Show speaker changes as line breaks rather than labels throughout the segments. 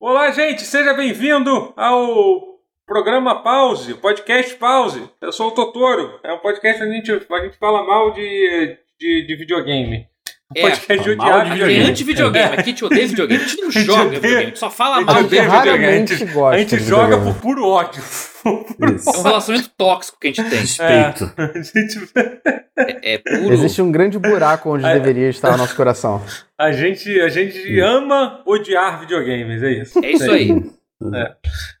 Olá, gente, seja bem-vindo ao programa Pause, podcast Pause. Eu sou o Totoro. É um podcast onde a gente, a gente fala mal de, de, de videogame. Um
É,
podcast de
mal
odiar
A gente
de
é
videogame.
anti-videogame, aqui te odeia videogame, a gente não
gente
joga
odeia-
videogame, a gente só fala
gente
mal
odeia
dele.
videogame. A
raramente É. gosta.
A gente
de
joga
videogame.
por puro ódio.
Isso.
É um relacionamento tóxico que a gente tem.
Respeito.
A gente,
É, é puro.
Existe um grande buraco onde
É.
deveria estar o nosso coração.
a gente, a gente ama odiar videogames, é isso.
É isso aí.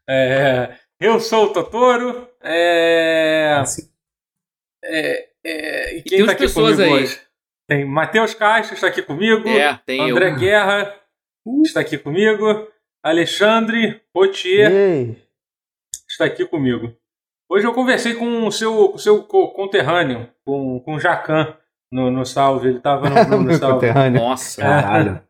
É, eu sou o Totoro. É,
Assim,
é, é, e
tem
quem tá
umas
aqui
pessoas
comigo
aí.
hoje? Tem Matheus Castro, está aqui comigo.
É, tem eu.
André Guerra está aqui comigo. Alexandre Rotier
Yay.
está aqui comigo. Hoje eu conversei com o seu, com o seu co- conterrâneo, com, com o Jacan, no, no salve. Ele estava no, no
Meu
salve.
conterrâneo.
É.
Nossa.
Caralho.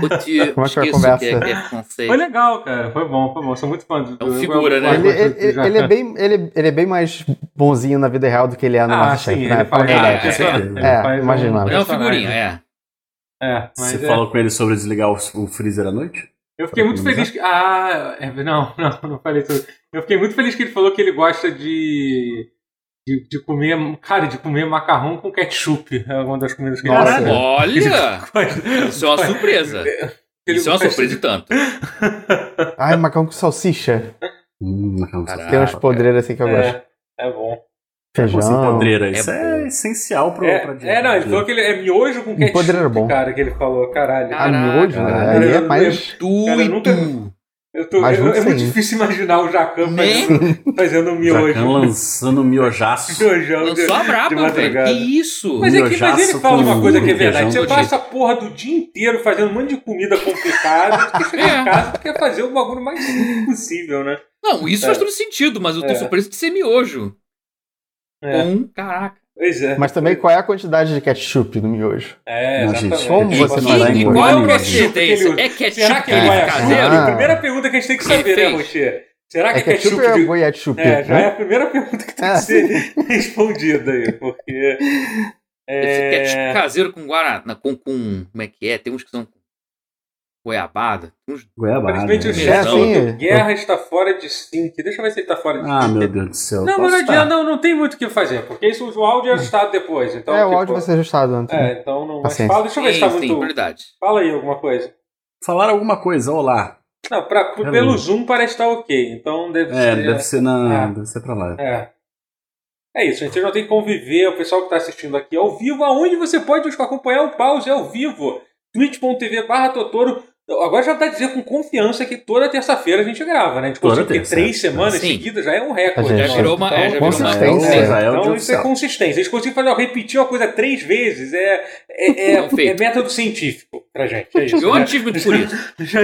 Puti,
Como é que foi a
esqueço
conversa?
que é, que é francês.
Foi legal, cara. Foi bom, foi bom. Sou muito fã do.
É um
do-
figura,
eu-
né?
eu-
Ele,
eu- eu-
ele-
do
ele é
Jacan.
bem, ele, ele é bem mais bonzinho na vida real do que ele é no
Ah,
Masterchef,
sim,
né?
ele faz. um
Fala a
É,
verdade.
é,
é, imaginava.
É uma figurinha, é.
É, mas
Você
é-
falou com ele sobre desligar o, o freezer à noite?
Eu fiquei muito
Pra
feliz que. Ah, é, não, não, não falei tudo. Eu fiquei muito feliz que ele falou que ele gosta de. De, de comer. Cara, de comer macarrão com ketchup. É uma das comidas que
Nossa.
ele
É.
Olha!
gosta.
Isso é uma surpresa.
Ele
Isso é uma
gosta
surpresa
de-
e tanto.
é
Ai, macarrão com salsicha.
Hum, macarrão com
Caraca.
Tem umas podreiras assim que eu gosto.
Ah, É, é bom.
Como assim,
Feijão.
podreira? Isso é,
bom.
essencial pro,
É,
pra
é, não, ele falou que ele é miojo com ketchup.
podreiro é bom.
Cara, que ele falou, caralho.
Cara,
Ah, miojo,
Caraca.
né? Aí é mais...
Tu
Cara,
e
nunca-
tu.
Eu tô,
Mas
eu-
muito
é muito
sim.
difícil imaginar o Jacan
Né?
fazendo, fazendo um
Jacan
miojo.
lançando um miojaço.
Miojão de-
Lançou a
de
braba, velho.
madrugada.
Que isso?
Mas, é que, mas ele
Miojaço
fala uma
com
coisa que é
feijão
verdade. Você
com
passa a porra do dia inteiro fazendo um monte de comida complicada, porque chega em casa e quer fazer o bagulho mais simples possível, né?
Não, isso
É.
faz todo sentido, mas eu tô
É.
surpreso de ser miojo.
É.
Com, caraca.
Pois é.
Mas também qual é a quantidade de ketchup no miojo?
É,
Não, gente,
exatamente.
como
E,
você
e-
não vai
e
miojo?
qual é a
Miojo.
procedência?
Ele-
É ketchup
Será que
ele
ele vai achar?
caseiro?
Ah.
Primeira pergunta que a gente tem que
Quem
saber, né,
fez?
Rotier? Será que
É
é ketchup,
ketchup ou é
de...
goiachup?
É, já é
né?
a primeira pergunta que tem
É.
que ser respondida aí, porque...
Esse ketchup
É...
caseiro com guaraná, com, com. Como é que é? Tem uns que são com goiabada. Uns...
Goiabada.
Aparentemente o
né?
É,
Gerson
sim.
do Guerra está fora de sync. Deixa eu ver se ele está fora de
Ah,
sync.
meu Deus do
Então
céu.
tá
Não, mas
posso
não
estar.
adianta, não, não tem muito o que fazer, porque isso o áudio é ajustado depois. Então,
É, o
tipo,
áudio vai ser ajustado né? antes.
É, então não. Mas
Paciência.
fala, deixa eu ver se tá
Sim, sim,
muito.
verdade.
Fala aí alguma coisa.
Falar alguma coisa, olá.
Não, pra, p-
Pera
pelo
aí.
Zoom parece estar ok, então deve
É,
ser.
deve ser na.
Ah.
Deve ser pra lá.
É. É isso, a gente não tem que conviver, o pessoal que está assistindo aqui ao vivo, aonde você pode acompanhar o pause ao vivo. twitch.tv barra Totoro. Agora já dá a dizer com confiança que toda terça-feira a gente grava, né? A gente
Toda
conseguiu ter
terça,
três
é.
semanas
Sim.
seguidas, já é um recorde.
A gente
Já
nosso.
virou uma. é, já virou uma-
consistência.
é,
Já é
Então
o
isso é consistência. Eles conseguem fazer, repetir uma coisa três vezes é, é, é,
É um feito.
é método científico pra gente. É isso,
Eu
né?
tive muito por isso.
já,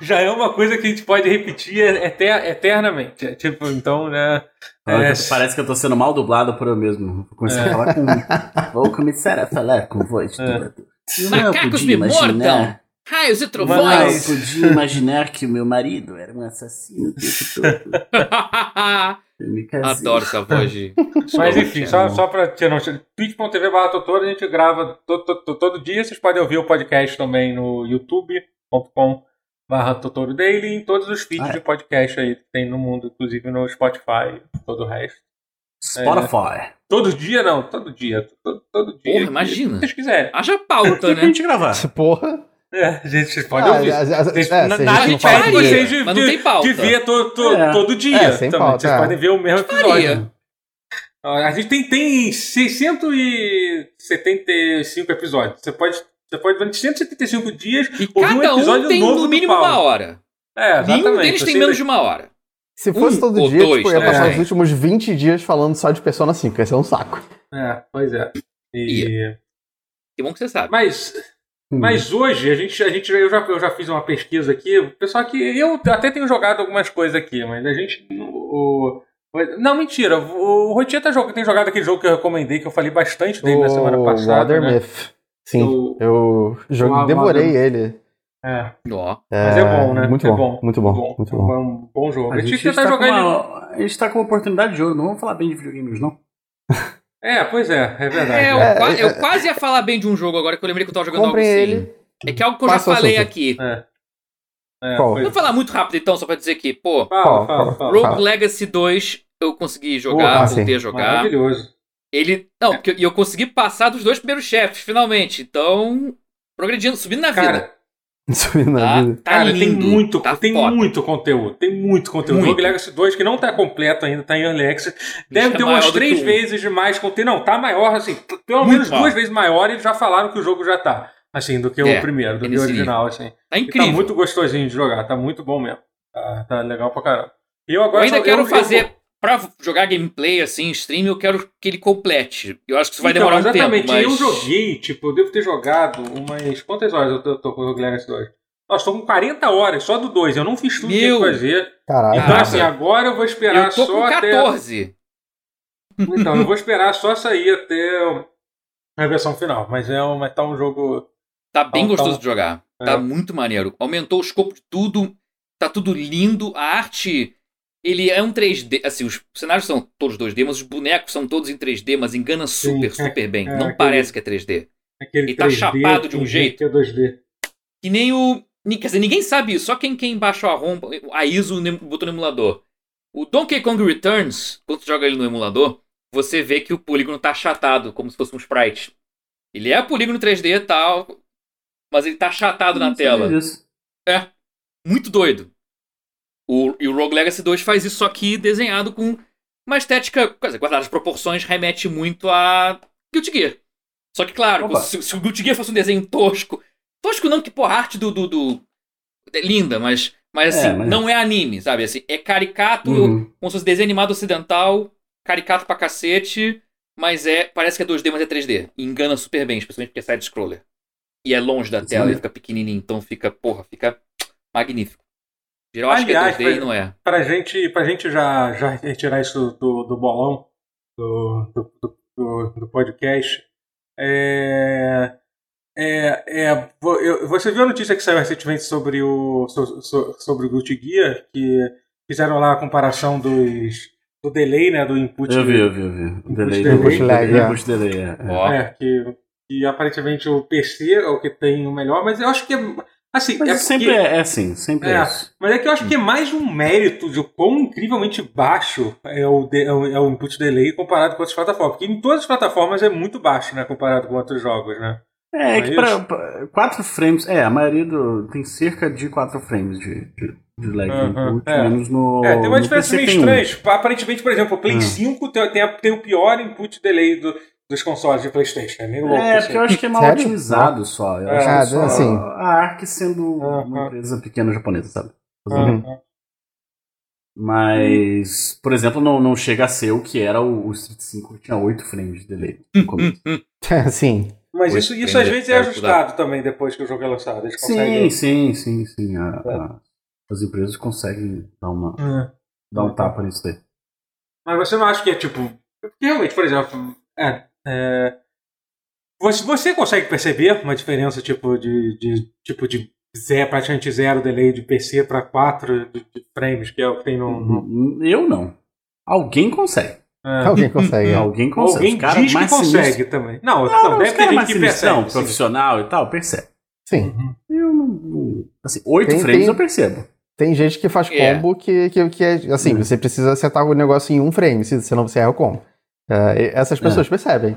já é uma coisa que a gente pode repetir eter- eternamente. É, tipo, então, né? É,
Parece que eu tô sendo mal dublado por eu mesmo. Vou começar a falar com. um. Vou começar a falar com voz.
É.
do-
Macacos me mordam. Raios e
Mas-
trovões.
Eu podia imaginar que o meu marido era um assassino o tempo todo. Eu me casei.
Adoro essa voz de.
Mas enfim, só,
não.
só pra tirar um twitch.tv barra Totoro, a gente grava to- to- to- todo dia. Vocês podem ouvir o podcast também no youtube.com barra Totoro Daily, em todos os feeds
Ah, é.
de podcast aí que tem no mundo, inclusive no Spotify, todo o resto. É,
Spotify.
Todo dia não, todo dia. Todo, todo dia.
Porra, imagina.
Se vocês quiserem.
Haja
Tem
pauta,
que a
né?
gente gravar.
Porra.
É, a gente pode
Ah,
ouvir.
as- as-
Vocês-
é,
na-
se a
nada
gente não
impede
falar
vocês
dinheiro,
de,
mas não tem pauta.
de ver to, to-
É.
todo dia.
É, sem
também.
pauta,
vocês
é.
podem ver o mesmo episódio.
Faria.
Ah, A gente tem, tem 675 episódios. Você pode, você pode ver em 175 dias.
E
Ouvi um
cada um
episódio
tem
novo
no
do
mínimo
Paulo.
uma hora.
É,
Nenhum
exatamente.
deles tem
Assim,
menos de uma hora.
Se fosse
Um
todo
ou
dia,
dois,
tipo, eu ia passar
também.
os últimos 20 dias falando só de Persona 5. Ia ser um saco.
É, pois é. E-
Que bom que você sabe.
Mas Mas hoje, a gente, a gente, eu, já, eu já fiz uma pesquisa aqui, o pessoal que. Eu até tenho jogado algumas coisas aqui, mas a gente. O, o- não, mentira. O, o Rotier tá jogando, tem jogado aquele jogo que eu recomendei, que eu falei bastante dele na semana passada.
Water
Né?
Myth. Sim,
O-
eu joguei,
o
devorei
Water-
ele.
É,
Ó.
mas é, bom, né?
Muito
é
bom, muito bom, muito bom.
É um bom jogo.
A
Eu tinha
gente,
que tentar
tá com
jogar ele.
uma, a gente tá com uma oportunidade de ouro. Não vamos falar bem de videogames, não.
É, pois é, é verdade.
É, eu,
É,
qua-
é,
eu
é.
quase ia falar bem de um jogo agora que eu lembrei que eu tava jogando
Comprem
algo assim.
ele.
É que é algo que eu já
Passa o
falei
assunto.
aqui.
É. É,
Qual?
pois-
Vou falar muito rápido então, só pra dizer que, pô,
Fala,
Qual?
fala, fala.
Rogue Legacy 2 eu consegui jogar,
Porra, ah,
voltei
sim.
a jogar.
Maravilhoso.
Ele. Não, porque eu, e eu consegui passar dos dois primeiros chefes, finalmente. Então, progredindo, subindo na vida.
Cara,
Subindo na
tá
vida.
tá
cara,
lindo.
tem muito,
tá
tem
foda.
muito conteúdo, tem muito conteúdo.
Muito.
Rogue Legacy 2, que não tá completo ainda, tá em Early Access, deve
tá
ter
maior
umas
do que
três
um.
vezes de mais conteúdo. Não, tá maior, assim, p- pelo
Muito
menos
maior.
duas vezes maior, e eles já falaram que o jogo já tá. Assim, do que
É,
o primeiro, do
é
que o
nesse
original, assim.
Tá
E tá
incrível.
muito gostosinho de jogar, tá muito bom mesmo. Tá, tá legal pra caramba. E eu
Eu
agora
ainda
só-
quero
eu-
fazer. Pra jogar gameplay assim, em stream, eu quero que ele complete. Eu acho que isso vai
Então,
demorar um tempo.
exatamente.
Mas...
Eu joguei, tipo, eu devo ter jogado umas. Quantas horas eu tô, eu tô com o Rogue Legacy 2? Nossa, tô com 40 horas só do 2. Eu não fiz tudo que tinha que
Meu.
fazer.
Ah,
Caraca.
tá.
Então,
Caraca.
assim, agora eu vou esperar
Eu tô
só
com
até.
14.
Então, eu vou esperar só sair até a versão final. Mas é um, mas tá um jogo.
Tá bem
Então,
gostoso
tá-
de jogar.
É.
Tá muito maneiro. Aumentou o escopo de tudo. Tá tudo lindo. A arte. Ele é um 3D. Assim, os cenários são todos 2D, mas os bonecos são todos em 3D, mas engana
Sim,
super,
é-
super bem.
é,
Não
aquele-
parece que é 3D.
Aquele
Ele tá
3D,
chapado de um
tem
jeito.
Que é 2D.
Que nem o. ni- Quer dizer, ninguém sabe isso, só quem, quem baixou a ROM, a ISO ne- botou no emulador. O Donkey Kong Returns, quando você joga ele no emulador, você vê que o polígono tá achatado, como se fosse um sprite. Ele é polígono 3D e tal, mas ele tá achatado na
Não
tela.
sabia disso.
Muito doido. O, e o Rogue Legacy 2 faz isso, só que desenhado com uma estética, quer dizer, guardada as proporções, remete muito a Guilty Gear. Só que, claro,
Opa.
se, se o Guilty Gear fosse um desenho tosco. Tosco não, que porra, a arte do. do, do- é linda, mas, mas
É,
assim,
mas-
não é anime, sabe? Assim, é caricato,
Uhum.
como se fosse desenho animado ocidental, caricato pra cacete, mas é. Parece que é 2D, mas é 3D. E engana super bem, especialmente porque é side-scroller. E é longe da tela,
Sim.
ele fica pequenininho, então fica, porra, fica magnífico. Geral acho que é
Aliás,
2D e
pra-
não é.
Pra gente, pra gente já, já retirar isso do, do bolão, do, do, do- do- do podcast, é, é, é, vo- eu- você viu a notícia que saiu recentemente sobre o, so- so- sobre o Guilty Gear, que fizeram lá a comparação dos, do delay, né, do input.
Eu vi, eu vi, eu vi. O
Push
delay do
delay.
push delay.
Push
Push delay, é. é.
Ó, hum.
É, que, que aparentemente o PC é o que tem o melhor, mas eu acho que é, assim,
Mas
é
isso sempre
porque-
é, é assim, sempre é,
É.
isso.
Mas é que eu acho que é mais um mérito de quão incrivelmente baixo é o, de- é o- é o input delay comparado com outras plataformas. Porque em todas as plataformas é muito baixo, né? Comparado com outros jogos, né?
É, é
Não é
que pra, pra- quatro frames. É, a maioria do, tem cerca de quatro frames de, de, de lag
Aham,
no input,
é.
menos no.
é, tem uma
no
diferença
PC
meio
tem um.
estranha. Tipo, Aparentemente, por exemplo, o Play
Ah.
5 tem, tem, a- tem o pior input delay do- dos consoles de PlayStation. É meio louco.
É,
assim.
porque eu acho que é mal
Sério?
otimizado só. Eu
É,
acho que
é,
só
assim.
a ARC sendo
Aham.
uma empresa pequena japonesa, sabe?
Ah,
Uhum.
ah.
Mas, por exemplo, não, não chega a ser o que era o, o Street 5, que tinha oito frames de delay.
Uhum.
no começo.
Sim.
Mas
Oi,
isso, isso às
entendi.
vezes é
Quero
ajustado também depois que o jogo é lançado. Eles
sim,
conseguem.
sim, sim, sim. a- a- as empresas conseguem dar, uma,
É.
dar um tapa nisso daí.
Mas você não acha que é tipo. Porque realmente, por exemplo, é, é, você, você consegue perceber uma diferença tipo de, de tipo de zero, praticamente zero delay de PC para 4 de, de frames, que é o que tem
Uhum.
no. no-
Eu não. Alguém consegue.
é.
Alguém consegue.
Alguém consegue.
Alguém
Os caras
diz que
mais sinistros-
consegue também. Não,
Não,
não,
não, os
deve ter
caras
gente
mais
que
sinistrão,
percebe. sim.
profissional e tal, percebe.
Sim.
Uhum.
Eu não- não. Assim, oito
Tem-
frames
tem-
eu percebo.
Tem gente que faz
É.
combo que, que, que é. Assim,
Hum.
você precisa acertar o negócio em um frame, se- senão você erra o combo. É, e essas pessoas percebem.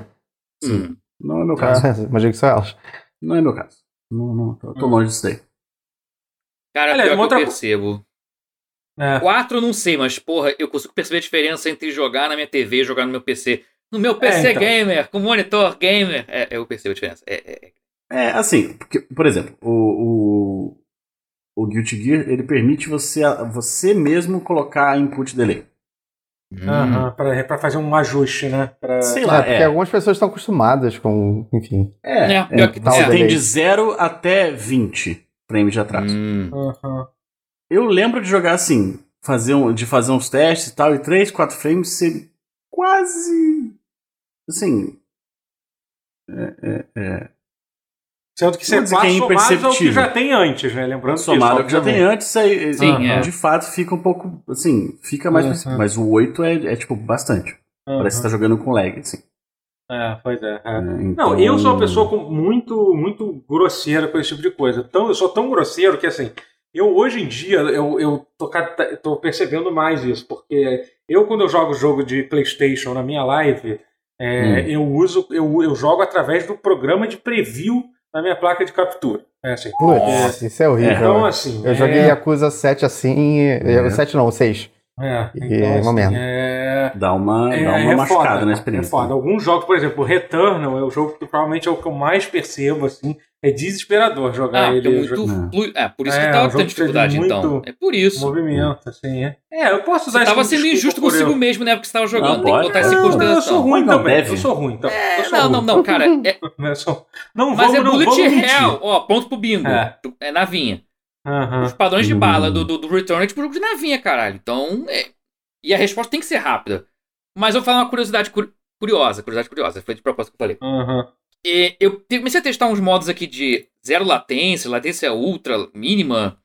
hum.
Não é
Tá
meu caso.
Imagino que são elas.
Não é meu caso. Não, não, tô, tô
Hum.
longe disso daí.
Cara,
Aliás,
pior que
uma outra
eu percebo.
É.
Quatro, eu não sei, mas porra, eu consigo perceber a diferença entre jogar na minha TV e jogar no meu PC. No meu PC
então.
gamer, com monitor gamer. É, eu percebo a diferença. É, é, é.
É, assim, porque, por exemplo, o, o, o Guilty Gear, ele permite você, você mesmo colocar input delay.
Né?
Aham, pra, pra fazer um ajuste, né? Pra...
Sei
É,
lá,
porque
é.
algumas pessoas estão acostumadas com. Enfim.
É,
É, pior que
tal
é.
você tem
delay.
de 0 até 20 frames de atraso.
Hum.
Aham.
Eu lembro de jogar assim, fazer um, de fazer uns testes e tal, e 3, 4 frames você quase. Assim.
Sendo que você
Vou dizer que
passa
é
somados ao que
imperceptível.
já tem antes, né? Lembrando
Somado
disso,
ao que já tem
obviamente.
antes, aí,
Sim,
ah,
é.
de fato fica um pouco. Assim, fica mais.
Uhum.
parecido, Mas o 8 é, é, tipo bastante. Parece que você tá jogando com lag, assim.
Aham. É, pois é. é.
né?
Não,
Então-
eu sou uma pessoa com muito, muito grosseira com esse tipo de coisa. Então, eu sou tão grosseiro que, assim, Eu, hoje em dia, eu, eu tô, cata- tô percebendo mais isso, porque eu, quando eu jogo jogo de PlayStation na minha live, é,
Hum.
eu uso, eu, eu jogo através do programa de preview na minha placa de captura. É assim.
Putz, isso é horrível.
Então, assim.
eu joguei
é,
Yakuza 7 assim.
É.
É. 7 não, 6.
É,
e
então,
é
assim,
momento.
é-
Dá uma, dá uma machucada na experiência. né?
É foda. Alguns jogos, por exemplo, Returnal é o jogo que provavelmente é o que eu mais percebo, assim. É desesperador jogar
Ah,
ele.
porque é muito
jogar
né?
fluido. É, por isso
É,
que
o
tava
jogo
tendo
teve
dificuldade,
muito
então. É por isso.
Movimento, assim, é. É, eu posso usar
Você
isso
tava
como
sendo
desculpa
injusto
por eu-
consigo mesmo tá na época que você tava jogando.
Não,
Tem que
pode.
botar isso em
Não, não, eu sou
consideração.
ruim
Mas não
também.
deve.
Eu sou ruim também. eu
É,
sou
não,
ruim.
não, não, cara. é-
Eu sou- Não
mas
vamos,
é
não
bullet
vamos mentir.
hell. Ó, ponto pro bingo.
É.
É navinha. Os
Aham.
padrões de
Hum.
bala do, do, do Return é tipo jogo de navinha, caralho. Então, é- E a resposta tem que ser rápida. Mas eu vou falar uma curiosidade cu- curiosa. Curiosidade curiosa. Foi de propósito que eu falei.
Aham.
É, eu te- comecei a testar uns modos aqui de zero latência, latência ultra, mínima.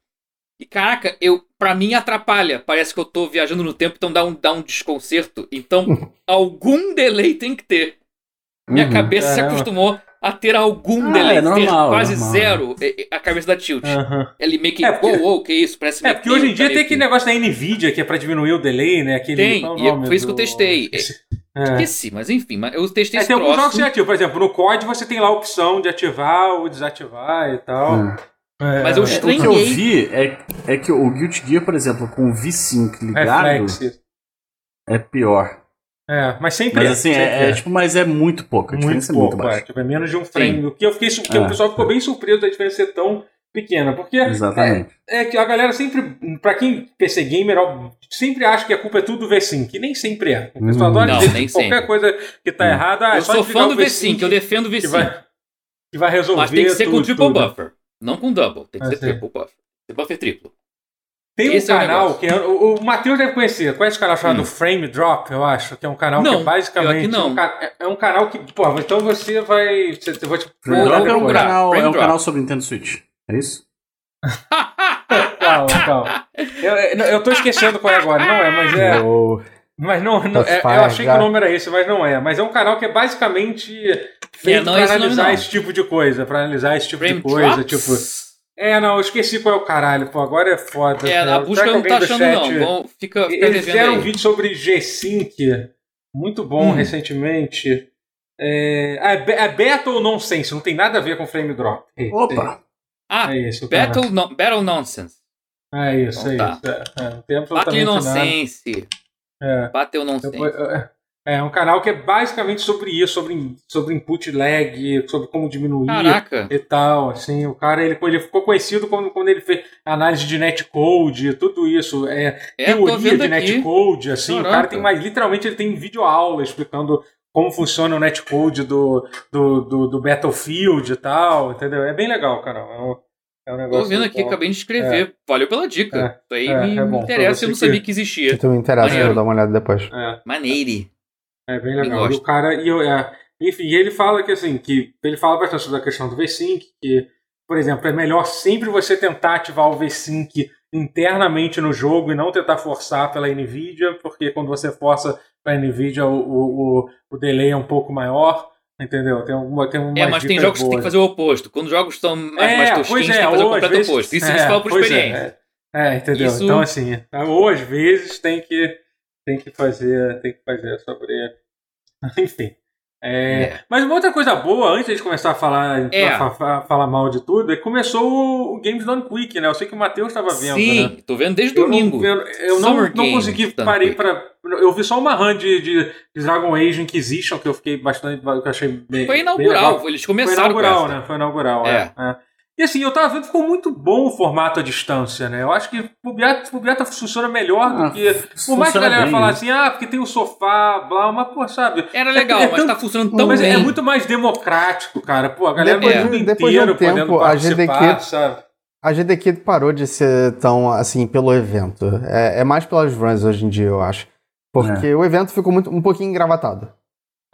E caraca, eu, pra mim atrapalha. Parece que eu tô viajando no tempo, então dá um, dá um desconcerto. Então, algum delay tem que ter. Minha
Uhum.
cabeça se
Caramba.
acostumou a ter algum
Ah,
delay.
é normal,
ter quase
é normal. Ah.
zero é, é, a cabeça da tilt.
Aham.
Ele meio que.
É, porque-
Uou, uou, que isso? Parece
É,
meio
porque hoje em
que-
dia tem aquele negócio da Nvidia que é pra diminuir o delay, né? Aquele,
Tem,
qual é o
e eu-
nome
foi isso que eu
do-
testei.
Esse-
É.
Esqueci, mas enfim, mas eu testei
É,
esse
tem alguns jogos
troço.
que você ativa. Por exemplo, no COD você tem lá a opção de ativar ou desativar e tal.
Hum.
É,
Mas eu
É, o que eu
estranhei.
vi é, é que o Guilty Gear, por exemplo, com o V-Sync
É
ligado,
Reflex.
é pior.
É, mas sempre
Mas assim,
sempre
é, é, tipo, mas é muito pouco. A
muito
diferença
pouco,
é muito baixa.
é, tipo, é menos de um frame. O que eu fiquei, su- que o
É.
pessoal ficou bem surpreso da diferença ser tão pequena, porque é,
Exatamente.
é que a galera sempre, pra quem PC gamer, ó, sempre acha que a culpa é tudo do V-Sync, e nem sempre é. O pessoal
Hum.
adora
Não,
dizer
nem
que qualquer
sempre.
coisa que tá
Hum.
errada, ah, é
Eu
só
sou
desligar
fã do
o
V5, eu defendo o
que
V5.
vai, que vai resolver
Mas tem que ser com
tudo,
triple
tudo.
buffer. Não com double. Tem que
Ah,
ser
sim.
triple buffer. Tem buffer triplo.
Tem um
Esse é o
canal
negócio.
que é- o, o Matheus deve conhecer. Conhece o canal chamado
Hum.
Frame Drop, eu acho? Que é um canal
Não,
que é basicamente.
pior que não.
É, um, ca- é- é um canal que. Pô, então você vai. Você, eu vou te.
Frame Drop é um,
Frame
canal, é um
Drop.
canal sobre Nintendo Switch. É isso?
Calma, calma. Eu, eu, eu tô esquecendo qual é agora. Não é, mas é.
Eu-
Mas não. não- é- eu
Fire,
achei que
já.
o nome era esse, mas não é. Mas é um canal que é basicamente feito
não
pra
é esse nome,
analisar
não.
esse tipo de coisa. Pra analisar esse tipo
Frame
de coisa.
drops?
Tipo. É, não, eu esqueci qual é o caralho. Pô, agora é foda.
É,
cara.
a
Será
busca
que
eu não
alguém
tá
do
achando,
chat-
não. Vão- fica fica
Eles
Tá devendo
fizeram um
aí.
vídeo sobre G-Sync, muito bom,
Hum.
recentemente. É, é, be- é Battle Nonsense, não tem nada a ver com Frame Drop. É,
Opa!
Ah,
É isso. cara.
Battle, no- Battle Nonsense.
É isso, é
Então
isso. É, é, não tem
Battle
absolutamente nada.
Nonsense.
É.
Battle
Depois,
Nonsense.
é, é um canal que é basicamente sobre isso, sobre, sobre input lag, sobre como diminuir
Caraca.
e tal. Assim, o cara ele, ele ficou conhecido quando, quando ele fez análise de netcode, tudo isso. É,
É, tô
teoria
vendo
de
aqui.
netcode, assim, o cara
Caraca.
tem mais, literalmente ele tem vídeo aula explicando como funciona o netcode do, do, do, do Battlefield e tal, entendeu? É bem legal, cara. É um, é um negócio.
Tô vendo aqui,
legal.
acabei de escrever. Valeu pela dica. Isso aí
é,
me,
é
me
bom, pra
interessa,
você
eu não
que-
sabia que existia.
Se tu me interessa, eu
Maneiro.
vou dar uma olhada depois.
É,
Maneire.
é bem
Eu
legal. E
gosto.
o cara, e eu, é, enfim, e ele fala que assim, que ele fala bastante sobre a questão do VSync, que, por exemplo, é melhor sempre você tentar ativar o VSync internamente no jogo e não tentar forçar pela Nvidia, porque quando você força para Nvidia o, o, o, o delay é um pouco maior, entendeu? Tem alguma tem umas
É, mas tem
dicas
jogos que tem que
boas.
fazer o oposto. Quando jogos estão mais,
é,
mais tosquinhos,
pois
tem
é,
que fazer o
ou às
completo
vezes-
oposto. Isso
é,
eles falam por
pois é,
experiência.
É, entendeu?
Isso-
Então assim, ou às vezes tem que tem que fazer, tem que fazer sobre enfim. É,
É.
Mas uma outra coisa boa, antes de começar a falar,
É.
a fa- fa- falar mal de tudo, é que começou o- o Games Done Quick, né? Eu sei que o Matheus estava vendo, né?
Sim, tô vendo desde
Eu não-
domingo.
Eu, eu não,
Summer
não
Games,
consegui,
tanto
parei
que-
pra. Eu vi só uma run de, de, de Dragon Age Inquisition, que eu fiquei bastante. que eu achei bem.
Foi
bem legal.
inaugural, eles
Foi
começaram
inaugural,
com essa.
né? Foi inaugural, é.
É.
é. E assim, eu tava vendo, ficou muito bom o formato à distância, né? Eu acho que o Beata, funciona melhor
Ah,
do que. Por mais que a
funciona
galera
bem,
fale
né?
assim, ah, porque tem o sofá, blá, mas, pô, sabe?
Era legal,
É, é
mas
tanto-
tá funcionando tão
mas
bem.
é muito mais democrático, cara. Pô, a galera
Depois
do
de-
mundo
depois de um
inteiro
tempo,
podendo
a GDQ
participar, sabe?
A GDQ parou de ser tão assim pelo evento. É, é mais pelas runs hoje em dia, eu acho. Porque o evento ficou muito, um pouquinho engravatado.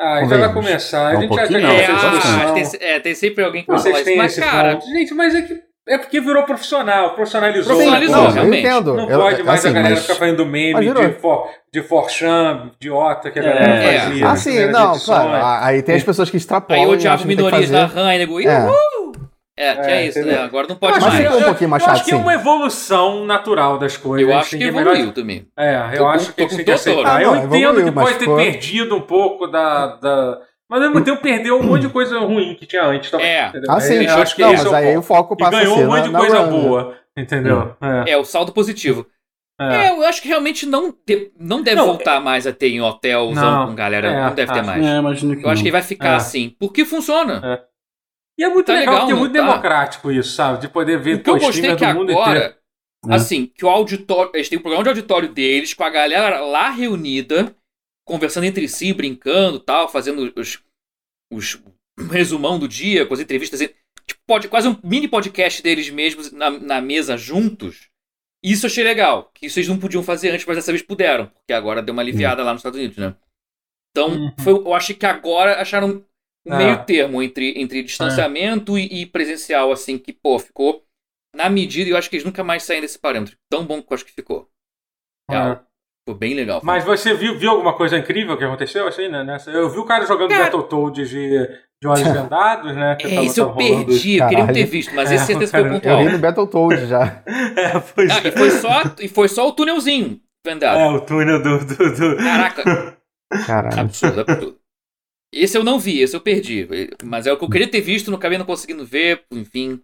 Ah, então vai
Convenhamos.
começar. A
É um
gente já tem
pouquinho, não,
é,
essa
vocês
ah,
discussão.
gostam.
tem, é, tem sempre alguém que vai falar
Vocês
isso,
têm
mas
esse
cara,
ponto. Gente, mas é que. É porque virou profissional, profissionalizou.
Profissionalizou,
a
não,
coisa.
eu
realmente.
entendo.
Não
Eu-
pode mais
assim,
a galera
mas-
ficar fazendo
mas
meme
virou.
de, for, de Forchan, idiota que a galera
É.
fazia.
Ah,
nas
sim,
primeiras
não, Ah,
edições.
claro. Aí tem as pessoas que extrapolam.
aí eu
e acham
odiava
que tem que
minorias da
fazer.
RAM e nego,
É.
uhul! É, tinha
É,
isso, né?
entendeu?
Agora não pode
Mas
mais.
ficou um pouquinho mais
eu
chato,
acho que é
sim.
uma evolução natural das coisas.
Eu
a
acho
gente
que
tem
evoluiu
melhor-
também.
É, eu
Tô com-
acho que
tô
a gente
com
tem que
todo
aceitar.
orgulho.
eu
Ah, não,
entendo que
evoluiu, mas
pode ter
foi-
perdido um pouco da, da. Mas ao mesmo tempo perdeu um monte de coisa ruim que tinha antes também.
É.
entendeu?
Ah, sim.
eu acho que
não,
esse
mas
é o
aí
ponto.
o foco
E
passa a
ganhou
ser
um monte de
na- na
coisa
Run, né?
boa. Entendeu? É.
É, o saldo positivo.
é.
É, eu acho que realmente não, de- não deve
Não, é-
voltar mais a ter em hotelzão
Não.
com galera.
É,
não deve ter
acho-
mais.
É, imagino que
Eu acho
não.
que vai ficar
É.
assim. Porque funciona.
E é muito
Tá
legal,
legal,
porque é
não
muito
tá?
democrático isso, sabe? De poder ver
O que eu
pô,
gostei é
streamer
que
do mundo inteiro.
agora,
É.
assim, que o auditório. Eles têm um programa de auditório deles, com a galera lá reunida, conversando entre si, brincando tal, fazendo os. os um resumão do dia, com as entrevistas. Tipo, pode, quase um mini podcast deles mesmos na, na mesa juntos. Isso eu achei legal. Que isso eles não podiam fazer antes, mas dessa vez puderam. Porque agora deu uma aliviada lá nos Estados Unidos, né? Então,
Uhum.
foi, eu achei que agora acharam um
É.
meio termo entre, entre distanciamento e, e presencial, assim, que, pô, ficou na medida e eu acho que eles nunca mais saem desse parâmetro. Tão bom que eu acho que ficou. Real.
É.
Ficou bem legal.
Mas você viu, viu alguma coisa incrível que aconteceu assim, né? Nessa... Eu vi o cara jogando
Cara-
Battletoads de, de olhos vendados, né? que
é,
tava-
isso eu
tava rolando.
perdi, eu queria não ter
Caralho.
visto, mas
É,
esse certeza foi
cara, eu
Eu
pontual.
ri no Battletoads já.
É, pois
Ah, e, foi só, e foi só o túnelzinho vendado.
é. É, o túnel do. do, do...
Caraca,
Caralho.
É um absurdo, absurdo. Esse eu não vi, esse eu perdi. Mas é o que eu queria ter visto, não acabei não conseguindo ver, enfim.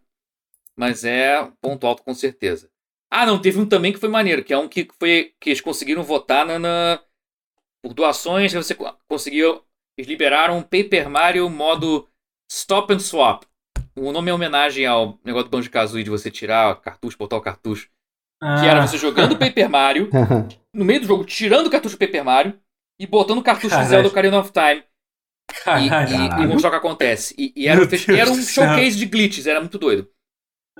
Mas é ponto alto com certeza. Ah, não, teve um também que foi maneiro, que é um que foi que eles conseguiram votar na, na- por doações, que você co- conseguiu. Eles liberaram um Paper Mario modo Stop and Swap. O nome é homenagem ao negócio do Banjo Kazooie de você tirar cartucho, botar o cartucho. Que
Ah.
era você jogando Paper Mario no meio do jogo, tirando o cartucho do Paper Mario e botando o cartucho do
Caralho.
Zelda Ocarina of Time
Ah,
e,
caralho.
e, e mostrar o que acontece. E, e era,
Meu
um fest-
Deus
era um
do céu. É.
showcase de glitches, era muito doido.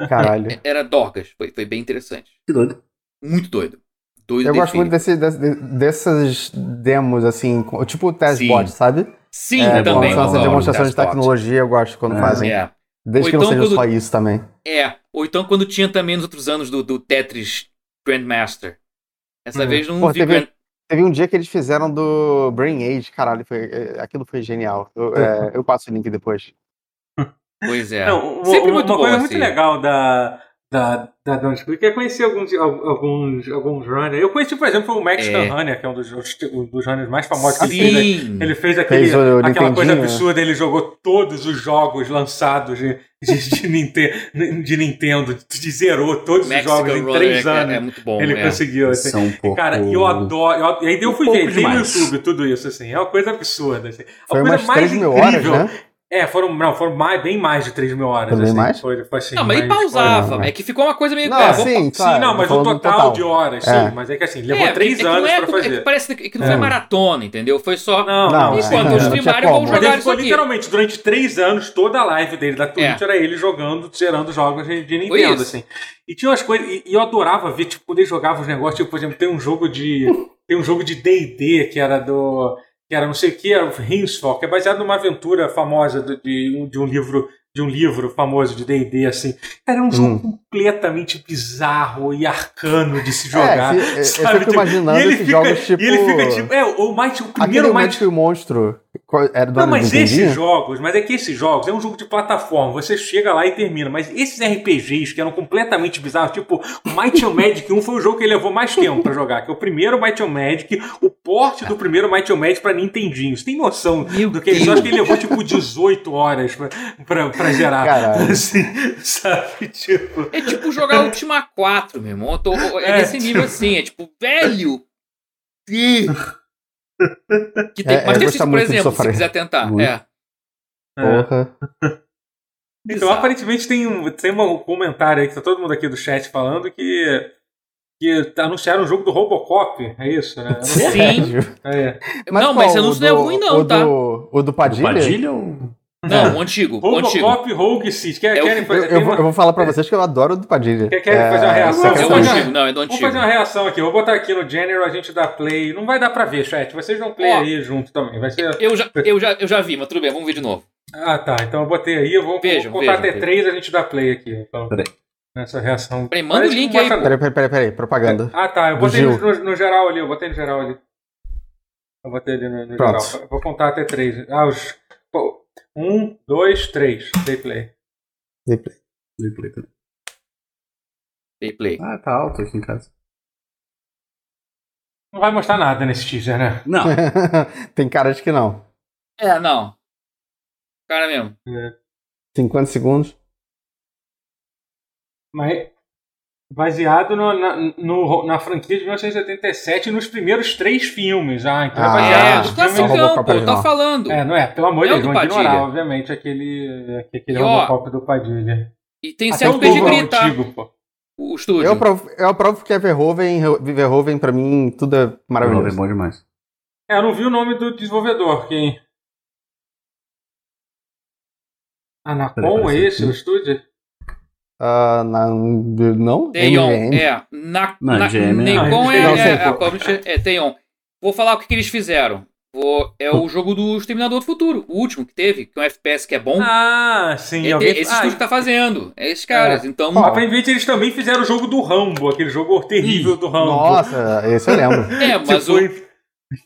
Caralho.
Era Dorgas, foi, foi bem interessante.
Que doido.
Muito doido. Doido
Eu
de
gosto
fim.
muito desse, desse- dessas demos, assim, com- tipo o Testbot,
Sim.
sabe?
Sim,
É,
bom,
também.
quando são essas
adoro
demonstrações de
Dashboard.
tecnologia, eu gosto quando
É.
fazem.
É.
Desde
Ou
que não
então
seja
quando-
só isso também.
é. Ou então quando tinha também nos outros anos do, do Tetris Grandmaster. Essa
Hum.
vez não
Pô,
vi
teve-
Grand...
Teve um dia que eles fizeram do Brain Age, caralho, foi, é, aquilo foi genial. Eu, é, eu passo o link depois.
Pois é.
Não, uma,
Sempre
uma
muito bom.
coisa
assim.
muito legal da, da, da Don't Click é conhecer alguns, al- alguns, alguns runners. Eu conheci, por exemplo, o Mexican
É.
Runner, que é um dos, um dos runners mais famosos que ele fez. né?
Sim.
Ele fez, aquele,
Fez o
aquela
Nintendinho,
coisa
né?
absurda, ele jogou todos os jogos lançados de, de, de Ninte- de Nintendo, de zerou todos
Mexican
os jogos em
Runner
três
é- é-
anos.
É, muito bom.
ele
é.
conseguiu. Assim.
São um pouco...
Cara, e eu adoro. eu adoro- e aí
Um
eu fui
pouco
ver, tem no
demais.
YouTube tudo isso, assim. É uma coisa absurda. Assim.
Foi
a coisa
umas
mais
3 mil horas,
incrível.
né?
É, foram, não, foram mais, bem mais de 3 mil horas.
Também
assim.
mais?
Foi, foi assim,
Não, mas ele
mais-
pausava.
Não, é.
É que ficou uma coisa meio.
Não,
é, vou-
sim,
Sim,
claro,
não, mas o
falando
total,
no
de horas, sim.
É.
Mas é que assim, levou
é, é
três
que não
anos
é
pra
como-
fazer.
É que parece que não foi
É.
maratona, entendeu? Foi só. um
Não,
Não,
não.
é,
Enquanto
não
eu
tinha
streamar, eu vou
como.
Mas
jogar
ele
isso
ficou
aqui.
literalmente durante três anos, toda a live dele da Twitch
É.
era ele jogando, zerando jogos de, de
Foi
Nintendo,
isso.
assim. E tinha umas coisas. E, e eu adorava ver, tipo, quando ele jogava os negócios, tipo, por exemplo, tem um jogo de. tem um jogo de DD que era do. que era não sei o que, era o Rinsfall, que é baseado numa aventura famosa do- de, um- de um livro. De um livro famoso de DD, assim. Era um jogo
Hum.
completamente bizarro e arcano de se jogar.
É, se- é, eu
sabe?
fico
Tipo,
imaginando
e ele
esses
fica-
jogos tipo.
E ele fica tipo. É, o, Mighty, o
Aquele
primeiro
momento
Mighty
que o monstro qual- era do
não,
ano
mas esses
Nintendinho?
jogos, mas é que esses jogos é um jogo de plataforma, você chega lá e termina. Mas esses RPGs que eram completamente bizarros, tipo, o Might and Magic 1 foi o jogo que levou mais tempo pra jogar, que é o primeiro Might and Magic, o porte do primeiro Might and Magic pra Nintendinho. Você tem noção
Meu
do que é isso? Eu acho que ele levou tipo 18 horas pra, pra, pra zerar.
Caralho.
Assim, sabe? Tipo.
É tipo jogar Ultima 4, meu irmão. Eu tô- é,
É,
desse nível assim, é tipo, velho! Ih. Que tem,
É, é,
mas tem
gosta
isso, por
muito de
exemplo, se
sofrer.
quiser tentar.
Muito.
É.
É.
Porra.
Então,
Bizarro.
aparentemente tem um, tem uma- um comentário aí que tá todo mundo aqui do chat falando que. Que anunciaram o jogo do Robocop, é isso, né?
Sério?
É.
não,
qual?
mas esse
O
anúncio não é
do-
ruim, não,
o
tá?
Do, o do Padilha?
Padilha ou...
Não, o antigo. O antigo.
Robocop Rogue City. Quer,
É o-
querem
Eu,
fazer,
eu
tem
vou,
uma-
eu vou falar pra vocês que eu adoro o do Padilha.
Quer- quer fazer uma reação?
É,
É
Vamos
secreção-
o
fazer-
antigo, não, é do
Vamos
antigo.
fazer uma reação aqui. Eu Vou botar aqui no General, a gente dá play. Não vai dar pra ver, chat. Vocês vão play
Ó.
aí junto também. Vai ser.
Eu já, eu, já, eu já vi, mas tudo bem, vamos ver de novo.
Ah, tá. Então eu botei aí. Eu vou,
Vejam,
vou contar
vejam,
até
vejam.
três, a gente dá play aqui. Então,
Peraí.
nessa reação.
Peraí, manda o
Parece que
link
não
aí,
mostra-
Peraí, peraí, peraí, peraí, propaganda.
Ah, tá. Eu
Do
botei no,
Gil.
no- no geral ali. Eu botei no geral ali. Eu botei ali no, no
Pronto.
geral. Eu Vou contar até três. Ah, os. pô, Um, dois, três. Dei play.
Dei play também.
Dei play.
Ah, tá alto aqui em casa.
Não vai mostrar nada nesse teaser, né?
Não.
Tem cara de que não.
É, não. Cara mesmo.
50 segundos.
Mas baseado no- na, no- na franquia de 1977 e nos primeiros três filmes. Ah, então
Ah,
é
é,
baseado nos
os
filmes.
Robocop
classicão, pô,
original.
tá falando.
É, não é? Pelo amor de
É o
Deus,
do
vão ignorar,
Padilha.
obviamente, aquele, aquele
E, ó,
Robocop do Padilha.
E tem
Até
certo
o
peixe de
Google é
gritar
antigo, pô.
o estúdio.
Eu aprovo, eu aprovo porque é Verhoeven, Verhoeven pra mim tudo é
Maravilhoso. É
maravilhoso.
bom demais.
É, eu não vi o nome do desenvolvedor. Quem? Anacom é
Peraí,
esse o estúdio?
Ah, na- não?
Teon,
MGM.
é. Na,
Não,
na,
GM, não.
Nikon é,
Não
é,
sei,
é a
pô.
publisher, é Teon. Vou falar o que, que eles fizeram. Vou- é o jogo do Exterminador do Futuro, o último que teve, que é um FPS que é bom.
Ah, sim.
É,
alguém...
Esse
ah,
estúdio tá fazendo. É esses caras. Então,
ó, aparentemente eles também fizeram o jogo do Rambo, aquele jogo terrível do Rambo.
Nossa, esse eu lembro.
é,
Você
mas o.
foi-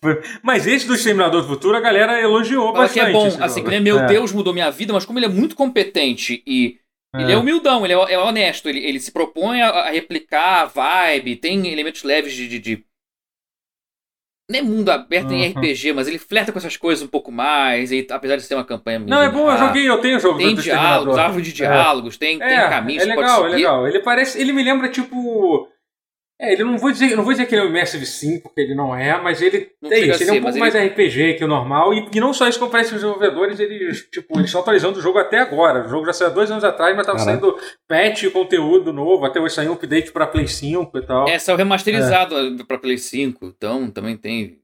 foi- Mas esse do Exterminador do Futuro, a galera elogiou
Fala que
bastante.
é bom,
esse
assim, que
jogo.
ele é meu
É,
Deus, mudou minha vida, mas como ele é muito competente e ele é humildão, ele é, é honesto, ele, ele se propõe a, a replicar a vibe, tem elementos leves de. de, de- Não é mundo aberto em
Uhum.
RPG, mas ele flerta com essas coisas um pouco mais, e, apesar de ser uma campanha.
Não, é bom, eu
militar,
joguei, eu tenho o jogo
Ah, Tem
do, do Exterminador.
diálogos, árvore de diálogos, tem, tem caminhos
é
que
legal,
pode seguir.
é legal. Ele parece, ele me lembra tipo é, ele não vou dizer, não vou dizer que ele é o Immersive Sim, porque ele não é, mas ele
Não
tem
chega a
isso, ele é
ser,
um pouco
mas
mais RPG que o normal e, e não só isso, como parece que os desenvolvedores, eles tipo, eles estão atualizando o jogo até agora. O jogo já saiu há dois anos atrás, mas estava
Caraca.
saindo patch, conteúdo novo, até hoje saiu um update para Play 5 e tal.
Essa é o remasterizado eh, pra Play 5, então também tem.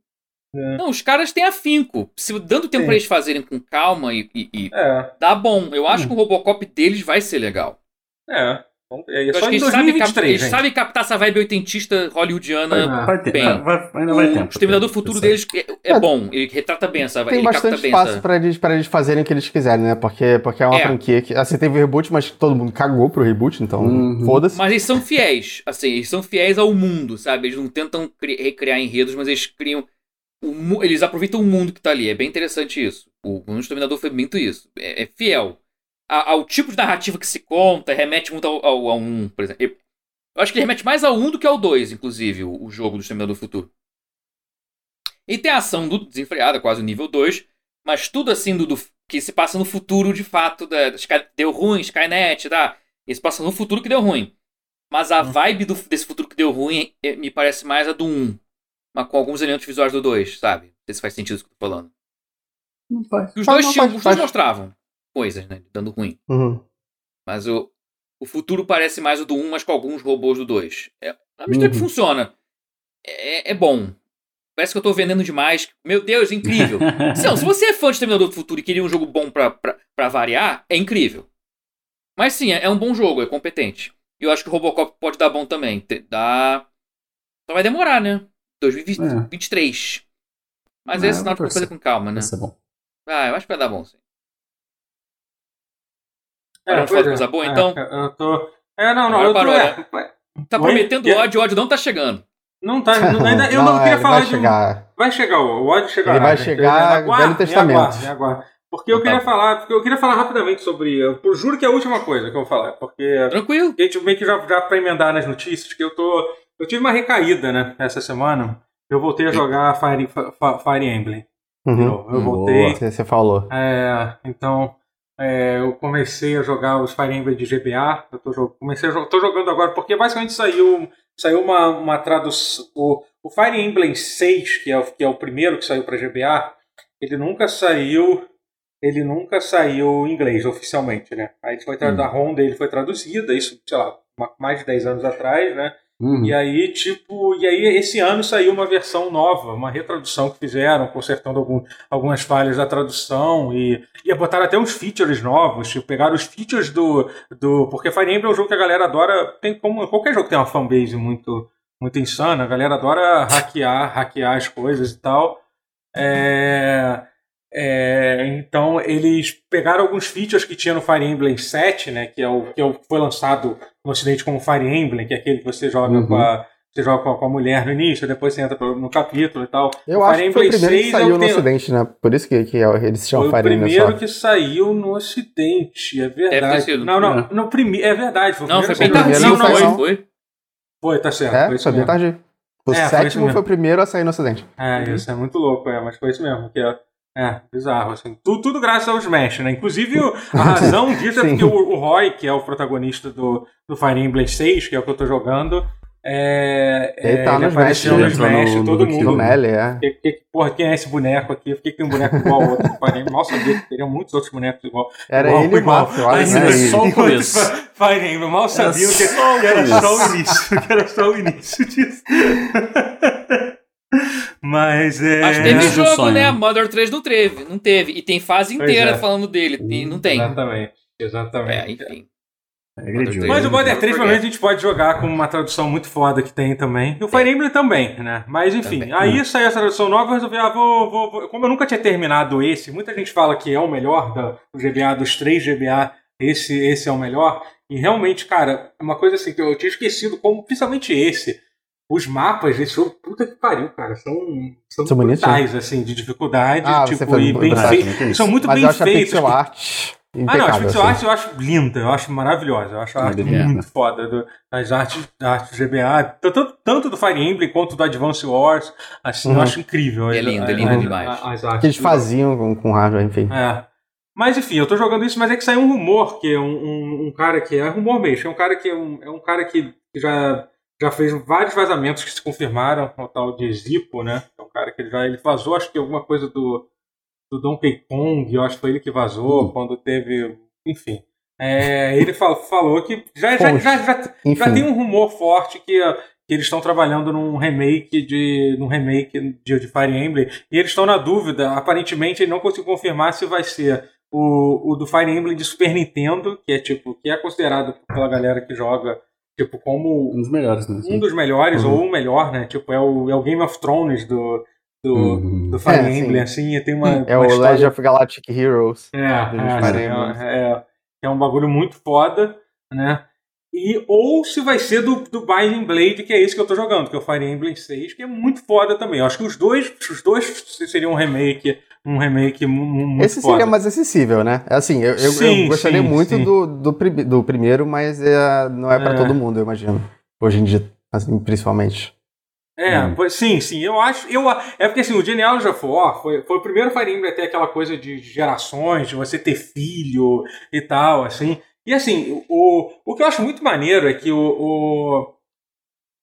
Não, os caras têm afinco. Se dando
É.
tempo
Sim.
pra eles fazerem com calma e, e- e
É,
dá bom. Eu acho que o Robocop deles vai ser legal.
é. Então, é, é
Eu
só
acho que
em
eles sabem, cap-
2023,
eles
gente.
sabem captar essa vibe oitentista
Vai,
hollywoodiana.
vai.
Vai ter,
Bem,
vai- vai- ainda vai
O
tempo.
Exterminador Futuro deles é, é bom. Ele retrata bem essa vibe.
Tem
Ele capta
bastante
bem
espaço
essa.
pra eles, pra eles fazerem o que eles quiserem, né? Porque, porque é uma
É.
franquia que. Assim, teve o reboot, mas todo mundo cagou pro reboot, então
Uhum.
foda-se.
Mas eles são fiéis, assim, eles são fiéis ao mundo, sabe? Eles não tentam cri- recriar enredos, mas eles criam. o mu- eles aproveitam o mundo que tá ali. É bem interessante isso. O Mundo Exterminador foi muito isso. É, é fiel a- ao tipo de narrativa que se conta, remete muito ao, ao, ao 1, por exemplo. Eu eu acho que ele remete mais ao 1 do que ao 2, inclusive, o, o jogo do Exterminador do Futuro. E tem a ação do desenfreada, quase o nível 2, mas tudo assim do, do- que se passa no futuro de fato. Da, da Sky- deu ruim, Skynet, tá? Eles passam no futuro que deu ruim. Mas
Hum.
a vibe do- desse futuro que deu ruim eh, me parece mais a do 1. Mas com alguns elementos visuais do 2, sabe? Não sei se faz sentido isso que eu tô falando.
Não faz.
Os dois,
Faz, não,
tinham,
faz,
os dois
faz.
mostravam coisas, né? Dando ruim.
Uhum.
Mas o, o futuro parece mais o do 1, mas com alguns robôs do 2. É uma mistura que
Uhum.
funciona. É, é bom. Parece que eu tô vendendo demais. Meu Deus, incrível.
um,
Não, se você é fã de Terminador do Futuro e queria um jogo bom pra, pra, pra variar, é incrível. Mas sim, é é um bom jogo, é competente. E eu acho que o Robocop pode dar bom também. Te- Dá... Só vai demorar, né? 2023. Mas
É,
esse
eu
sinal de
vou
fazer com calma, né?
Vai ser é bom.
Ah, eu acho que vai dar bom, sim.
É,
Vamos
pois
falar de
é.
coisa boa,
É,
então?
Eu tô É, não, não,
Agora
eu tô
parou,
é,
Tá
Oi?
prometendo
Yeah.
ódio, o ódio não tá chegando.
Não tá, não, ainda, eu não,
é,
queria
ele
falar
vai
de um-
chegar.
Vai chegar, o o ódio chegará. né?
Ele vai
gente.
chegar
Me aguarde,
Velho
me
Testamento.
aguarde, me aguarde. Porque eu
Então tá
queria falar, porque eu queria falar rapidamente sobre. Eu juro que é a última coisa que eu vou falar, porque
Tranquilo.
a gente meio que já, já pra emendar nas notícias, que eu tô. Eu tive uma recaída, né, essa semana. Eu voltei a jogar Fire, Fa- Fire Emblem. de
Uhum.
novo. Eu
Boa.
voltei.
Você, você falou.
É, então, é, eu comecei a jogar os Fire Emblem de GBA. Eu tô, jo- comecei a jo- tô jogando agora, porque basicamente saiu, saiu uma, uma tradução. O, o Fire Emblem 6, que é, o- que é o primeiro que saiu para GBA, ele nunca saiu. Ele nunca saiu em inglês oficialmente, né? Aí foi tra-
Hum.
a ROM dele foi traduzida, isso, sei lá, ma- mais de 10 anos atrás, né?
Uhum.
E aí, tipo, e aí esse ano saiu uma versão nova, uma retradução que fizeram, consertando algum- algumas falhas da tradução e, e botaram até uns features novos, tipo, pegaram os features do, do. Porque Fire Emblem é um jogo que a galera adora. Tem como. Qualquer jogo que tem uma fanbase muito, muito insana, a galera adora hackear, hackear as coisas e tal. É. É, então eles pegaram alguns features que tinha no Fire Emblem 7, né, que é o que é o que foi lançado no ocidente como Fire Emblem, que é aquele que você joga
Uhum.
com a Você joga com a, com a mulher no início, depois você entra pro- no capítulo e tal.
Eu
O
acho
Fire
que foi o
Emblem
primeiro que
6 é o
saiu no
tem-
ocidente, né? Por isso que, que eles se chamam
Foi o
Então, Fire Emblem
primeiro
só.
que saiu no Ocidente, é
Deve ter
verdade.
sido.
Não, não, no primeiro, é verdade. Foi o
Não, foi
primeiro
bem
que saiu.
primeiro
tardio,
não
não
saiu.
foi? Foi?
Foi, tá certo. foi
É,
isso
foi bem
mesmo.
tardio. O
É, foi isso
sétimo foi
mesmo.
o primeiro a sair no ocidente.
É, isso é muito louco, é, mas foi isso mesmo, que é, é bizarro, assim. Tudo, tudo graças ao Smash, né? Inclusive, o- a razão disso é
Sim.
porque o, o Roy, que é o protagonista do, do Fire Emblem 6, que é o que eu tô jogando, é,
Ele tá no Smash,
apareceu no
ele
entrou
Smash,
no- no
todo
Duke
mundo.
No Melee, é.
Que, que, porra, quem é esse boneco aqui? Por que tem um boneco igual ao outro? do Fire Emblem? Mal sabia que teriam muitos outros bonecos igual.
Era
igual,
ele e
igual.
Mafia, olha
Aí,
isso
Ainda
aí.
só o começo.
Fire Emblem, mal sabia que,
só o
que era só o
começo.
início, que era só o início disso. Mas é.
Mas teve
é um
jogo,
sonho.
né? Mother 3 não teve. Não teve. E tem fase
Pois
inteira
é.
falando dele. tem- não tem.
Exatamente,
É,
exatamente.
enfim.
Agrediu.
Mas o Border 3
Forget.
provavelmente a gente pode jogar com uma tradução muito foda que tem também. E o Fire Emblem também, né? Mas enfim,
Também.
aí saiu essa tradução nova, eu resolvi, ah, vou, vou, vou- Como eu nunca tinha terminado esse, muita gente fala que é o melhor da- do GBA, dos três GBA, esse, esse é o melhor. E realmente, cara, é uma coisa assim que eu tinha esquecido, como principalmente esse. Os mapas desse jogo, puta que pariu, cara, são, são,
São bonitos, né?
brutais, assim, de dificuldade,
Ah, você
tipo,
foi
e bem
verdade,
feitos.
é
São muito
Mas
bem
eu acho a
feitos,
pixel art
Ah, não, as
impecável.
pixel
assim.
arts eu acho linda, eu acho maravilhosa, eu acho a arte
Maravilhosa.
muito foda do- das artes da arte do GBA, tanto, tanto do Fire Emblem quanto do Advance Wars, assim, eu
Uhum.
acho incrível.
É
a-
lindo,
a-
é lindo
a-
demais.
a- As
Que eles
artes.
faziam com, com hardware, enfim.
É. Mas enfim, eu tô jogando isso, mas é que saiu um rumor, que é um, um, um cara que. É rumor mesmo, é um cara que é um, é um cara que já, já fez vários vazamentos que se confirmaram, o tal de Zippo, né? É um cara que ele já ele vazou, acho que alguma coisa do, do Donkey Kong, eu acho que foi ele que vazou,
Hum.
quando teve. Enfim. É, ele fal- falou que já, já,
Poxa.
já, já, já tem
Enfim.
um rumor forte que, ó, que eles estão trabalhando num remake de num remake de, de Fire Emblem e eles estão na dúvida. Aparentemente, ele não conseguiu confirmar se vai ser o, o do Fire Emblem de Super Nintendo, que é tipo que é considerado pela galera que joga tipo como
Um dos melhores, né?
um dos melhores
Uhum.
ou o melhor, né? Tipo é o, é o Game of Thrones do do,
Uhum.
do Fire
É, sim.
Emblem, assim, e tem uma,
É
uma
o
história-
Legend of Galactic Heroes.
é, é,
Fire
é,
Emblem.
é, é um bagulho muito foda, né? E, ou se vai ser do, do Binding Blade, que é esse que eu tô jogando, que é o Fire Emblem 6, que é muito foda também. Eu acho que os dois, os dois seriam um remake, um remake mu- mu- muito
Esse
foda.
seria mais acessível, né? É Assim, eu, eu- eu
Sim,
gostaria
sim,
muito
sim.
Do, do, pri- do primeiro, mas é, não é pra
É.
todo mundo, eu imagino. Hoje em dia, assim, principalmente.
É,
Hum.
pois- sim, sim, eu acho. Eu, a- é porque assim, o Genealogy of War foi, foi o primeiro Fire Emblem a ter aquela coisa de gerações, de você ter filho e tal, assim. E assim, o, o que eu acho muito maneiro é que o, o,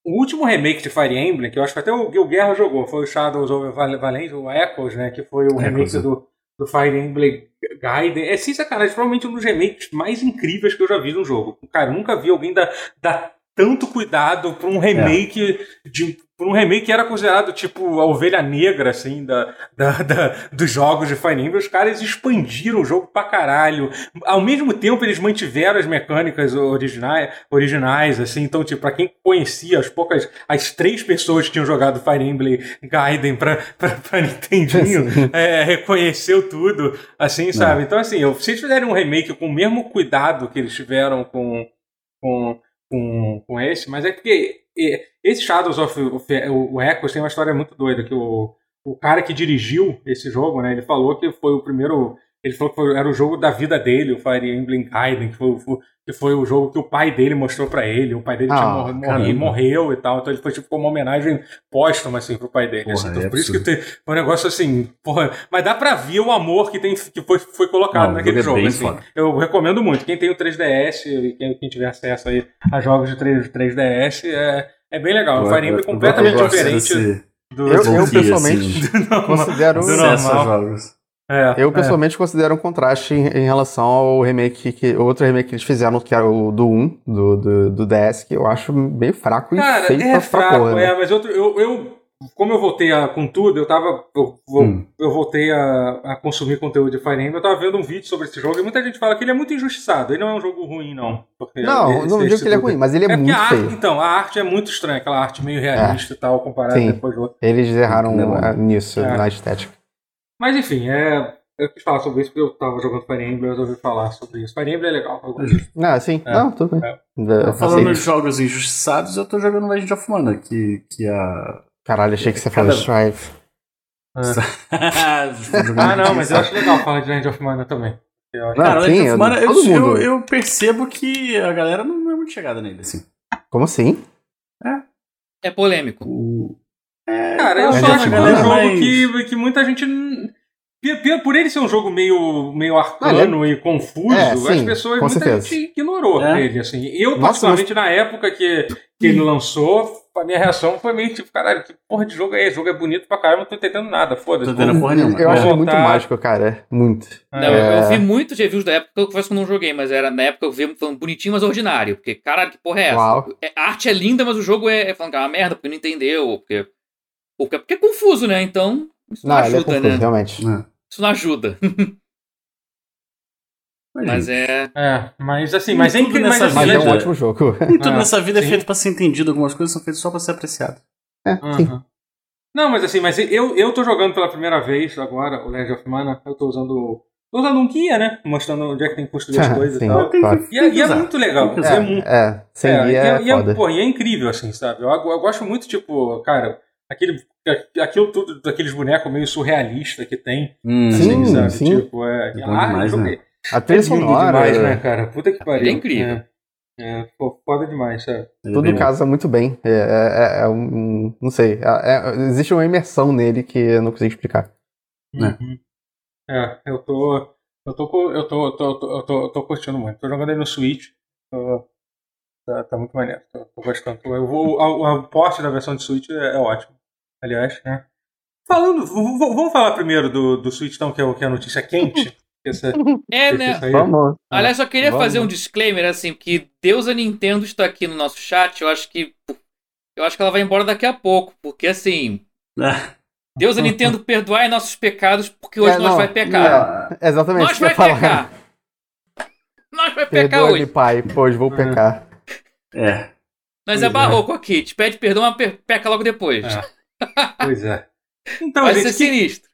o último remake de Fire Emblem, que eu acho que até o, o Guerra jogou, foi o Shadows over Val- Valente, o Echoes, né? Que foi o
Echoes,
remake
é.
do, do Fire Emblem Gaiden. É sem sacanagem, provavelmente um dos remakes mais incríveis que eu já vi num jogo. Cara, eu nunca vi alguém dar, dar tanto cuidado pra um
É.
remake de por um remake que era considerado tipo a ovelha negra assim da, da- da- dos jogos de Fire Emblem, os caras expandiram o jogo pra caralho. Ao mesmo tempo eles mantiveram as mecânicas originais, originais assim, então tipo, pra quem conhecia as poucas as três pessoas que tinham jogado Fire Emblem Gaiden pra, pra, pra Nintendinho, é, reconheceu tudo,
É.
assim, sabe? Então assim, eu- se eles fizerem um remake com o mesmo cuidado que eles tiveram com com, com, com esse, mas é porque é, esse Shadows of, of o, o Echoes tem uma história muito doida que o, o cara que dirigiu esse jogo, né, ele falou que foi o primeiro, ele falou que foi- era o jogo da vida dele, o Fire Emblem Gaiden, que foi, o- que foi o jogo que o pai dele mostrou pra ele, o pai dele tinha
Ah,
mor- morri-
caramba.
morreu e tal, então ele foi tipo uma homenagem póstuma assim pro pai dele,
Porra,
assim, então
é
por isso que
absurdo.
tem foi um negócio assim, porra, mas dá pra ver o amor que tem que foi, foi colocado
Não, o
naquele
jogo
jogo,
é bem
assim.
foda.
Eu recomendo muito. Quem tem o 3DS e quem, quem tiver acesso aí a jogos de 3, 3DS, é, é bem legal. O Fire Emblem é completamente diferente do.
Eu,
Bom
eu
dia,
pessoalmente,
assim.
considero,
Do
acesso
normal.
a jogos.
É,
eu
é.
pessoalmente considero um contraste em, em relação ao remake que outro remake que eles fizeram, que era o do 1, do, do, do DS, que eu acho meio fraco e
Cara,
feio
é
pra,
fraco,
pra porra. né?
é, mas eu, eu, eu- Como eu voltei a, com tudo, eu tava. Eu, eu-
Hum.
eu voltei a, a consumir conteúdo de Fire Emblem. Eu tava vendo um vídeo sobre esse jogo e muita gente fala que ele é muito injustiçado. Ele não é um jogo ruim, não. Porque
Hum. Não,
esse-
não digo
esse
que ele é
do-
ruim, mas ele é,
É porque
muito
a
feio.
arte, então, a arte é muito estranha, aquela arte meio realista e tal, comparada
Sim.
depois do outro.
Eles erraram
Não.
ah, nisso,
É.
na estética.
Mas enfim, é, Eu quis falar sobre isso porque eu tava jogando Fire Emblem, eu resolvi falar sobre isso. Fire Emblem é legal. eu gosto.
Ah, sim.
É.
Não, tudo bem.
É.
Eu
Falando
passei-
de jogos injustiçados, eu tô jogando Legend of Mana, que, que a.
Caralho, achei que você falou
Cada-
Strive.
Ah, não, mas eu acho legal falar de Legend of Mana também. Eu acho-
Não,
Cara,
Ah, sim,
Legend of
eu-
Mana, eu,
todo
eu,
mundo.
eu percebo que a galera não é muito chegada nele, assim.
Como assim?
É polêmico.
O- É,
Cara, eu
Mas
só
é
acho que é um
bacana,
jogo
mas-
que, que muita gente. n- pe- pe- Por ele ser um jogo meio, meio
Ah, ele
arcano e confuso,
É,
as
sim,
pessoas,
com
muita
certeza.
gente ignorou
É.
ele. Assim. Eu,
Nossa,
particularmente, na época que, que ele lançou, a minha reação foi meio tipo, caralho, que porra de jogo é esse? O jogo é bonito pra caramba, não tô entendendo nada, foda-se.
Tô entendendo porra nenhuma. É.
Eu acho
Vou
ele muito
voltar.
mágico, cara. Muito.
É.
Não, eu, eu vi muitos reviews da época, eu confesso que eu não joguei, mas era na época eu vi falando bonitinho, mas ordinário. Porque, caralho, que porra é essa?
Uau.
É, a arte é linda, mas o jogo é, é falando que é uma merda, porque não entendeu, ou porque, ou porque, porque é confuso, né? Então, isso não,
Não, ele é
ajuda,
confuso,
né?
realmente.
É.
Isso não ajuda. Mas é.
É, mas assim, mas é
Tudo
incrível. Mas,
nessa
assim,
Mas é um
Legend-
ótimo jogo.
Nem tudo
Ah,
nessa vida
sim.
é feito pra ser entendido, algumas coisas são feitas só pra ser apreciado.
É, sim.
Aham. Não, mas assim, mas eu, eu tô jogando pela primeira vez agora o Legend of Mana. Eu tô usando. Tô usando um guia, né? Mostrando onde é que tem que construir as
Ah,
coisas e
sim.
tal.
Tem que- claro.
E, é- e é
usar.
muito legal.
Tem que
É,
usar.
muito-
É, sem
é,
guia
e, é- e
é
é-
foda.
pô, e é incrível, assim, sabe? Eu, eu gosto muito, tipo, cara, aquele, aquilo tudo, daqueles bonecos meio surrealista que tem. assim,
Hum. Sim,
sabe?
sim.
Tipo, é.
É bom
ah,
demais,
joguei.
né?
A trilha
É lindo
sonora,
demais, né, cara? Puta que pariu.
É incrível.
É, é pô, foda demais, sabe?
tudo casa muito bem. É, é- é- é um, não sei, é- é- existe uma imersão nele que eu não consigo explicar.
né?
Uhum. É, eu tô. Eu tô, cu- eu tô, eu tô, eu tô, eu tô, eu tô curtindo muito. Tô jogando ele no Switch. Tô- tá, tá muito maneiro. Tô, tô gostando. Eu vou, a, a porte da versão de Switch é, é ótimo. Aliás, né? Falando. v- v- Vamos falar primeiro do, do Switch, então, que é, o- que é a notícia quente. Que Essa, que
É, né?
essa aí-
Vamos.
Aliás, só queria
Vamos.
fazer um disclaimer, assim, que Deusa Nintendo está aqui no nosso chat, eu acho que. Eu acho que ela vai embora daqui a pouco, porque assim.
Ah.
Deusa Nintendo perdoai nossos pecados, porque hoje
É,
nós
não,
vai pecar.
É.
Exatamente.
nós
isso que eu
vai
ia falar.
pecar! Nós vai pecar
Perdoa-me,
hoje.
pai, pois vou
É.
pecar.
É.
Nós
Pois
é
é.
barroco aqui, te pede perdão, mas pe- peca logo depois.
É. Pois é. Então,
vai
gente,
ser
que-
sinistro.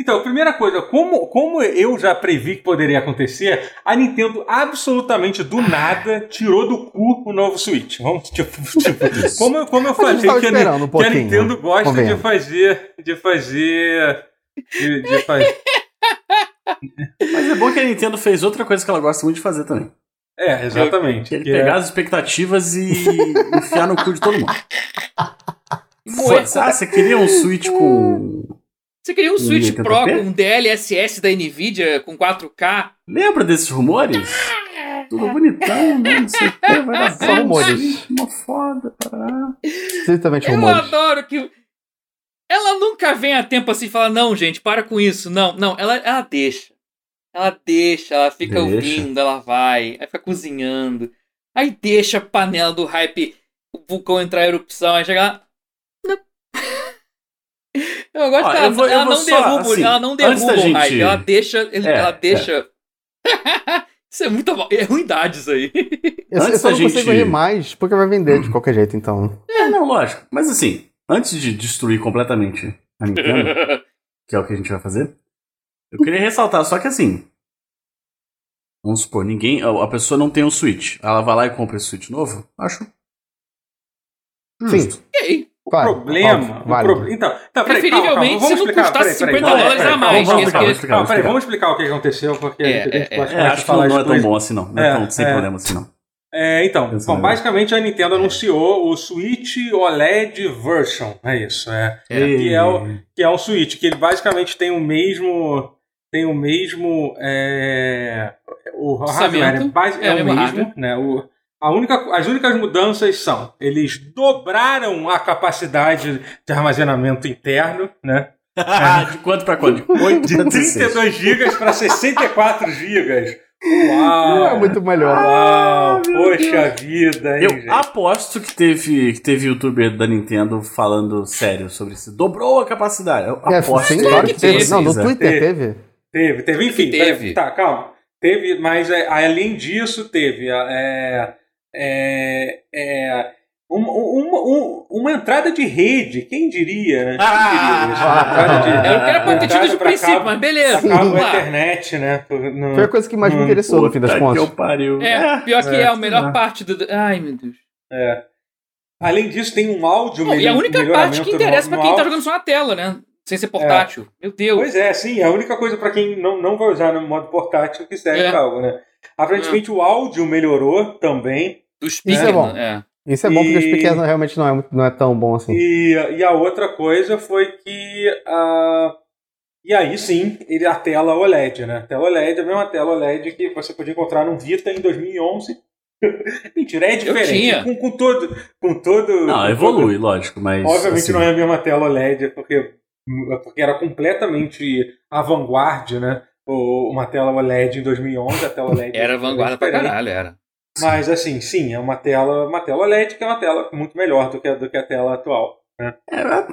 Então, primeira coisa, como, como eu já previ que poderia acontecer, a Nintendo absolutamente do nada tirou do cu o novo Switch. Vamos, tipo, tipo,
Isso.
como, eu- como eu
Mas a
falei
gente tava
que a, Ni-
esperando um
que a
pouquinho.
Nintendo gosta
Convenhamos.
de fazer. De fazer. De, de fazer.
Mas é bom que a Nintendo fez outra coisa que ela gosta muito de fazer também.
É, exatamente.
Que é
Que é-
pegar as expectativas e enfiar no cu de todo mundo.
Moer-
Foda-se. Ah, você queria um Switch com.
Você queria um Switch
1080p?
Pro com um DLSS da Nvidia com 4K?
Lembra desses rumores? Tudo bonitão, né? Não sei o que, vai dar
Só
bom,
rumores.
Switch, Mó foda, parará.
Absolutamente
Eu
rumores.
adoro que. Ela nunca vem a tempo assim e fala: não, gente, para com isso. Não, não, ela, ela deixa. Ela deixa, ela fica
Deixa.
ouvindo, ela vai, aí fica cozinhando. Aí deixa a panela do hype, o vulcão entrar em erupção, aí chega lá. Não. Eu gosto
Ó,
que ela,
eu vou- eu
ela
vou
não
só,
derruba,
assim,
ela não
antes
derruba
da
o hype,
gente-
ela deixa.
É,
ela
é.
deixa. isso é muito bom. É ruindade isso aí.
Eu, eu
Antes
só
da
não consigo
gente-
rir mais, porque vai vender de qualquer jeito, então.
É, não, lógico. Mas assim, antes de destruir completamente a Nintendo, que é o que a gente vai fazer, eu queria ressaltar, só que assim. Vamos supor, ninguém. A a pessoa não tem um Switch. Ela vai lá e compra esse Switch novo? Acho.
Sim.
Justo.
Ok.
O
Claro,
problema.
óbvio,
o
válido.
proble- Então, tá, peraí, calma, calma,
Preferivelmente
vamos
se não
explicar,
custasse
peraí,
50
peraí, peraí,
dólares a
calma,
mais.
Vamos,
que
explicar.
esse-
explicar,
Calma,
vamos
peraí,
explicar.
vamos explicar o que aconteceu, porque
É,
a gente
é, é.
pode
né? É, acho que
falar
não,
as
não é tão
coisas.
bom assim, não. Não é,
É,
tão sem
é.
problema assim, não.
É, então,
Pensa
bom,
melhor.
basicamente a Nintendo anunciou o Switch OLED Version, é isso, é,
É.
que é o- que é um Switch que ele basicamente tem o mesmo, tem o mesmo, é, o hardware é,
Orçamento,
base-
é,
é o
mesmo
mesmo,
hardware.
né? O, a única, as únicas mudanças são eles dobraram a capacidade de armazenamento interno, né?
Ah, de quanto pra quanto? Oito
De 32 GB para 64 GB. Uau!
Não é muito melhor.
Uau! Poxa vida, hein,
Eu
gente?
aposto que teve, que teve youtuber da Nintendo falando sério sobre isso. Dobrou a capacidade. Eu
Ah,
É,
aposto.
sim, claro que
que
teve.
teve,
Não, no
Precisa.
Twitter
Teve.
teve.
Teve, teve, enfim.
teve.
Tá, calma. Teve, mas é, além disso, teve. é, é, é, Uma, uma, uma- uma entrada de rede, quem diria, né? Quem
Ah!
diria isso? Uma entrada de-
Eu não quero
uma
ter tido
entrada
de
pra
princípio,
cabo-
mas beleza.
pra cabo
vamos lá.
internet, né? No-
Foi a coisa que mais me
Hum,
interessou, no fim das
Puta
contas.
Que eu pariu.
É, pior que é, a melhor
sei lá.
parte do. Ai, meu Deus.
é. Além disso, tem um áudio
Bom, e a
melho-
única parte que
melhoramento no-
interessa pra
no
quem tá
áudio.
jogando só na tela, né? Sem ser portátil. Meu Deus.
Pois é, sim, é a única coisa para quem não, não vai usar no modo portátil que serve
É.
pra algo, né? Aparentemente o áudio melhorou também.
Do speaker.
Isso é bom.
né?
Isso é bom porque o
E-
Speakers realmente não é, muito- não é tão bom assim.
E, e a outra coisa foi que. ah, e aí sim, ele, a tela OLED, né? A tela OLED é a mesma tela OLED que você podia encontrar num Vita em 2011. Mentira, é
tinha.
diferente. Com, com todo. Com todo com
Não,
todo-
evolui, lógico, mas.
Obviamente
assim,
não é a mesma tela OLED, porque, porque era completamente a vanguarda, né? O- Uma tela OLED em 2011, a tela OLED.
É.
é
Era vanguarda pra
diferente.
caralho, era.
Mas assim, sim, é uma tela, uma tela OLED que é uma tela muito melhor do que a, do que a tela atual.
É,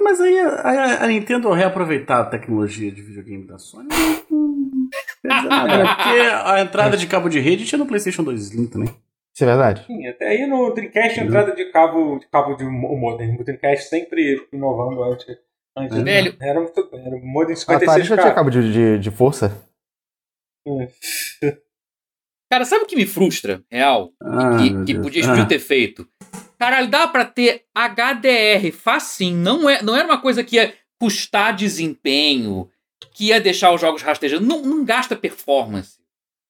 mas aí a, a- a Nintendo reaproveitar a tecnologia de videogame da Sony. não quer dizer
Ah,
nada, né? Porque a entrada de cabo de rede tinha no PlayStation 2 Slim também.
Isso é verdade.
Sim, até aí no Dreamcast a
Uhum.
entrada de cabo de, cabo de mo- modem. O Dreamcast sempre inovando antes. antes
É
né?
Velho. Ah, tá,
Era, muito- era um modem
A Atari
56
já tinha cabo de, de, de força.
Hum.
Cara, sabe o que me frustra, real?
Ah,
que,
meu
que
Deus.
podia
Ah.
podia ter feito. Caralho, dá pra ter HDR facinho. Não, é, não era uma coisa que ia custar desempenho, que ia deixar os jogos rastejando. Não, não gasta performance.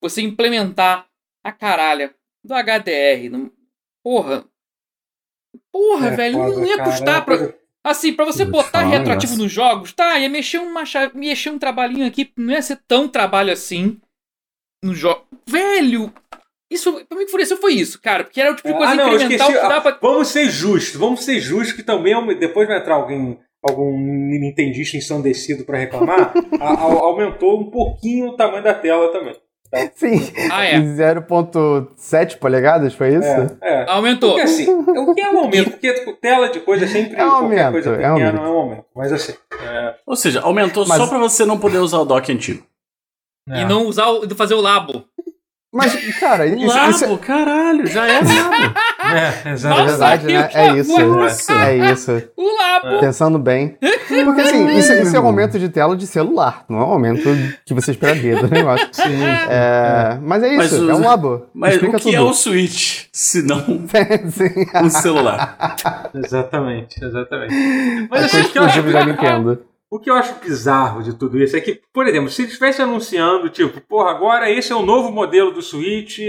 Você implementar a caralha do HDR. não- Porra. Porra,
É
É
velho, não ia custar pra, Assim, pra você
Vou te
botar
falar um
retroativo
negócio.
nos jogos, tá, ia mexer, uma, cha- mexer um trabalhinho aqui, não ia ser tão trabalho assim no jogo. Velho! Isso, pra mim, que enfureceu foi isso, cara, porque era o tipo de coisa
ah, não, eu
incremental
esqueci.
que dava
Ah, Vamos ser justos, vamos ser justos, que também é um- depois vai entrar alguém, algum nintendista ensandecido pra reclamar, a- a- aumentou um pouquinho o tamanho da tela também.
Sim.
Ah, é.
0.7 polegadas, foi isso?
É, é.
Aumentou.
Porque assim, o que é um aumento? Porque tipo, tela de coisa é sempre
É um
qualquer
aumento,
coisa
é um
pequena,
aumento.
é um aumento. Mas assim. É,
Ou seja, aumentou
Mas-
só pra você não poder usar o dock antigo.
né? é?
E não usar o, fazer o labo.
Mas, cara, isso,
Labo,
isso
caralho, já é labo.
Ah,
É,
é
Nossa,
verdade, né?
que
É isso.
amor.
Nossa.
É isso.
O
É.
labo!
Pensando bem. Porque, assim, isso, isso é um aumento de tela de celular. Não é um aumento que você né? esperaria do negócio.
Sim.
É, mas é
Mas
isso,
o-
é um labo.
Mas
Explica
o que
tudo.
é o Switch, se não
Sim.
um celular?
Exatamente, exatamente.
É
Mas assim,
coisa
o que eu acho
exclusiva da Nintendo.
O que eu acho bizarro de tudo isso é que, por exemplo, se eles estivesse anunciando, tipo, porra, agora esse é o novo modelo do Switch,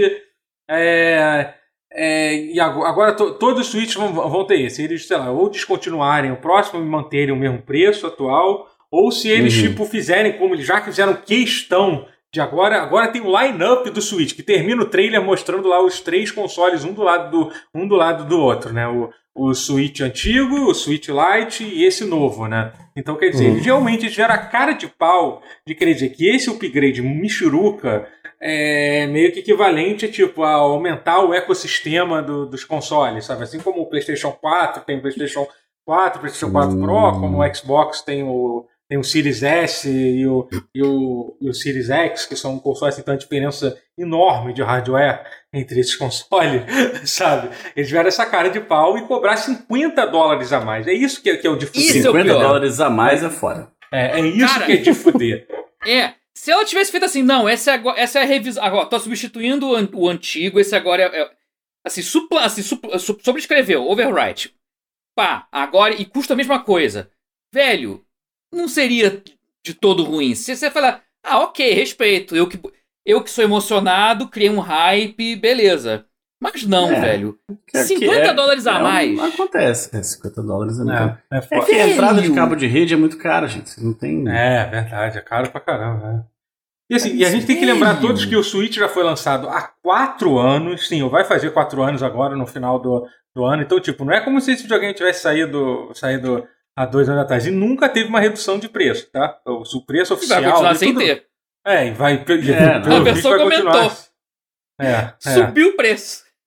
é, é, e ago- agora to- todos os Switch vão, vão ter esse. Eles, sei lá, ou descontinuarem o próximo e manterem o mesmo preço atual, ou se eles,
Uhum.
tipo, fizerem como eles já que fizeram questão de agora, agora tem o line-up do Switch, que termina o trailer mostrando lá os três consoles, um do lado do, um do, lado do outro, né? O, o Switch antigo, o Switch Lite e esse novo, né? Então, quer dizer,
Uhum.
eles realmente tiveram a cara de pau de querer dizer que esse upgrade Michuruca é meio que equivalente tipo, a aumentar o ecossistema do- dos consoles, sabe? Assim como o PlayStation 4 tem o PlayStation 4, o PlayStation 4 Pro,
Hum.
como o Xbox tem o, tem o Series S e o, e o, e o Series X, que são consoles que tem uma diferença enorme de hardware entre esses consoles, sabe? Eles tiveram essa cara de pau e cobrar 50 dólares a mais. É isso que, é- que é o de fuder.
Isso é o
50
pior.
dólares a mais é fora.
É, é isso
Cara.
que é de fuder.
É. Se ela tivesse feito assim, não, essa é, agora, essa é a revisão. Agora, tô substituindo o, an- o antigo, esse agora é. é- assim, supla, assim supla, su- sobrescreveu, overwrite. Pá, agora. E custa a mesma coisa. Velho, não seria de todo ruim. Se você falar, ah, ok, respeito. Eu que, eu que sou emocionado, criei um hype, beleza. Mas não,
É.
velho.
Que- que
50 dólares a
é um-
mais.
acontece, é 50 dólares a mais.
É, é,
É
foda.
que a entrada de
Velho.
cabo de rede é muito cara, gente. Não tem.
É, verdade, é caro pra caramba. né? E assim, e a gente tem que lembrar todos que o Switch já foi lançado há quatro anos, sim, vai fazer quatro anos agora no final do, do ano. Então, tipo, não é como se esse videogame tivesse saído, saído há dois anos atrás. E nunca teve uma redução de preço, tá? O, o preço
E vai
oficial.
continuar
de
sem
tudo-
ter.
É, e vai. e-
né?
É,
pelo
não. A
visto
pessoa
vai continuar.
comentou.
É, é.
Subiu o preço.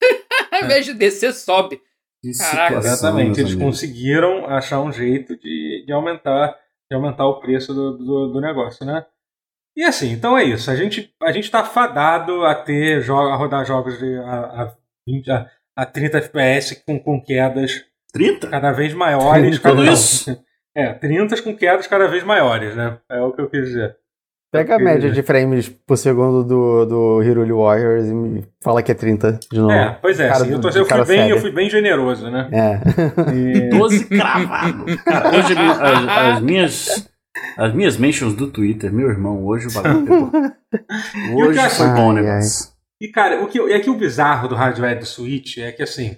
É.
Ao invés de descer, sobe.
Que
Caraca.
situação, meus
Exatamente, eles
amigos.
conseguiram achar um jeito de, de aumentar de aumentar o preço do, do, do negócio, né? E assim, então é tá isso. A gente a gente está fadado a ter jo- a rodar jogos de a, a, 20 a, a 30 FPS com, com quedas
30?
cada vez maiores.
Tudo
né?
cada-
isso?
É, 30 com quedas cada vez maiores, né? É o que eu quis dizer.
Pega a
Porque-
média de frames por segundo do, do Hiruli Warriors e me fala que é 30 de novo.
É, pois é,
Cara
assim, eu, tô-
do-
eu
cara
fui bem,
sério.
eu fui bem generoso, né?
É.
E-
12 cravado. Cara, hoje a minha- as, as minhas. As minhas mentions do Twitter, meu irmão, hoje o bagulho pegou.
E o que
Hoje
eu
foi
acho-
bom né? o
Ai,
negócio.
E, cara, o que, é que o bizarro do hardware do Switch é que, assim,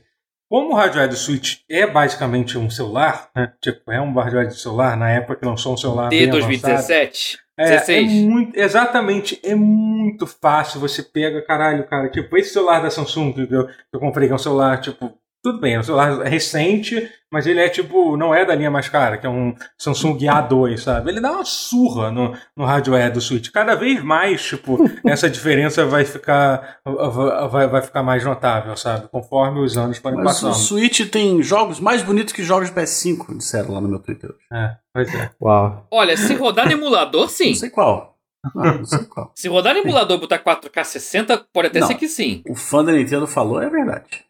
como o hardware do Switch é basicamente um celular, né? Tipo, é um hardware de celular, na época que lançou um celular
De
bem avançado.
2017.
É, é
16.
muito, exatamente, é muito fácil. Você pega, caralho, cara, tipo, esse celular da Samsung que eu, que eu comprei, que é um celular, tipo, tudo bem, é um celular recente, mas ele é tipo, não é da linha mais cara, que é um Samsung A2, sabe? Ele dá uma surra no, no hardware do Switch. Cada vez mais, tipo, essa diferença vai ficar, vai, vai ficar mais notável, sabe? Conforme os anos forem
Mas o
passando.
Switch tem jogos mais bonitos que jogos de PS5, disseram lá no meu Twitter.
É, pois é.
Uau.
Olha, se rodar no emulador, sim.
Não sei qual. Não, não sei qual.
Se rodar no emulador e botar 4K 60, pode até
Não.
ser que sim.
O fã da Nintendo falou, é verdade.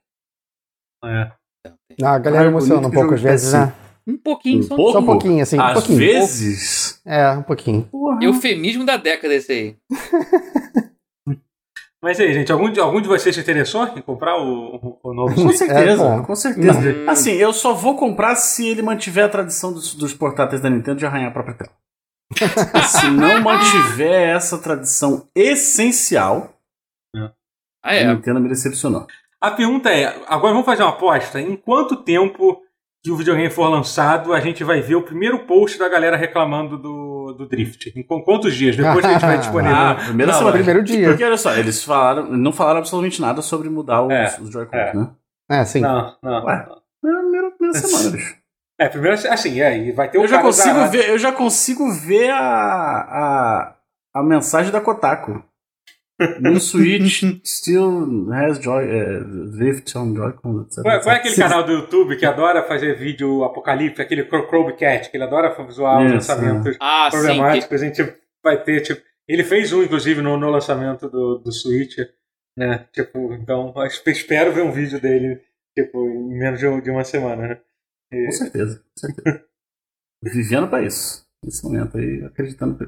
é.
Ah, a galera
Ah, é
emociona
bonito
um
que
pouco às
jogo
vezes,
é assim.
né?
Um pouquinho.
Um
só
pouco?
Só um pouquinho, assim. Um
Às
pouquinho.
vezes.
É, um pouquinho.
Porra.
Eufemismo da década esse aí.
Mas e aí, gente, algum, de- algum de vocês se interessou em comprar o, o- o novo
Com
Switch?
certeza,
É, bom.
com certeza.
Não.
Assim, eu só vou comprar se ele mantiver a tradição dos, dos portáteis da Nintendo de arranhar a própria tela. se não mantiver essa tradição essencial,
Ah,
a
é.
Nintendo me decepcionou.
A pergunta é: agora vamos fazer uma aposta. Em quanto tempo que o videogame for lançado, a gente vai ver o primeiro post da galera reclamando do, do Drift? Em qu- quantos dias? Depois que a gente vai disponível.
Ah,
né?
primeira
Não,
semana.
mas-
Primeiro dia.
Porque olha só, eles falaram, não falaram absolutamente nada sobre mudar os,
É,
os Joy-Cons,
é.
né?
É, sim.
Não, não.
Ué. É a primeira, primeira semana, bicho.
É, primeiro, assim, é, e vai ter o
Eu já
cara
consigo
usar-
ver, eu já consigo ver a, a, a mensagem da Kotaku. No Switch, still has joy, eh, drift on Joy-Con, etc.
Qual, é- qual é aquele canal do YouTube que adora fazer vídeo apocalíptico, aquele Cro- Chromecast, que ele adora zoar os
Isso,
lançamentos
Ah, sim. que-
problemáticos? A gente vai ter, tipo. Ele fez um, inclusive, no, no lançamento do, do Switch, né? Tipo, então, eu espe- espero ver um vídeo dele, tipo, em menos de um- de uma semana, né?
Com certeza, com certeza. Vivendo pra isso. Nesse momento aí, acreditando. pra-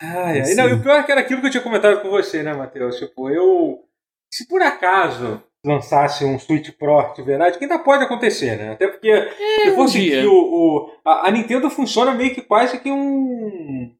Ai, ai.
Sim.
Não, e o pior é que era aquilo que eu tinha comentado com você, né, Matheus? Tipo, eu. Se por acaso lançasse um Switch Pro de verdade, que ainda pode acontecer, né? Até porque se
um
fosse
dia.
que o. o- a, a Nintendo funciona meio que quase que um.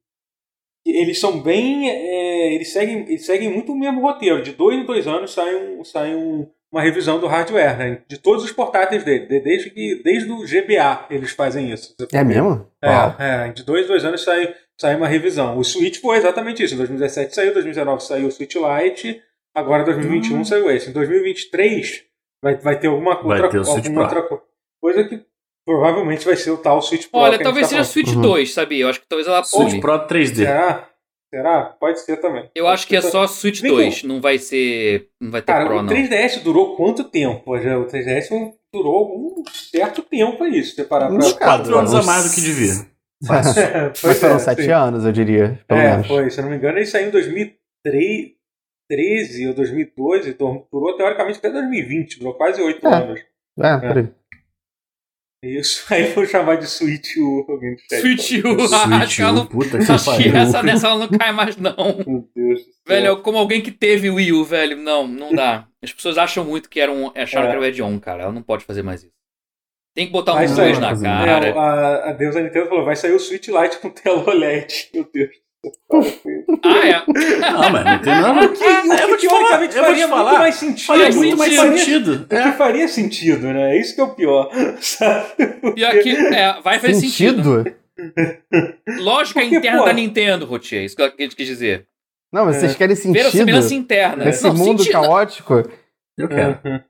Eles são bem. é, eles, seguem, eles seguem muito o mesmo roteiro. De dois em dois anos sai, um, sai um- uma revisão do hardware, né? De todos os portáteis dele. de- desde, que, desde o GBA eles fazem isso.
É mesmo? Uau.
É, é, de dois, dois anos sai, sai uma revisão. O Switch foi exatamente isso. Em 2017 saiu, 2019 saiu o Switch Lite, agora em 2021 saiu esse. Em 2023 vai, vai ter alguma,
Ah. Vai
outra,
ter o Switch
alguma
Pro.
outra co- coisa que provavelmente vai ser o tal Switch Pro.
Olha,
que a gente
talvez
tá
seja Switch
Uhum.
2, sabia? Eu acho que talvez ela pule.
Switch Pro 3D.
falando. Será? Será? Pode ser também.
Eu acho que é só Switch
Vem cá.
2, não vai ser. Não vai ter
Cara, um
Pro,
o
não.
3DS durou quanto tempo? Já O 3DS durou um certo tempo aí, se você parar pra...
Um Uns
Quatro
Cara,
anos a
nossa.
mais do que devia. Fácil.
Mas
tá
Pois é,
foram
sim.
7 anos, eu diria. Pelo
É,
menos.
foi, se eu não me engano, ele saiu em 2013 ou 2012, tor- então durou teoricamente até 2020, durou quase 8
É.
anos.
É, peraí.
Isso aí vou chamar de Switch U. alguém do chat.
Switch 1, acho
Switch, um,
que ela não.
puta que
Acho que essa
pariu.
dessa ela não cai mais, não.
Meu Deus do céu.
Velho, é como alguém que teve o Wii U, velho, não, não dá. As pessoas acham muito que era um, acharam
É.
que era o Edion, cara. Ela não pode fazer mais isso. Tem que botar
Vai
um
sair.
2 na
Fazer
cara.
É, a, a Deus da Nintendo falou, vai sair o Switch Lite com tela OLED. Meu Deus.
Ah, é.
Não, mas não tem nada. eu vou te falar,
teoricamente
eu vou te
faria muito
falar.
mais sentido.
Faria muito
sentido.
mais
Faria-
sentido.
O
É.
que faria sentido, né? É isso que é o pior. Sabe?
Pior que. É, vai fazer sentido.
Sentido?
Lógica
Porque,
interna
pô-
da Nintendo, Rotier. Isso que a gente quis dizer.
Não, mas
É.
vocês querem
Ver a
sentido?
semelhança interna.
Nesse
assim, não,
mundo
sentido.
caótico?
Eu
É.
quero.
É.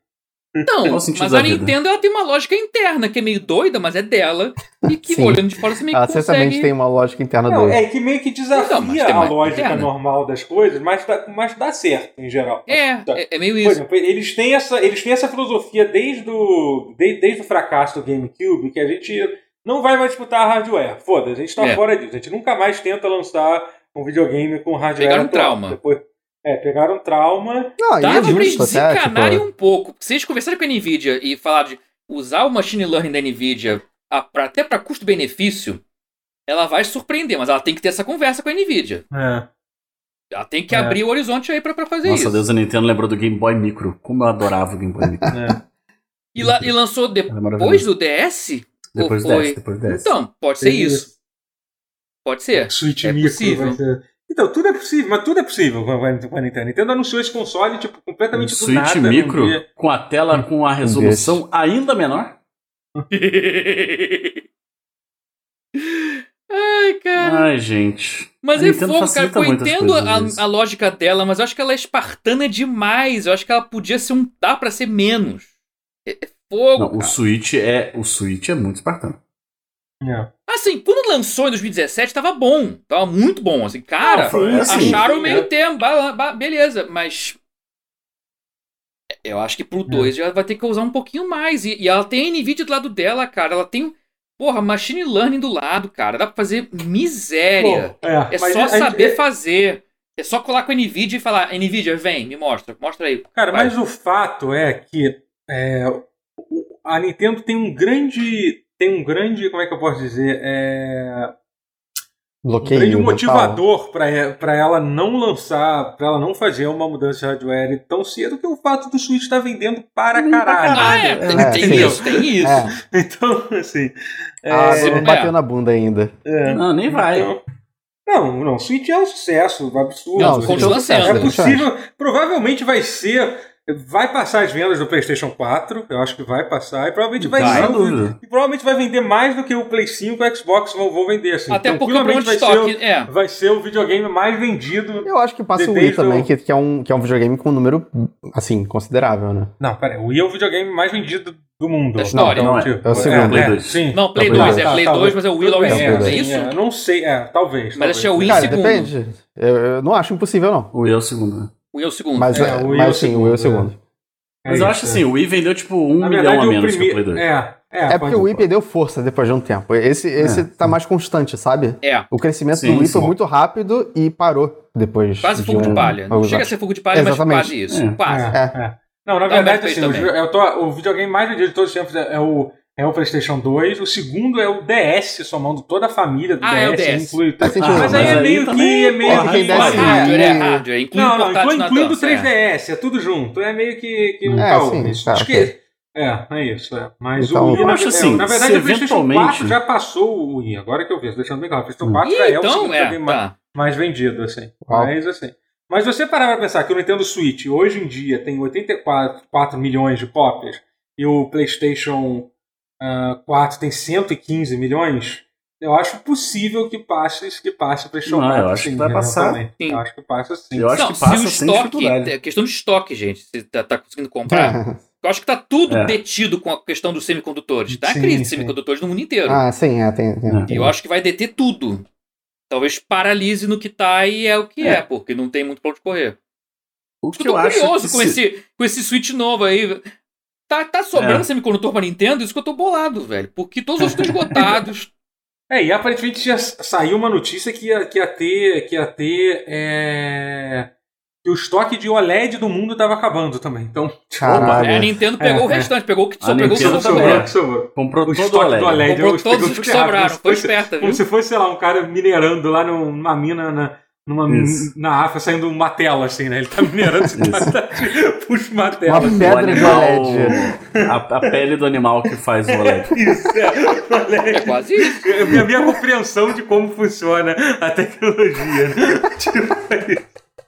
Qual
Não,
o sentido
mas
da
a
vida?
Nintendo ela tem uma lógica interna que é meio doida, mas é dela. E que
Sim.
olhando de fora você meio que
Ela certamente
consegue.
tem uma lógica interna
Não,
dele.
é que meio que
Não, Então, mas
desafia
tem
a
uma
lógica
interna.
normal das coisas, mas dá, mas dá certo em geral.
Tá.
É, é, é meio
Por
isso.
exemplo, eles têm essa, eles têm essa filosofia desde o, de- desde o fracasso do GameCube, que a gente não vai mais disputar hardware. Foda-se, a gente tá
É.
fora disso. A gente nunca mais tenta lançar um videogame com hardware
Pegaram um
atual.
trauma.
Depois, É, pegaram trauma.
Não, e é
Dava pra eles
justo até,
desencanarem
tipo,
um pouco. Se eles conversarem com a NVIDIA e falaram de usar o machine learning da NVIDIA a- pra- até para custo-benefício, ela vai surpreender, mas ela tem que ter essa conversa com a NVIDIA.
É.
Ela tem que
É.
abrir o horizonte aí pra, pra fazer
Nossa,
isso.
Deus, a Nintendo lembrou do Game Boy Micro. Como eu adorava o Game Boy Micro.
é.
E, la- e lançou depois
Era maravilhoso.
do DS?
é Depois
Ou foi-
dessa, depois dessa.
Então, pode ser
Teve
isso. Pode ser.
Switch
É
micro.
possível.
vai ser- Então, tudo é possível, mas tudo é possível com a com a Nintendo. A Nintendo anunciou esse console, tipo,
Um
completamente do
Switch
nada. num
micro
dia.
com a tela com a resolução ainda menor?
Ai, cara.
Ai, gente.
Mas
Ah, A
é fogo,
Nintendo
cara,
facilita
porque eu
muito as
entendo
coisas, às vezes.
a, a lógica dela, mas eu acho que ela é espartana demais. Eu acho que ela podia ser um. dá pra ser menos. É, é
Então,
fogo.
Não, o
cara.
Switch é, o Switch é muito espartano.
É.
Assim, quando lançou em 2017, tava bom. Tava muito bom. Assim, cara,
Não, foi assim,
acharam o meio
é.
termo, ba- ba- beleza, mas. Eu acho que
É.
pro 2 já vai ter que usar um pouquinho mais. E, e ela tem a NVIDIA do lado dela, cara. Ela tem, porra, machine learning do lado, cara. Dá pra fazer miséria.
Bom, é,
É
mas
só
a gente-
saber
é-
fazer. É só colar com a NVIDIA e falar, NVIDIA, vem, me mostra, mostra aí.
Cara,
Vai.
mas o fato é que é, o- a Nintendo tem um grande. Tem um grande. Como é que eu posso dizer? É, um
bloqueio
grande
mental.
motivador para ela não lançar, para ela não fazer uma mudança de hardware tão cedo, que é o fato do Switch estar vendendo para
Pra
caralho.
Ah, é,
É,
tem,
é,
tem
sim.
isso, tem isso.
É,
Então, assim. é,
a água
é.
não bateu na bunda ainda.
é,
Não, nem vai.
então- não, não, o Switch é um sucesso absurdo.
Não,
assim.
continua
então,
sendo.
É
Exatamente.
possível, provavelmente vai ser. Vai passar as vendas do PlayStation 4, eu acho que vai passar, e provavelmente vai,
Vai,
ser. um-
Sem dúvida.
E provavelmente vai vender mais do que o Play 5 e o Xbox vão, vão vender. Assim.
Até porque o
Tranquilamente
pronto de
vai ser,
estoque.
o,
É.
vai ser o videogame mais vendido.
Eu acho que passa o Wii
Desde
também,
o-
que, que é um, que é um videogame com um número, assim, considerável, né?
Não, pera, o Wii é o videogame mais vendido do mundo.
Da história.
Não, não é.
tipo,
É o segundo.
é,
Play dois.
sim.
Não, Play
Tá,
2, é
Tá,
Play
tá,
2, mas é o Will
tudo
Always
bem,
Win,
tudo
é
bem,
isso?
é, não sei, é, talvez.
Mas
talvez.
esse é o Will
Cara,
segundo.
depende. Eu, eu não acho impossível, não.
O Wii é o segundo.
O Will segundo. né?
Mas,
É, o
é,
Wii é o
mas sim, o Wii é o
segundo,
segundo.
É
Mas eu
isso,
acho
é.
assim, o Wii vendeu tipo um
Na
milhão
verdade, o
a menos que o
primeiro-
Play 2.
É, é,
É
pode-
porque o Wii perdeu força depois de um tempo. Esse, esse
É.
tá mais constante, sabe?
É.
O crescimento
Sim,
do Wii foi
sim.
muito rápido e parou depois.
Quase fogo de
um-
palha. Não
alguns
chega a
anos.
ser fogo de palha,
Exatamente.
mas quase isso.
É.
Quase.
É, é. Não, na
Não,
verdade,
mas
assim,
fez
o,
também.
eu tô- o videogame mais vendido de todos os tempos é é o, é o PlayStation 2. O segundo é o DS, somando toda a família do
Ah, é o
DS,
DS.
inclui
Faz sentido.
Ah,
Mas aí
mas
é
aí
meio
também,
que. É meio
porra,
que
quem
Não é
desce,
hardware, é
e-
hardware. Inclui
Não, não,
portátil
inclui,
na
incluindo o
dança, é.
3DS, é. tudo junto. É meio que. que um
É,
caos,
sim,
isso.
tá,
Acho que- É, é isso. É. Mas
Então,
o Wii,
eu
na-
acho
é,
assim,
na verdade,
se
o PlayStation
eventualmente-
4 já passou o Wii, agora que eu vejo, deixando bem claro. O PlayStation 4
um
já é o
Então,
segundo
é,
videogame mais,
tá.
mais vendido, assim.
Uau.
Mas assim. Mas você parar pra pensar que o Nintendo Switch hoje em dia tem 84 4 milhões de cópias e o PlayStation ah, 4 tem 115 milhões. Eu acho possível que passe, que passe o PlayStation
Não, eu
4.
acho que
sim,
vai passar.
eventualmente.
Sim.
Eu acho que passa sim.
Eu acho
Não,
que passa
se o
sem
estoque.
dificuldade.
É questão de estoque, gente. Você tá, tá conseguindo
É.
comprar. Eu acho que tá tudo
É.
detido com a questão dos semicondutores. Tá a
Sim,
crise de
sim.
semicondutores no mundo inteiro.
Ah, sim, é, tem. tem-
É.
E eu acho que vai deter tudo. Talvez paralise no que tá e é o que é,
É.
porque não tem muito pra onde correr.
O
Eu
que
tô
eu acho
curioso
que
com,
se-
esse, com esse Switch novo aí. Tá, tá sobrando
É.
semicondutor pra Nintendo? Isso que eu tô bolado, velho. Porque todos os outros estão esgotados.
É, e aparentemente já saiu uma notícia que ia, que ia ter. Que ia ter. é, Que o estoque de OLED do mundo estava acabando também. Então,
Caralho.
É, a Nintendo pegou
É,
o restante, pegou o que
A
só pegou o que
Nintendo
sobrou.
também.
sobrou, sobrou.
comprou
O
todo o
estoque
OLED.
do OLED.
Comprou
eu-
todos
eu-
os que
eu-
sobraram. Foi
Como se fosse,
esperta, viu?
como se fosse, sei lá, um cara minerando lá num- numa mina na, numa,
Isso.
na África, saindo uma tela assim, né? Ele tá minerando, assim,
Isso.
tá- puxa uma tela.
Uma
O
pedra de
animal,
OLED.
a, a pele do animal que faz o OLED.
Isso, é, OLED.
É quase isso.
É a minha, minha compreensão de como funciona a tecnologia. né? Tipo,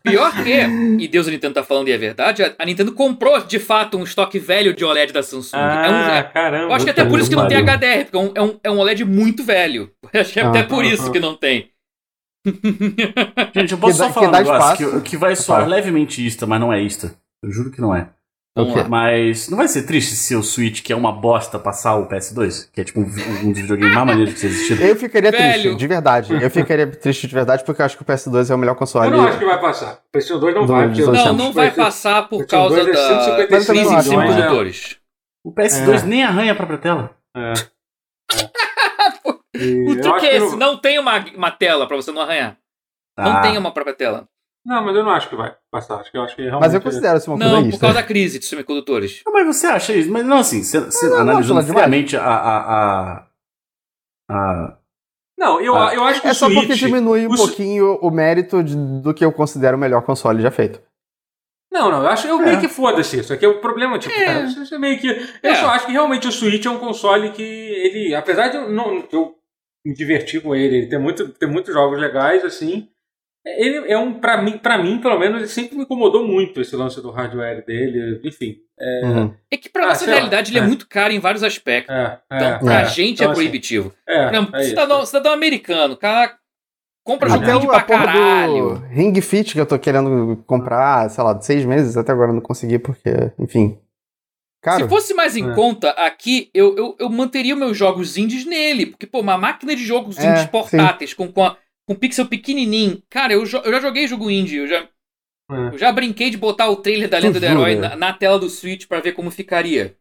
Pior que, é, e Deus e Nintendo tá falando e é verdade, a a Nintendo comprou de fato um estoque velho de OLED da Samsung. é um,
Ah,
é-
caramba.
eu acho que até por isso que não tem
Pariu.
HDR, porque é um, é um, é um OLED muito velho. Eu acho que é até
Ah,
por
ah,
isso
ah.
que não tem.
Gente, eu posso
Que
só
dá-
falar
que dá
um negócio
espaço.
que, que vai soar
Fala.
levemente ista, mas não é ista. Eu juro que não é.
Vamos
O quê?
lá.
Mas não vai ser triste se o Switch, que é uma bosta, passar o PS2? Que é tipo um, vi- um dos videogames mais maneiros que já existiram.
Eu ficaria
Velho.
triste, de verdade. Eu ficaria triste de verdade porque eu acho que o PS2 é o melhor
Eu
console.
não acho que vai passar. O PlayStation 2 não
Do-
vai.
dos
porque-
dois
Não,
Samsung.
não vai passar por causa
Samsung é
da
156
crise
milhões,
de
né?
semicondutores.
O PS2
É.
nem arranha a própria tela.
É.
O
E eu acho
truque é
que
esse,
não-
é né? não tem uma, uma tela pra você não arranhar. Não
Ah,
tem uma própria tela.
Não, mas eu não acho que vai passar. Acho que eu acho que realmente. é-
Mas eu considero isso uma coisa
é Não, por
realista.
causa da crise dos semicondutores.
Não, Ah, mas você acha isso? Mas não, assim, você, você
não,
analisando
acho lá
friamente a, a, a, a-
Não, eu,
Ah.
eu acho que
É
o
só
Switch.
porque diminui um
o Su-
pouquinho o mérito de- do que eu considero o melhor console já feito.
Não, não, eu acho eu
É.
meio que foda-se isso. Aqui é o problema, tipo,
É.
cara, isso é meio que. Eu
É.
só acho que realmente o Switch é um console que ele. Apesar de eu não, eu me divertir com ele, ele tem, muito, tem muitos jogos legais, assim. Ele é um, pra mim, pra mim, pelo menos, ele sempre me incomodou muito esse lance do hardware dele, enfim.
Hum.
Uhum.
É que pra
Ah,
nossa
sei lá.
realidade ele é.
É.
muito caro em vários aspectos.
É, é,
Então, pra
É.
gente
Então,
é
assim,
proibitivo.
é,
Não,
é isso.
cidadão, cidadão americano, cara compra
Até
Até
joguinho
é o,
pra
a porra do
caralho.
Ring Fit que eu tô querendo comprar, sei lá, de seis meses, até agora eu não consegui, porque, enfim. Cara,
Se fosse mais em
É.
conta, aqui eu, eu, eu manteria meus jogos indies nele. Porque, pô, uma máquina de jogos
É,
indies portáteis com, com, a- com pixel pequenininho. Cara, eu, jo- eu já joguei jogo indie. Eu já,
É.
eu já brinquei de botar o trailer da Lenda do
jura?
Herói na, na tela do Switch pra ver como ficaria.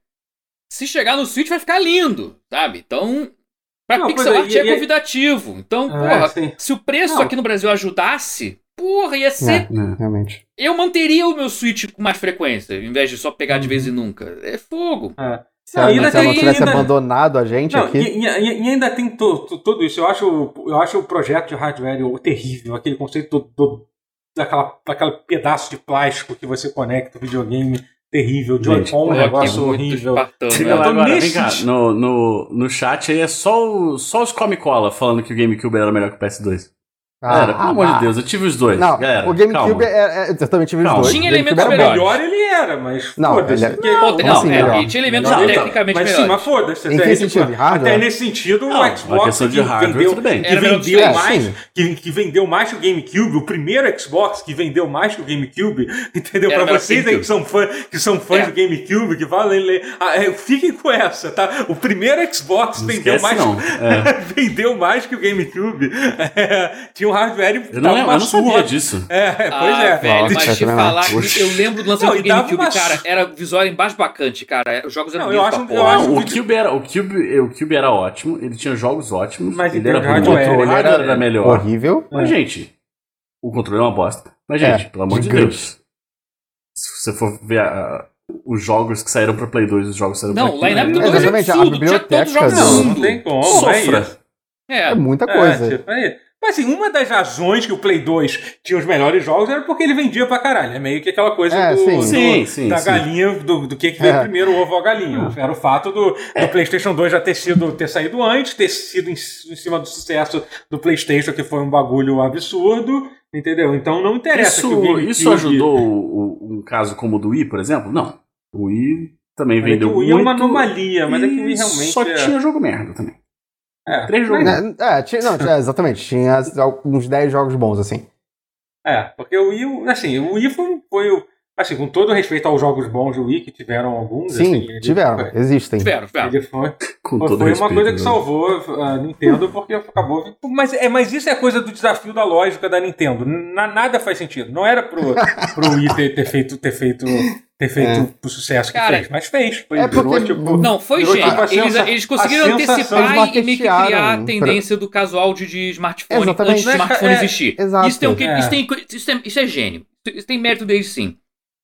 Se chegar no Switch vai ficar lindo, sabe? Então, pra
Não,
pixel
pois é,
art
e-
é
e-
convidativo. Então,
É,
porra,
sim.
se o preço
Não.
aqui no Brasil ajudasse, porra, ia ser
É.
a-
realmente.
Eu manteria o meu Switch com mais frequência, em vez de só pegar de
Uhum.
vez em nunca. É fogo.
É.
Se a
e ainda
Marcela
tem-
tivesse
ainda-
abandonado a gente
Não,
aqui.
e, e- e- e ainda tem to- to- tudo isso. Eu acho, eu acho o projeto de hardware o- terrível, aquele conceito do, do- daquela, daquele pedaço de plástico que você conecta o videogame terrível,
Gente,
Joy-Con, um
Pô,
negócio
que é muito
horrível.
espartano,
Chega
né?
lá
Então,
agora, vem
nesses-
cá. No, no, no chat aí é só, o, só os Comicola falando que o GameCube era melhor que o PS2. Galera, pelo amor
ah.
de Deus, eu tive os dois.
Não,
Galera,
o GameCube
calma.
é, é- Eu também tive
Calma.
os dois.
Tinha
O GameCube
elementos
era bom.
melhores.
Melhor ele era, mas
Não,
foda-se.
ele-
porque-
Pô, tem-
Como
não,
assim,
é,
melhor?
ele tinha elementos
Não, então,
tecnicamente
Mas sim,
melhores.
mas foda-se.
Em
até
que
aí,
sentido?
tipo,
Hardware?
Até nesse sentido,
Não,
o
uma
Xbox
questão
que
de hardware,
vendeu,
tudo bem.
que
Era melhor dos
vendeu
três.
Sim.
mais, que, que vendeu mais que o GameCube, o primeiro Xbox que vendeu mais que o GameCube, entendeu?
Era
Pra
melhor
vocês
que o
aí que são fã, que são fãs
É.
do GameCube, que valem ler, ah, é, fiquem com essa, tá? O primeiro Xbox
Não
vendeu
esquece,
mais,
não. É.
vendeu mais que o GameCube. É, tinha um hardware e
Eu não,
dava
lembro,
uma
eu não sabia
surra.
disso.
É, pois
ah,
é.
velho,
Nossa,
mas te
tremendo.
falar que
Puxa.
eu lembro do lançamento
Não, e
do
dava
GameCube,
uma-
cara, era visual embaixo bacante, cara. É, Os jogos eram
Não, eu
lindos
acho-
pra
eu
porra.
acho-
Não, o
que-
Cube era, o Cube, o Cube era ótimo, ele tinha jogos ótimos,
Mas
ele
em
era
termos de
bonito, o
hardware,
controle
hardware
era,
era
melhor.
Horrível.
Mas, gente, o controle é uma bosta. Mas,
É,
gente, pelo amor de
gigante.
Deus. Se você for ver a- os jogos que saíram pra Play 2 e os jogos que saíram
Não,
pra
o line-up
Play
do
É,
2 é
exatamente, a
absurdo. Tinha todos os
biblioteca
jogos
Não,
do
não
mundo.
tem como. é isso.
Sofra.
É,
É,
muita
É,
coisa.
tipo, aí. Mas assim, uma das razões que o Play 2 tinha os melhores jogos era porque ele vendia pra caralho. É meio que aquela coisa
É,
do,
sim.
do-
Sim, sim,
da
sim.
galinha, do, do que, que veio
É.
primeiro, o ovo ou a galinha. Era o fato do, do PlayStation 2 já ter, sido, ter saído antes, ter sido em, em cima do sucesso do PlayStation, que foi um bagulho absurdo. Entendeu? Então não interessa que o
Isso,
GameCube-
isso ajudou o- o- um caso como o do Wii, por exemplo? Não. O Wii também
Mas é que
vendeu
o Wii
muito.
é uma anomalia, mas é que o Wii
e
realmente.
Só
é-
tinha jogo merda também.
é,
Três jogos. merda.
Né, É, tinha, não, tinha- exatamente. Tinha uns 10 jogos bons, assim.
É, porque o Wii, assim, o Wii foi, um- foi o- assim, com todo respeito aos jogos bons do Wii, que tiveram alguns, assim,
Sim,
ele-
tiveram,
Foi,
existem.
espero, espero.
ele foi,
Ah, Com
foi
todo
uma
respeito,
coisa que
né?
salvou ah, a Nintendo porque acabou. Mas, é, mas isso é coisa do desafio da lógica da Nintendo. Na- nada faz sentido. Não era pro, pro Wii ter, ter feito, ter feito, ter feito o sucesso que
Cara,
fez, mas fez. Foi,
é
virou,
porque-
tipo,
Não, foi
Virou,
gênio.
tipo, a
Eles,
sensa-
eles
a
conseguiam
sensação,
antecipar
eles
e meio que criar a
marketearam.
tendência do casual de, de smartphone
Exatamente. né?
antes do
Não é ca-
smartphone
é-
existir.
exato.
Isso tem, o que,
É.
isso, tem, co- isso, é, isso é gênio. Isso- Isso tem mérito deles sim.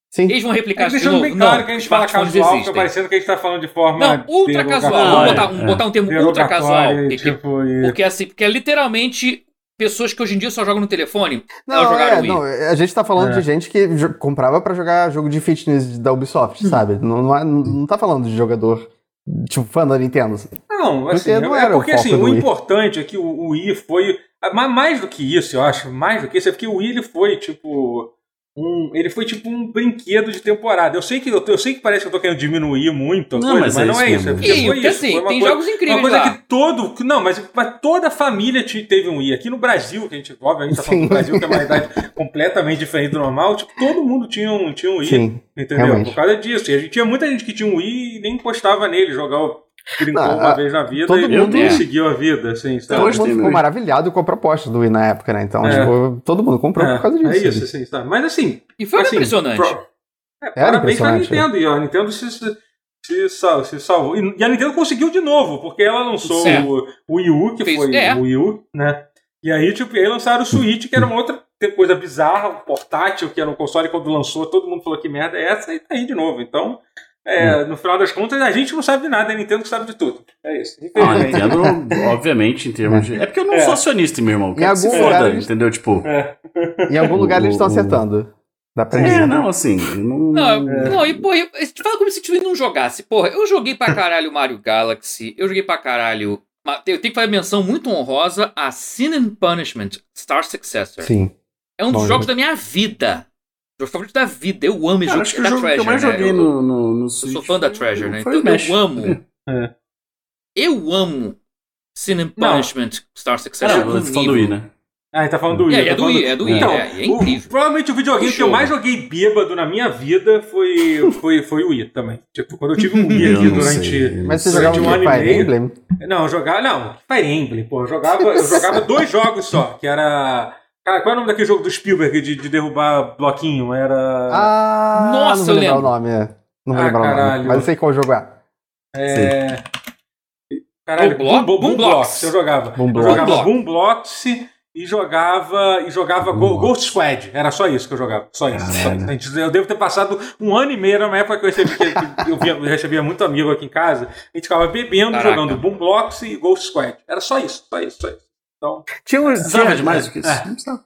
Sim.
Eles vão replicar
É,
isso de
deixando
novo.
bem claro
não,
que a gente fala
smartphones
casual, fica
existem.
parecendo que a gente tá falando de forma.
Não, ultra casual. Vamos
derogatória.
botar um,
é.
botar um termo ultra casual.
Derogatória,
que- que-
tipo, e-
porque assim, porque é literalmente pessoas que hoje em dia só jogam no telefone,
Não,
elas jogaram
é,
Wii.
não, a gente tá falando
É.
de gente que jo- comprava pra jogar jogo de fitness da Ubisoft, sabe? Não, não, é- não tá falando de jogador, tipo, fã da Nintendo.
Não, assim,
Porque não
é
era o
porque
foco
assim,
do
o
Wii.
importante é que o, o Wii foi. ah, ma- Mais do que isso, eu acho, mais do que isso, é porque o Wii ele foi tipo. Um, ele foi tipo um brinquedo de temporada. Eu sei que eu, tô- eu sei que parece que eu tô querendo diminuir muito a
Não,
coisa,
mas
mas,
é
não é
isso
isso. É
mesmo.
porque
Sim,
foi
porque
isso.
assim,
foi uma
tem
coisa,
jogos incríveis
Uma coisa
lá.
que todo. que- Não, mas, mas toda a família te- teve um Wii. Aqui no Brasil, que a gente, óbvio, a gente tá falando
Sim.
do Brasil, que é uma idade completamente diferente do normal, tipo, todo mundo tinha um, tinha um Wii.
Sim.
Entendeu?
Realmente.
Por causa disso. E a gente tinha muita gente que tinha um Wii e nem encostava nele, jogava o- brincou
Não,
uma
a-
vez na vida
Ah, todo
e
mundo-
conseguiu a vida, assim, sabe?
Todo
hoje
mundo
tem
ficou
mesmo.
maravilhado com a proposta do Wii na época, né? Então,
É.
tipo, todo mundo comprou
é,
por causa disso.
é isso, assim, sabe? Mas assim,
E foi
assim,
impressionante.
pro- é,
Era
parabéns pra
impressionante, né?
Nintendo. E ó, a Nintendo se, se, se sal- se salvou. E, e a Nintendo conseguiu de novo, porque ela lançou
Certo.
o, o Wii U, que
Fez-
foi
é.
o Wii U, né? E aí, tipo, e aí lançaram o Switch, que era uma outra tem coisa bizarra, um portátil que era um console quando lançou, todo mundo falou que merda é essa e tá aí de novo. Então, é, no final das contas, a gente não sabe de nada, a Nintendo que sabe de tudo. É isso.
Ah, a
Infelizmente.
Nintendo, obviamente, em termos de. É porque eu não
É.
sou acionista, meu irmão. Cara,
algum
se
lugar
foda,
eles-
entendeu? Tipo.
É.
Em algum lugar eles estão
O- o-
acertando. Dá pra dizer.
É, não, assim. eu Não,
Não,
É.
não, e porra, eu- eu te fala como se tu não jogasse. Porra, eu joguei pra caralho Mario Galaxy, eu joguei pra caralho. Ma- Eu tenho que fazer menção muito honrosa a Sin and Punishment, Star Successor.
Sim.
É um dos
Bom né?
jogos
jogo.
da minha vida. Jogo favorito da vida. Eu amo esse
Cara,
jogo.
acho que o
da
jogo que eu mais
né?
joguei
Eu-
no, no, no
Eu
Switch.
sou fã da
foi-
Treasure, né?
foi
Então
o Smash.
eu amo.
É.
Eu amo Sin and
Não.
Punishment Star é Successor.
Não,
num
você falou do
nível.
Wii, né?
Ah, ele tá falando do
É,
Wii.
é
tá
do
falando-
Wii, é do Wii,
Então,
é, é
o-
incrível.
provavelmente o videogame
O
que eu
jogo.
mais joguei bêbado na minha vida foi, foi, foi o Wii também. Tipo, quando eu tive um Wii
Eu
aqui
não sei,
durante.
eu não
Mas você
sei.
Durante um
jogava o quê?
ano e
Fire
meio.
Emblem?
Não, eu jogava. Não, Fire Emblem, pô. Eu jogava, eu jogava dois jogos só, que era. Cara, qual é o nome daquele jogo do Spielberg de, de derrubar bloquinho? Era.
Ah,
Nossa,
não vou
eu
lembrar o
lembro.
nome. é. Não vou
Ah,
lembrar o
caralho.
nome. Mas eu sei qual jogo é.
é... Caralho,
Boom
Boom,
Block-
Boom
Boom
Blocks.
Blocks.
Eu jogava.
Boom
eu
Blocks.
jogava
Block.
Boom Blocks e jogava, e jogava
Boom
Go-
Blocks.
Ghost Squad. Era só isso que eu jogava. Só isso. Só
Caralho.
isso. A gente- Eu devo ter passado um ano e meio, na época que eu recebi, que- que eu, via- eu recebia muito amigo aqui em casa. A gente ficava bebendo,
Caraca.
jogando Boom Blocks e Ghost Squad. Era só isso, só isso, só isso. Então,
Tinha, uns-
Precisava
tinha-
de mais do que isso?
É.
Não precisava.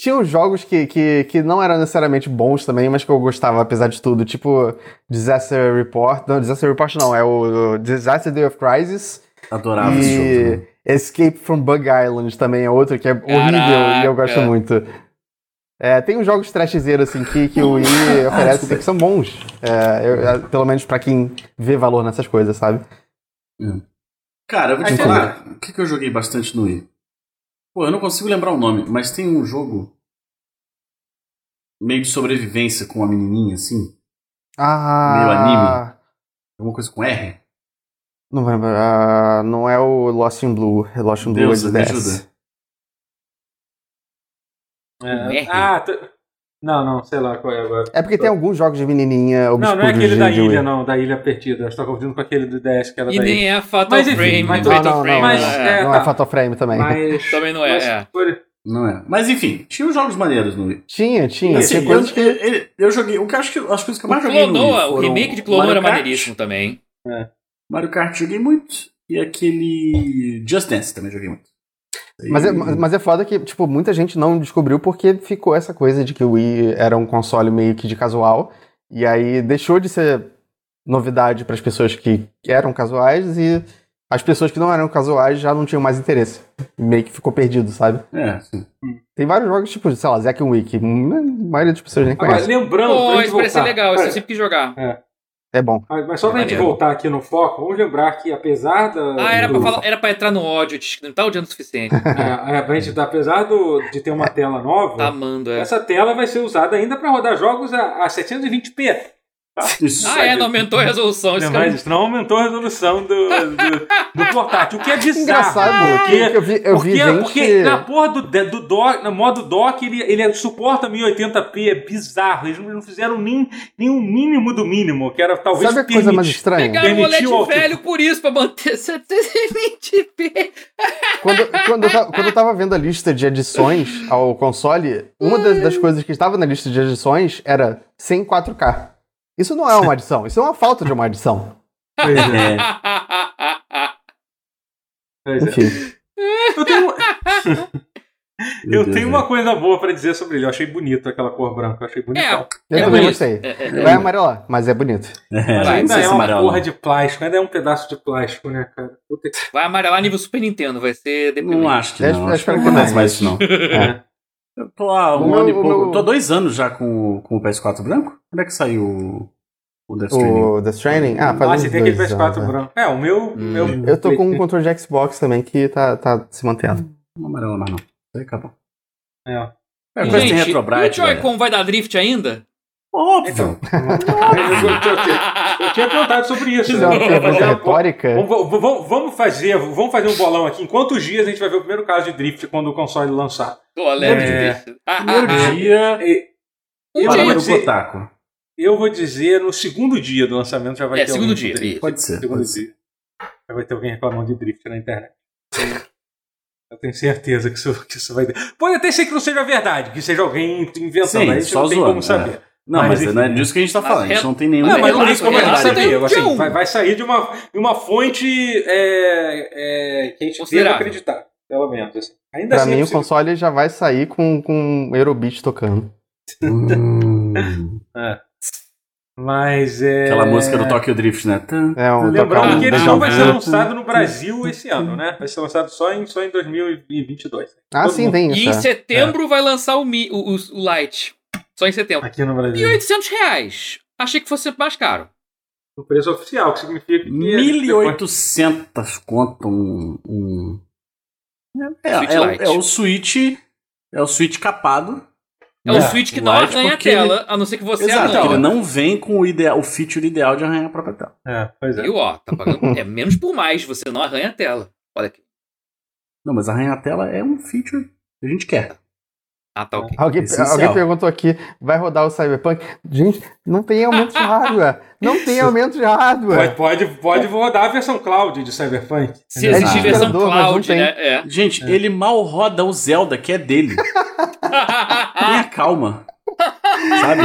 tinha uns jogos que, que, que não eram necessariamente bons também, mas que eu gostava, apesar de tudo. Tipo, Disaster Report. Não, Disaster Report não. É o Disaster Day of Crisis.
Adorava esse jogo.
e
também.
Escape from Bug Island também é outro que é horrível e eu gosto
Caraca.
muito. É, tem uns jogos trashzeiros assim que, que o Wii oferece que são bons. É, eu- é, pelo menos pra quem vê valor nessas coisas, sabe?
Cara, eu vou te
Aí tem-
falar o que, que eu joguei bastante no Wii. Pô, eu não consigo lembrar o nome, mas tem um jogo meio de sobrevivência com uma menininha, assim.
Ah.
Alguma coisa com R.
Não vai lembrar. Ah, não é o Lost in Blue. É Lost in Blue
Deus,
é
me
10.
ajuda.
é,
R?
ah, t- não, não, sei lá qual é agora.
É porque tem alguns jogos de menininha
Não,
obscuros
não é aquele
de,
da
de
ilha,
Wii.
não, da ilha perdida. Eu estou confundindo com aquele do DS que era
E
da ilha.
nem é a Fatal
Mas enfim,
Frame.
mas-
Não,
Fatal
não, não,
Frame,
mas-
né?
é,
Não
tá.
é Fatal Frame também.
Mas.
Também não é,
mas
é.
por-
Não é. Mas enfim, tinha uns jogos maneiros no Wii.
Tinha, tinha.
Assim,
tinha
eu,
coisas é que.
ele- ele- eu joguei. O que eu acho que as coisas que eu
O
mais joguei no Wii
Clonoa, o
foram
remake de Clonoa era
Mario Kart,
maneiríssimo também.
Mario Kart joguei muito. E aquele. Just Dance também joguei muito. E-
Mas é, mas é foda que, tipo, muita gente não descobriu porque ficou essa coisa de que o Wii era um console meio que de casual. E aí deixou de ser novidade para as pessoas que eram casuais e as pessoas que não eram casuais já não tinham mais interesse. Meio que ficou perdido, sabe?
É, sim.
Tem vários jogos, tipo, sei lá, Zack and Wii, que a maioria das pessoas nem
Agora,
conhece.
lembrando. pra
Pô,
gente
esse parece ser
voltar-
legal, esse
pera-
eu sempre quis jogar.
É bom.
Mas, mas só pra gente
Maneiro.
voltar aqui no foco, vamos lembrar que apesar da.
Ah, era pra,
do-
falar, era pra entrar no ódio, eu te- não tá odiando o suficiente.
É, é, pra gente, tá- apesar do, de ter uma tela nova,
Tá amando, é.
essa tela vai ser usada ainda pra rodar jogos a, a 720p.
Isso
Ah, é, não aumentou a resolução. Esse
Lembrar
cara...
disso, não aumentou a resolução do, do, do portátil, o que é bizarro.
Engraçado,
porque-
que eu vi, eu vi
porque,
gente...
porque na porra do, de- do dock, no modo dock, ele, ele suporta 1080p, é bizarro. Eles não não fizeram nem, nem o mínimo do mínimo, que era talvez
Sabe a coisa mais
permitir-
estranha?
Pegaram um
Permitiu
OLED
outro.
velho por isso, pra manter 720p.
quando, quando, eu ta- quando eu tava vendo a lista de adições ao console, uma das, das coisas que estava na lista de adições era 100 4K. Isso não é uma adição, isso é uma falta de uma adição.
Pois é,
É.
pois é.
Enfim.
Eu tenho,
Meu
eu
Deus,
né?
tenho
é.
uma coisa boa pra dizer sobre ele. Eu achei bonito aquela cor branca, eu achei bonito.
É,
Eu
É
também
bonito.
gostei.
É, é,
Vai amarelar, mas é bonito.
É,
Vai,
não
ainda
sei
é
se
uma
amarelo.
porra de plástico, ainda é um pedaço de plástico, né, cara? Puta que...
vai amarelar nível Super Nintendo, vai ser deprimente.
Não acho que
Eu
não.
espero
Acho que
que
não
não.
acontece mais isso, não.
É.
Eu tô há um
O meu-
ano e
o
pouco.
meu-
Tô há dois anos já com, o- com o PS4 branco. Quando é que saiu o, o Death Stranding?
O The Stranding. Ah,
Ah,
faz
você
uns
tem aquele
dois
PS4
anos,
branco. É, o meu. meu
é. Eu tô com um controle de Xbox também que tá, tá se mantendo.
Não amarelo mais não. Isso aí acabou.
É.
É,
E,
coisa tem
Gente, e o
Retrobrite, velho.
Joy-Con vai dar drift ainda? Então,
Óbvio.
um Eu tinha perguntado sobre isso.
Isso
né?
é uma pergunta
Fazer uma-
retórica.
Vamos, vamos- vamos- vamos fazer, vamos fazer um bolão aqui. Em quantos dias a gente vai ver o primeiro caso de drift quando o console lançar?
Do OLED,
É.
bicho. Ah,
Primeiro
ah, ah.
dia,
E-
Um
eu
dia.
vou
para o
dizer-
Kotaku.
Eu vou dizer no segundo dia do lançamento já vai
É,
ter
segundo
alguém com
dia,
drift.
isso.
Pode ser,
Segundo
pode ser.
dia. Já vai ter alguém reclamando de drift na internet. Eu tenho certeza que isso, que isso vai ter. Pode até ser que não seja verdade, que seja alguém inventando,
Sim,
mas a gente
só
não tem
zoando,
como saber.
é. Não, mas,
Mas, enfim.
não é disso que a gente tá falando. A gente não tem nenhuma
Não, mas não é
Relato-
tem como a gente
relato
saber.
tem um
assim,
dia um.
vai, vai sair de uma, de uma fonte é, é, que a gente deve
Considerável.
acreditar, pelo menos. assim. Ainda
Pra
assim,
mim,
é
o
possível.
console já vai sair com, com um Eurobeat tocando.
Hum.
mas é.
Aquela música do Tokyo Drift, né? Tan,
É, um tocar
Lembrando
um
que ele
déjà
né?
não vai
vu.
Uhum.
ser lançado no Brasil esse ano, né? Vai ser lançado só em, só em 2022.
Ah,
todo
sim,
mundo.
tem
E
isso.
em
é.
setembro vai lançar o, Mi, o, o- o Lite. Só em setembro.
Aqui no
E
Brasil.
800 reais. Achei que fosse sempre mais caro.
O preço oficial, que significa que.
1.800 conto um. um... É,
Switch
é, é,
Lite.
o- é o Switch. É o Switch capado.
É
É,
um Switch que não
Lite
ganha
porque
tela, a não ser que você
Exato,
arranhe.
que ele não vem com o, ideal, o feature ideal de arranhar a própria tela.
É, pois é.
E ó, tá pagando é menos por mais, você não arranha a tela. Olha aqui.
Não, mas arranhar a tela é um feature que a gente quer.
Ah, tá ok.
Alguém,
é
Essencial.
alguém perguntou aqui, vai rodar o Cyberpunk? Gente, não tem aumento de hardware. Não tem aumento de
Pode,
hardware.
pode, pode rodar a versão cloud de Cyberpunk.
Se
entendeu?
existe
Ah.
versão
Mas não
cloud,
tem.
né? É.
Gente, ele mal roda o Zelda, que é dele.
Ah.
Tenha calma. Sabe?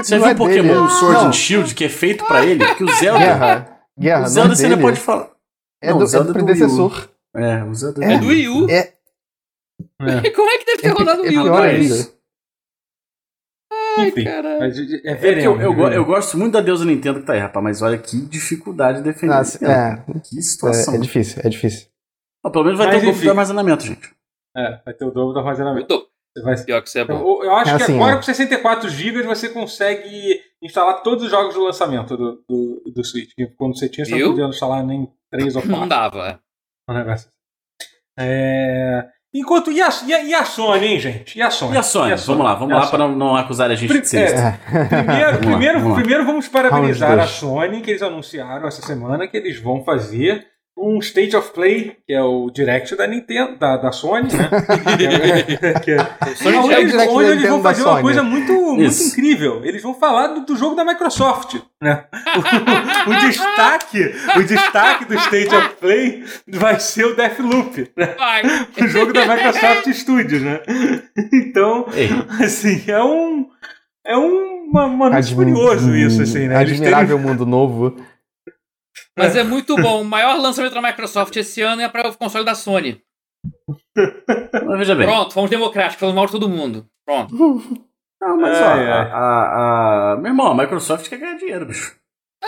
Isso
Você
não
viu
é
o Pokémon
dele.
Sword
Não,
and Shield, que é feito pra ele? Que o Zelda.
Guerra. Guerra,
o
não
Zelda
é
você
dele.
não pode falar.
É
Não,
do,
o Zelda
é do
do
predecessor.
É, o Zelda
É do Wii U.
É.
É.
Como é que deve ter
É-
rodado o
é
Wii U?
pior
né?
ainda.
Ai,
Enfim.
caralho.
Mas, é,
É que eu,
veremos,
eu, go- eu
veremos.
gosto muito da deusa Nintendo que tá aí, rapaz, mas olha que dificuldade de defender
Ah,
esse
é,
Zelda. Que situação.
é, é difícil, é difícil.
Não, pelo menos vai
Mas
ter um pouco
enfim.
de armazenamento, gente.
É, vai ter o dobro do armazenamento.
Mudou.
Vai-
Pior que isso é bom.
Eu, eu acho
É
que
assim,
agora
ó.
com 64 GB você consegue instalar todos os jogos do lançamento do, do, do Switch. Que quando você tinha, você não
Viu?
podia instalar nem 3 ou 4.
Não dava.
é.
Um negócio assim. É... Enquanto. E a, e, a, e a Sony, hein, gente? E a Sony?
E a Sony? Vamos lá, vamos
E a
lá pra não, não acusar a gente
Pri-
de ser.
é. Primeiro,
Vamos lá,
primeiro,
vamos lá.
primeiro vamos parabenizar
Round
a
dois.
Sony, que eles anunciaram essa semana que eles vão fazer um State of Play, que é o Direct da Nintendo, da, da Sony, né? Que é-
Sony
onde
já-
eles,
Direct da
onde eles
Nintendo
vão
da
fazer uma
Sony.
coisa muito, muito
Isso.
incrível. Eles vão falar do, do jogo da Microsoft, né? O, o destaque, o destaque do State of Play vai ser o Deathloop, né?
Vai.
o jogo da Microsoft Studios, né? Então,
Ei,
assim, é um. É um uma- um anúncio
Admi- hum,
curioso isso, assim, né? Eles terem-
Admirável mundo novo.
Mas é muito bom. O maior lançamento da Microsoft esse ano é para o console da Sony.
mas veja bem.
Pronto, fomos democráticos, falamos mal de todo mundo. Pronto.
Não, mas
Ai,
ó,
ai.
a, a- a- meu irmão, a Microsoft quer ganhar dinheiro, bicho.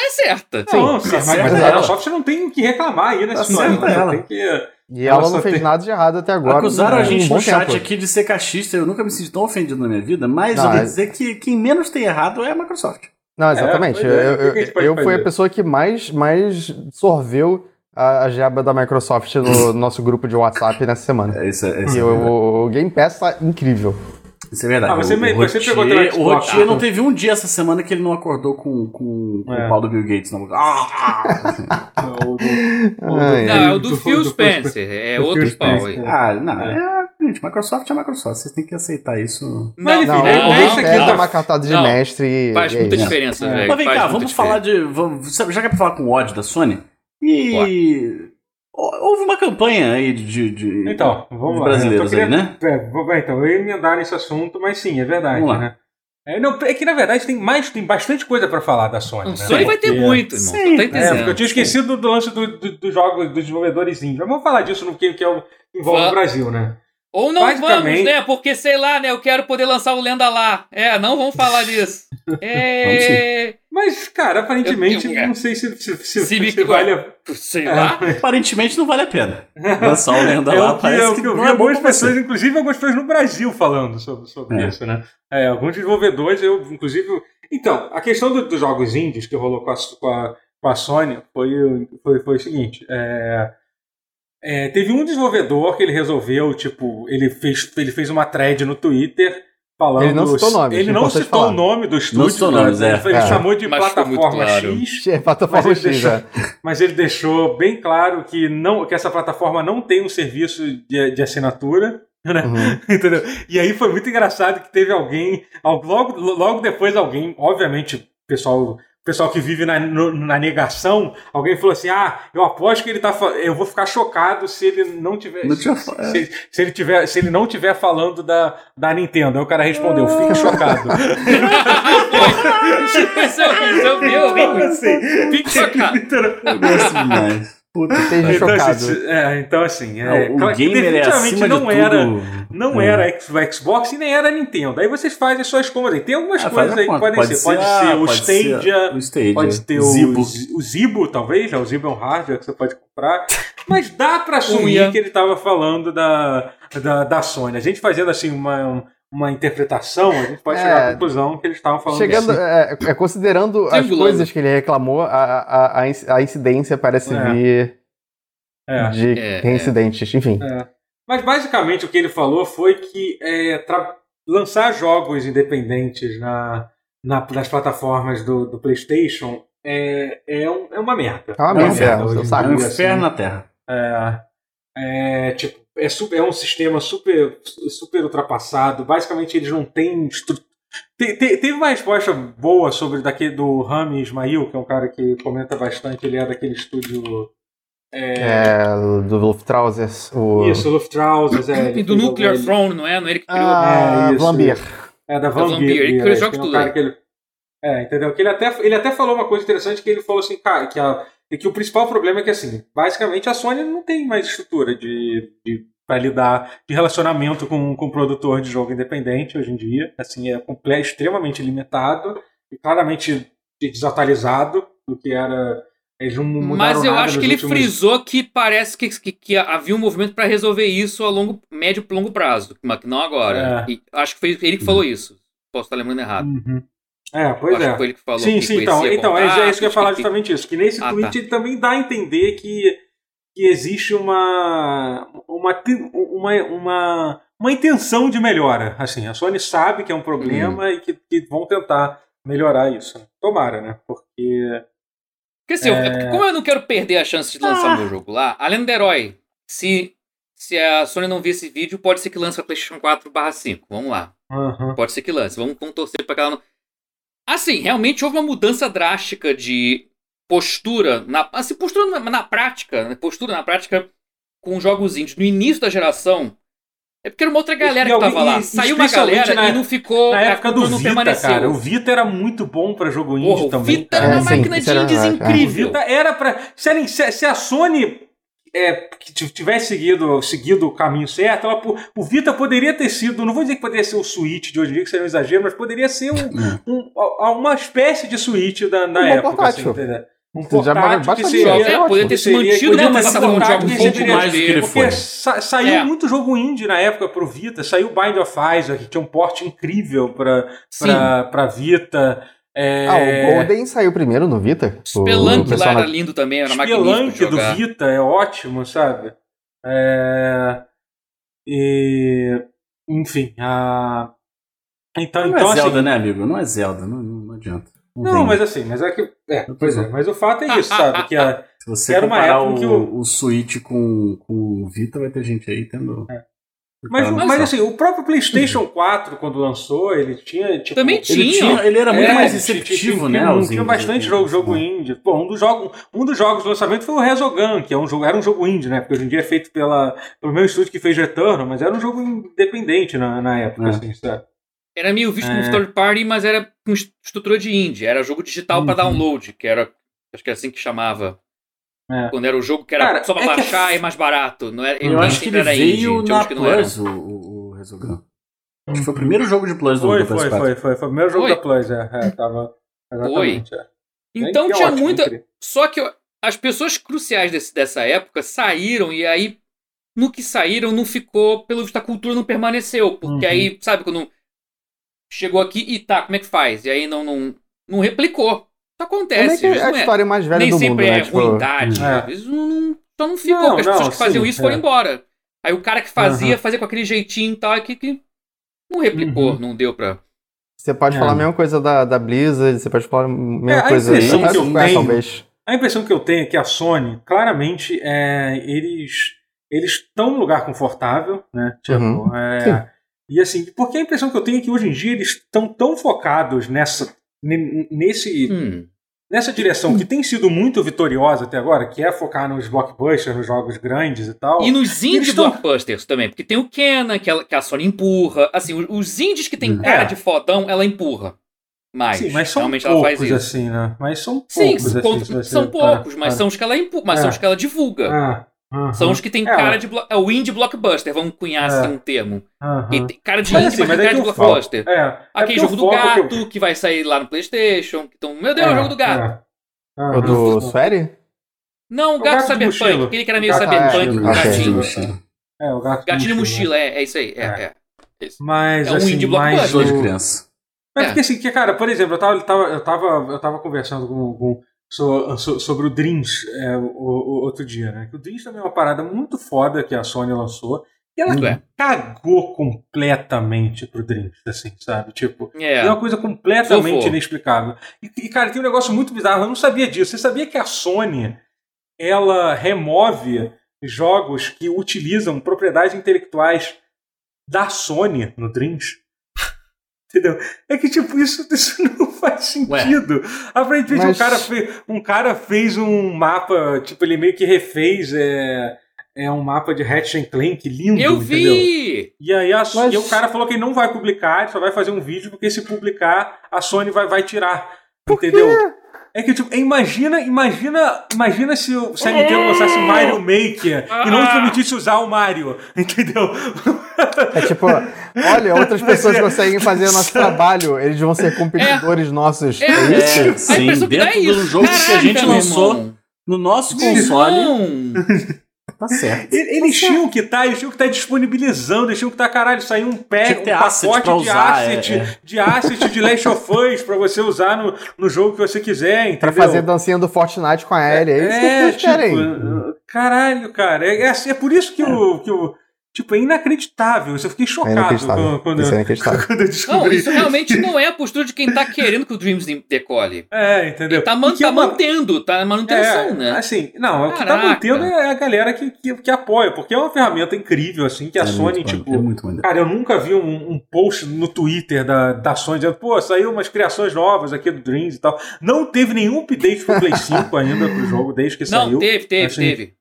É certa.
Não,
Sim,
sim,
tá
mas
certa
a
ela.
Microsoft não tem o que reclamar aí nessa
Tá
história.
certa
né? Só
ela.
tem que-
E ela
Nossa,
não fez
tem-
nada de errado até agora.
Acusaram
por
a gente
um bom
no chat
tempo.
aqui de ser caixista, eu nunca me senti tão ofendido na minha vida, mas
Não,
eu
é-
vou dizer que quem menos tem errado é a Microsoft.
Não, exatamente.
É,
eu
pois é.
eu,
O que que a gente
eu-
pode
eu fui
fazer?
a pessoa que mais, mais sorveu a, a jaba da Microsoft no nosso grupo de WhatsApp nessa semana.
É, isso é,
E o, o Game Pass tá incrível.
Isso é verdade.
Ah, você
o,
me-
o
você
Rotier-
pegou teu
o
Xbox,
Rotier
ah.
não teve um dia essa semana que ele não acordou com, com, com
É.
o pau do Bill Gates na boca. Ah,
o- o-
Ai,
Não, é o do
Do-
Phil
do-
Spencer. É
do
outro
Phil
pau
Spencer.
aí.
ah, não. É, gente, Microsoft é Microsoft. Vocês têm que aceitar isso.
Mas
Não,
enfim,
o
né?
Game
Deixa
Pass
aqui,
é
tá-
uma cartada de
Não.
mestre. e-
Faz
e é
muita
isso.
diferença,
É.
velho.
Mas vem
faz
cá,
muita
vamos falar
diferença.
de. Vamos, sabe, já que é pra falar com ódio da Sony, e. hou- Houve uma campanha aí de. de- de-
Então, vamos
de
lá.
brasileiros
Eu só
aí, né?
É, vou- vai, então, eu ia emendar nesse assunto, mas sim, é verdade,
Vamos lá.
né? É, não, é que na verdade tem mais, tem bastante coisa pra falar da Sony.
Não,
né?
Sony vai ter
Porque-
muito, irmão.
Sim,
Sim, tá
É, porque eu
entendendo.
tinha esquecido do lance do- do- dos jogos dos desenvolvedores índios. Mas vamos falar disso no que, que é o- envolve
Fa-
o Brasil, né?
Ou não vamos,
basicamente-
né? Porque, sei lá, né? Eu quero poder lançar o Lenda lá. É, não vamos falar disso. É...
Mas, cara, aparentemente,
Eu-
eu,
eu-
não sei se, se, se,
Se me-
se vale a
Sei lá.
Aparentemente não vale a pena. Lançar o Lenda
é
lá
o que,
parece
é o
que,
que eu vi
não é bom
algumas
pra você.
pessoas, inclusive algumas pessoas no Brasil falando sobre, sobre
É.
isso, né? É, alguns desenvolvedores, eu, inclusive. Então, a questão do- dos jogos indies que rolou com a, com a, com a Sony foi, o- foi, foi o seguinte. é, é, teve um desenvolvedor que ele resolveu, tipo, ele fez, ele fez uma thread no Twitter falando.
Ele não citou nomes,
Ele
é
não
importante
citou
falar.
o nome do estúdio.
citou
né?
nomes, é.
Ele
É.
chamou de
Mas ficou muito
plataforma
claro.
X.
É, plataforma
Mas
X,
ele
é.
Mas ele deixou bem claro que, não, que essa plataforma não tem um serviço de, de assinatura. Né?
Uhum.
Entendeu? E aí foi muito engraçado que teve alguém, ao- logo, logo depois alguém, obviamente, o pessoal, o pessoal que vive na, no- na negação, alguém falou assim: ah, eu aposto que ele tá. fa- Eu vou ficar chocado se ele não tiver.
Não tinha
se,
fa- é.
se- se ele tiver se ele não tiver falando da, da Nintendo. Aí o cara respondeu:
Ah.
fica chocado.
Isso eu vi, eu
Como
vi.
assim?
Fique chocado.
Eu gosto demais. Puta,
Esteja
Então,
chocado.
assim, é, então, assim,
não,
é,
o
claro que
gamer é
definitivamente
acima
não
de tudo.
era. Não
É.
era X- Xbox e nem era Nintendo. Aí vocês fazem as suas compras. aí. Tem algumas
Ah, faz
coisas
a
aí que
conta.
podem ser. Pode ser o
pode ser
Stadia,
o É um Stadia,
pode ter o
Zibo.
Zibo, o Zibo talvez. né? O Zibo é um hardware que você pode comprar. Mas dá pra
Unha.
assumir que ele tava falando da, da, da Sony. A gente fazendo assim uma, uma interpretação, a gente pode
É.
chegar à conclusão que eles estavam falando
Chegando,
assim.
é, é, considerando as
Triangulando.
coisas que ele reclamou, a, a, a inc- a incidência parece
É.
vir
É.
de
É,
reincidentes. Enfim,
Mas basicamente o que ele falou foi que é, tra- lançar jogos independentes na, na- nas plataformas do, do PlayStation é, é, um- é uma merda.
É uma
merda,
é,
hoje
eu
em
É
saco.
dia,
um
assim.
inferno na Terra.
É, é, tipo, é, su- é um sistema super, super ultrapassado. Basicamente, eles não têm. estru- Te- te- teve uma resposta boa sobre daquele do Rami Ismail, que é um cara que comenta bastante. Ele é daquele estúdio.
é, do Lufttrausers, o...
Isso, Luftrausers. É, ele
E do
fez
Nuclear
algum-
Throne, não é? Não é ele que criou.
Ah,
É, isso.
Vlambeer.
É, da
Van
Van
Beer,
Beer,
ele criou
é,
os jogos
tem um
tudo,
cara
é.
que ele- É, entendeu? Que ele até, ele até falou uma coisa interessante que ele falou assim, cara, que, a- que o principal problema é que, assim, basicamente a Sony não tem mais estrutura de, de pra lidar de relacionamento com, com o produtor de jogo independente hoje em dia. Assim, é comple- extremamente limitado e claramente desatualizado do que era... Eles não mudaram
Mas eu
nada
acho
nos
que ele
últimos-
frisou que parece que, que, que havia um movimento pra resolver isso a longo, médio e longo prazo, mas não agora.
É.
E acho que foi ele que falou isso. Posso estar lembrando errado.
Uhum. É,
Eu
pois
acho
é.
que foi ele que falou.
Sim,
que
sim, então,
conhecia
então é, é isso que eu ia
contatos,
falar
que-
justamente isso, que nesse
Ah,
tweet
tá.
ele também dá a entender que, que existe uma uma, te- uma uma uma intenção de melhora, assim, a Sony sabe que é um problema
Uhum.
e que, que vão tentar melhorar isso. Tomara, né? Porque
Porque assim, eu- como eu não quero perder a chance de lançar
Ah.
meu jogo lá, além do herói, se, se a Sony não vir esse vídeo, pode ser que lance a PlayStation 4 barra 5. Vamos lá.
Aham.
Pode ser que lance. Vamos, vamos torcer pra que ela não. Assim, realmente houve uma mudança drástica de postura. Na, assim, postura na, na prática. né? Postura na prática com jogos indies. No início da geração. É porque era uma outra galera
E
que
alguém-
tava lá.
e-
Saiu uma
especialmente
galera
na-
e não ficou.
na
é, a
época do
cultura
Vita, cara, o Vita era muito bom pra jogo indie
Porra, o
também.
Vita
cara. assim,
era uma
É, sim,
máquina
isso
de
era
indies
verdade, é.
O
incrível.
Vita tá, era pra. Se a, se a- se a Sony é, que t- tivesse seguido, seguido o caminho certo, ela, po- o Vita poderia ter sido. Não vou dizer que poderia ser o Switch de hoje em dia, que seria um exagero, mas poderia ser um-
É.
um- a- a- uma espécie de Switch da, da
Um bom
época.
portátil.
assim, entendeu? um
Você já é
portátil que
basta
Jogos,
seria.
jogos, é
é,
ótimo.
poderia ter se
Seria-
mantido
poderia
numa
ter se
plataforma de
mantado
jogos um
nesse
pouco
direito.
mais do que ele
foi.
Porque sa- saiu
É.
muito jogo indie na época pro Vita, saiu Bind of Isaac, que tinha um porte incrível pra,
Sim.
pra, pra Vita. É...
Ah, o Golden saiu primeiro no Vita.
Spelunk
o
lá era
personagem-
lindo também, era magnífico. de
Spelunk do
É, jogar.
Vita é ótimo, sabe? É... E... Enfim, a... Então,
Não
então
é Zelda,
assim...
né, amigo? Não é Zelda, não, não, não adianta.
Não,
tem.
mas assim, mas é que... É, pois é, mas o fato é isso, sabe? Que a...
Se você
era uma
comparar
época em
o,
que
o... Switch com, com o Vita, vai ter gente aí tendo...
É. mas,
Comparando
mas
só.
assim, o próprio Playstation 4, quando lançou, ele tinha... Tipo,
Também
Ele,
tinha.
tinha- ele era muito
É,
mais
tinha- tinha-
receptivo,
tinha-
né?
Tinha,
aos
tinha
indies,
bastante
assim.
jogo, jogo indie. Pô, um dos, jogos, um dos jogos do lançamento foi o Resogun, que é um jogo, era um jogo indie, né? Porque hoje em dia é feito pela, pelo meu estúdio que fez Return, mas era um jogo independente na, na época,
É.
assim, sabe?
Era meio visto como
É.
third party, mas era com est- estrutura de indie. Era jogo digital pra
Uhum.
download, que era. Acho que era assim que chamava.
É.
Quando era o jogo que era
Cara,
só pra
é que-
baixar e mais barato. Não era,
Eu
nem
acho que
sempre
ele
era
veio
indie, tinha
na
uns que não eram.
Plus, o, o, o Resogun. Acho que foi o primeiro jogo de Plus do,
Foi,
do PS4.
foi, foi, foi, foi. O primeiro jogo
Foi.
da Plus, é. é tava, exatamente. é.
Então
Que é
tinha
ótimo,
muita.
incrível.
Só que eu- as pessoas cruciais desse- dessa época saíram e aí no que saíram não ficou, pelo visto a cultura não permaneceu, porque
Uhum.
aí, sabe, quando chegou aqui e tá, como é que faz? E aí não não, não replicou. Isso
Também
acontece,
que
isso
é a
não é-
história mais velha
nem
do
sempre
mundo,
é
né? Tipo,
ruindade,
é.
às vezes não, não, só não ficou,
Não,
porque as
não,
pessoas que faziam
sim,
isso foram
é.
embora. Aí o cara que fazia, fazia com aquele jeitinho e tal, e que, que não replicou,
Uhum.
não deu pra...
você pode
É.
falar a mesma coisa da, da Blizzard, você pode falar a
É,
mesma
a
coisa
impressão
da
que eu
Square,
tenho-
talvez.
A impressão que eu tenho é que a Sony, claramente, é, eles eles estão num lugar confortável, né? Tipo,
Uhum.
é,
Sim.
e assim, porque a impressão que eu tenho é que hoje em dia eles estão tão focados nessa, ne- nesse
Hum.
nessa direção que tem sido muito vitoriosa até agora, que é focar nos blockbusters, nos jogos grandes e tal.
E
Eles
nos indies
estão-
blockbusters também, porque tem o Kena, que, ela- que a Sony empurra. Assim, os, os indies que tem
Uhum.
Hum.
cara
É.
de fodão, ela empurra. Mas,
Sim, mas são
realmente ela faz
poucos
isso.
assim, né? Mas são
Sim,
poucos assim.
contra-
se você
são
parar-
poucos, mas
parar-
são os que ela empurra, mas
É.
são os que ela divulga.
Ah, aham,
São os que tem
É.
cara de. blo- É o indie blockbuster, vamos cunhar
É.
assim um termo.
aham.
Que tem cara de
Mas
indie,
assim,
mas,
mas
tem
é
cara de
que eu falo.
blockbuster.
É, é
Aquele
porque
jogo
o
do
foco que eu-
gato que, vai sair lá no PlayStation. que tão- meu Deus, é o jogo do gato.
é, é.
O do Swery?
Não, o
O
gato,
gato de
Cyberpunk,
mochila.
aquele que era meio
Gato de
Cyberpunk,
mochila.
com
Ok.
gatinho.
É, o gato de
Gatinho de mochila, é, é isso aí. É,
É.
é.
Mas,
É um
assim,
indie
mais
blockbuster.
Show de
o...
criança.
Mas
É.
porque assim, que, cara, por exemplo, eu tava, eu tava, eu tava, eu tava conversando com, com- so- so- sobre o Dreams é, o, o- outro dia, né? Que o Dreams também é uma parada muito foda que a Sony lançou. E ela
Muito é.
cagou completamente pro Dreams, assim, sabe? Tipo,
É.
é uma coisa completamente
Fofo.
inexplicável. E, e, cara, tem um negócio muito bizarro, eu não sabia disso. Você sabia que a Sony, ela remove jogos que utilizam propriedades intelectuais da Sony no Dreams? Entendeu? É que, tipo, isso, isso não faz sentido. Aparentemente,
Mas-
um, cara fez, um cara fez um mapa, tipo, ele meio que refez é, é um mapa de Hatch and Clank lindo,
Eu
entendeu?
vi!
E aí a-
Mas-
e o cara falou que ele não vai publicar, ele só vai fazer um vídeo, porque se publicar, a Sony vai, vai tirar. entendeu? É que, tipo, imagina, imagina, imagina se, o, se a Nintendo lançasse Mario Maker e não
Ah!
permitisse usar o Mario, entendeu?
É tipo, olha, outras
Mas
pessoas
é-
conseguem fazer o nosso trabalho, eles vão ser competidores nossos.
É.
É isso?
É,
A
sim,
impressão que dá é
dentro de
isso.
um jogo que a
Caraca,
gente
meu
lançou
irmão.
no nosso
Meu
console.
irmão.
Tá certo.
E- Eles tinham que tá, eles tinham que estar disponibilizando, eles tinham que estar, caralho, sair um
Tinha
pack,
que
um
ter asset
pacote
pra
de
usar, é,
asset,
é.
de asset de Last of Us pra você usar no, no jogo que você quiser, entendeu?
Pra fazer dancinha do Fortnite com a Ellie. É isso que
É,
eles querem.
tipo, caralho, cara. É, é assim, é por isso que, O, que o. Tipo, é inacreditável. Eu fiquei
É
chocado
inacreditável.
quando, quando,
Isso é
eu,
inacreditável.
quando eu
Não,
descobri.
isso realmente não é a postura de quem tá querendo que o Dreams decole.
É, entendeu?
Ele tá, man-
E que
tá
é uma-
mantendo, tá manutenção,
É,
né?
assim, não, o que tá
Caraca.
mantendo é a galera que, que, que apoia, porque é uma ferramenta incrível, assim, que a
É
Sony,
muito
tipo,
maneiro, é muito maneiro.
Cara, eu nunca vi um, um post no Twitter da, da Sony dizendo, pô, saiu umas criações novas aqui do Dreams e tal. Não teve nenhum update pro Play 5 ainda pro jogo, desde que
Não,
saiu.
teve, teve,
assim,
teve.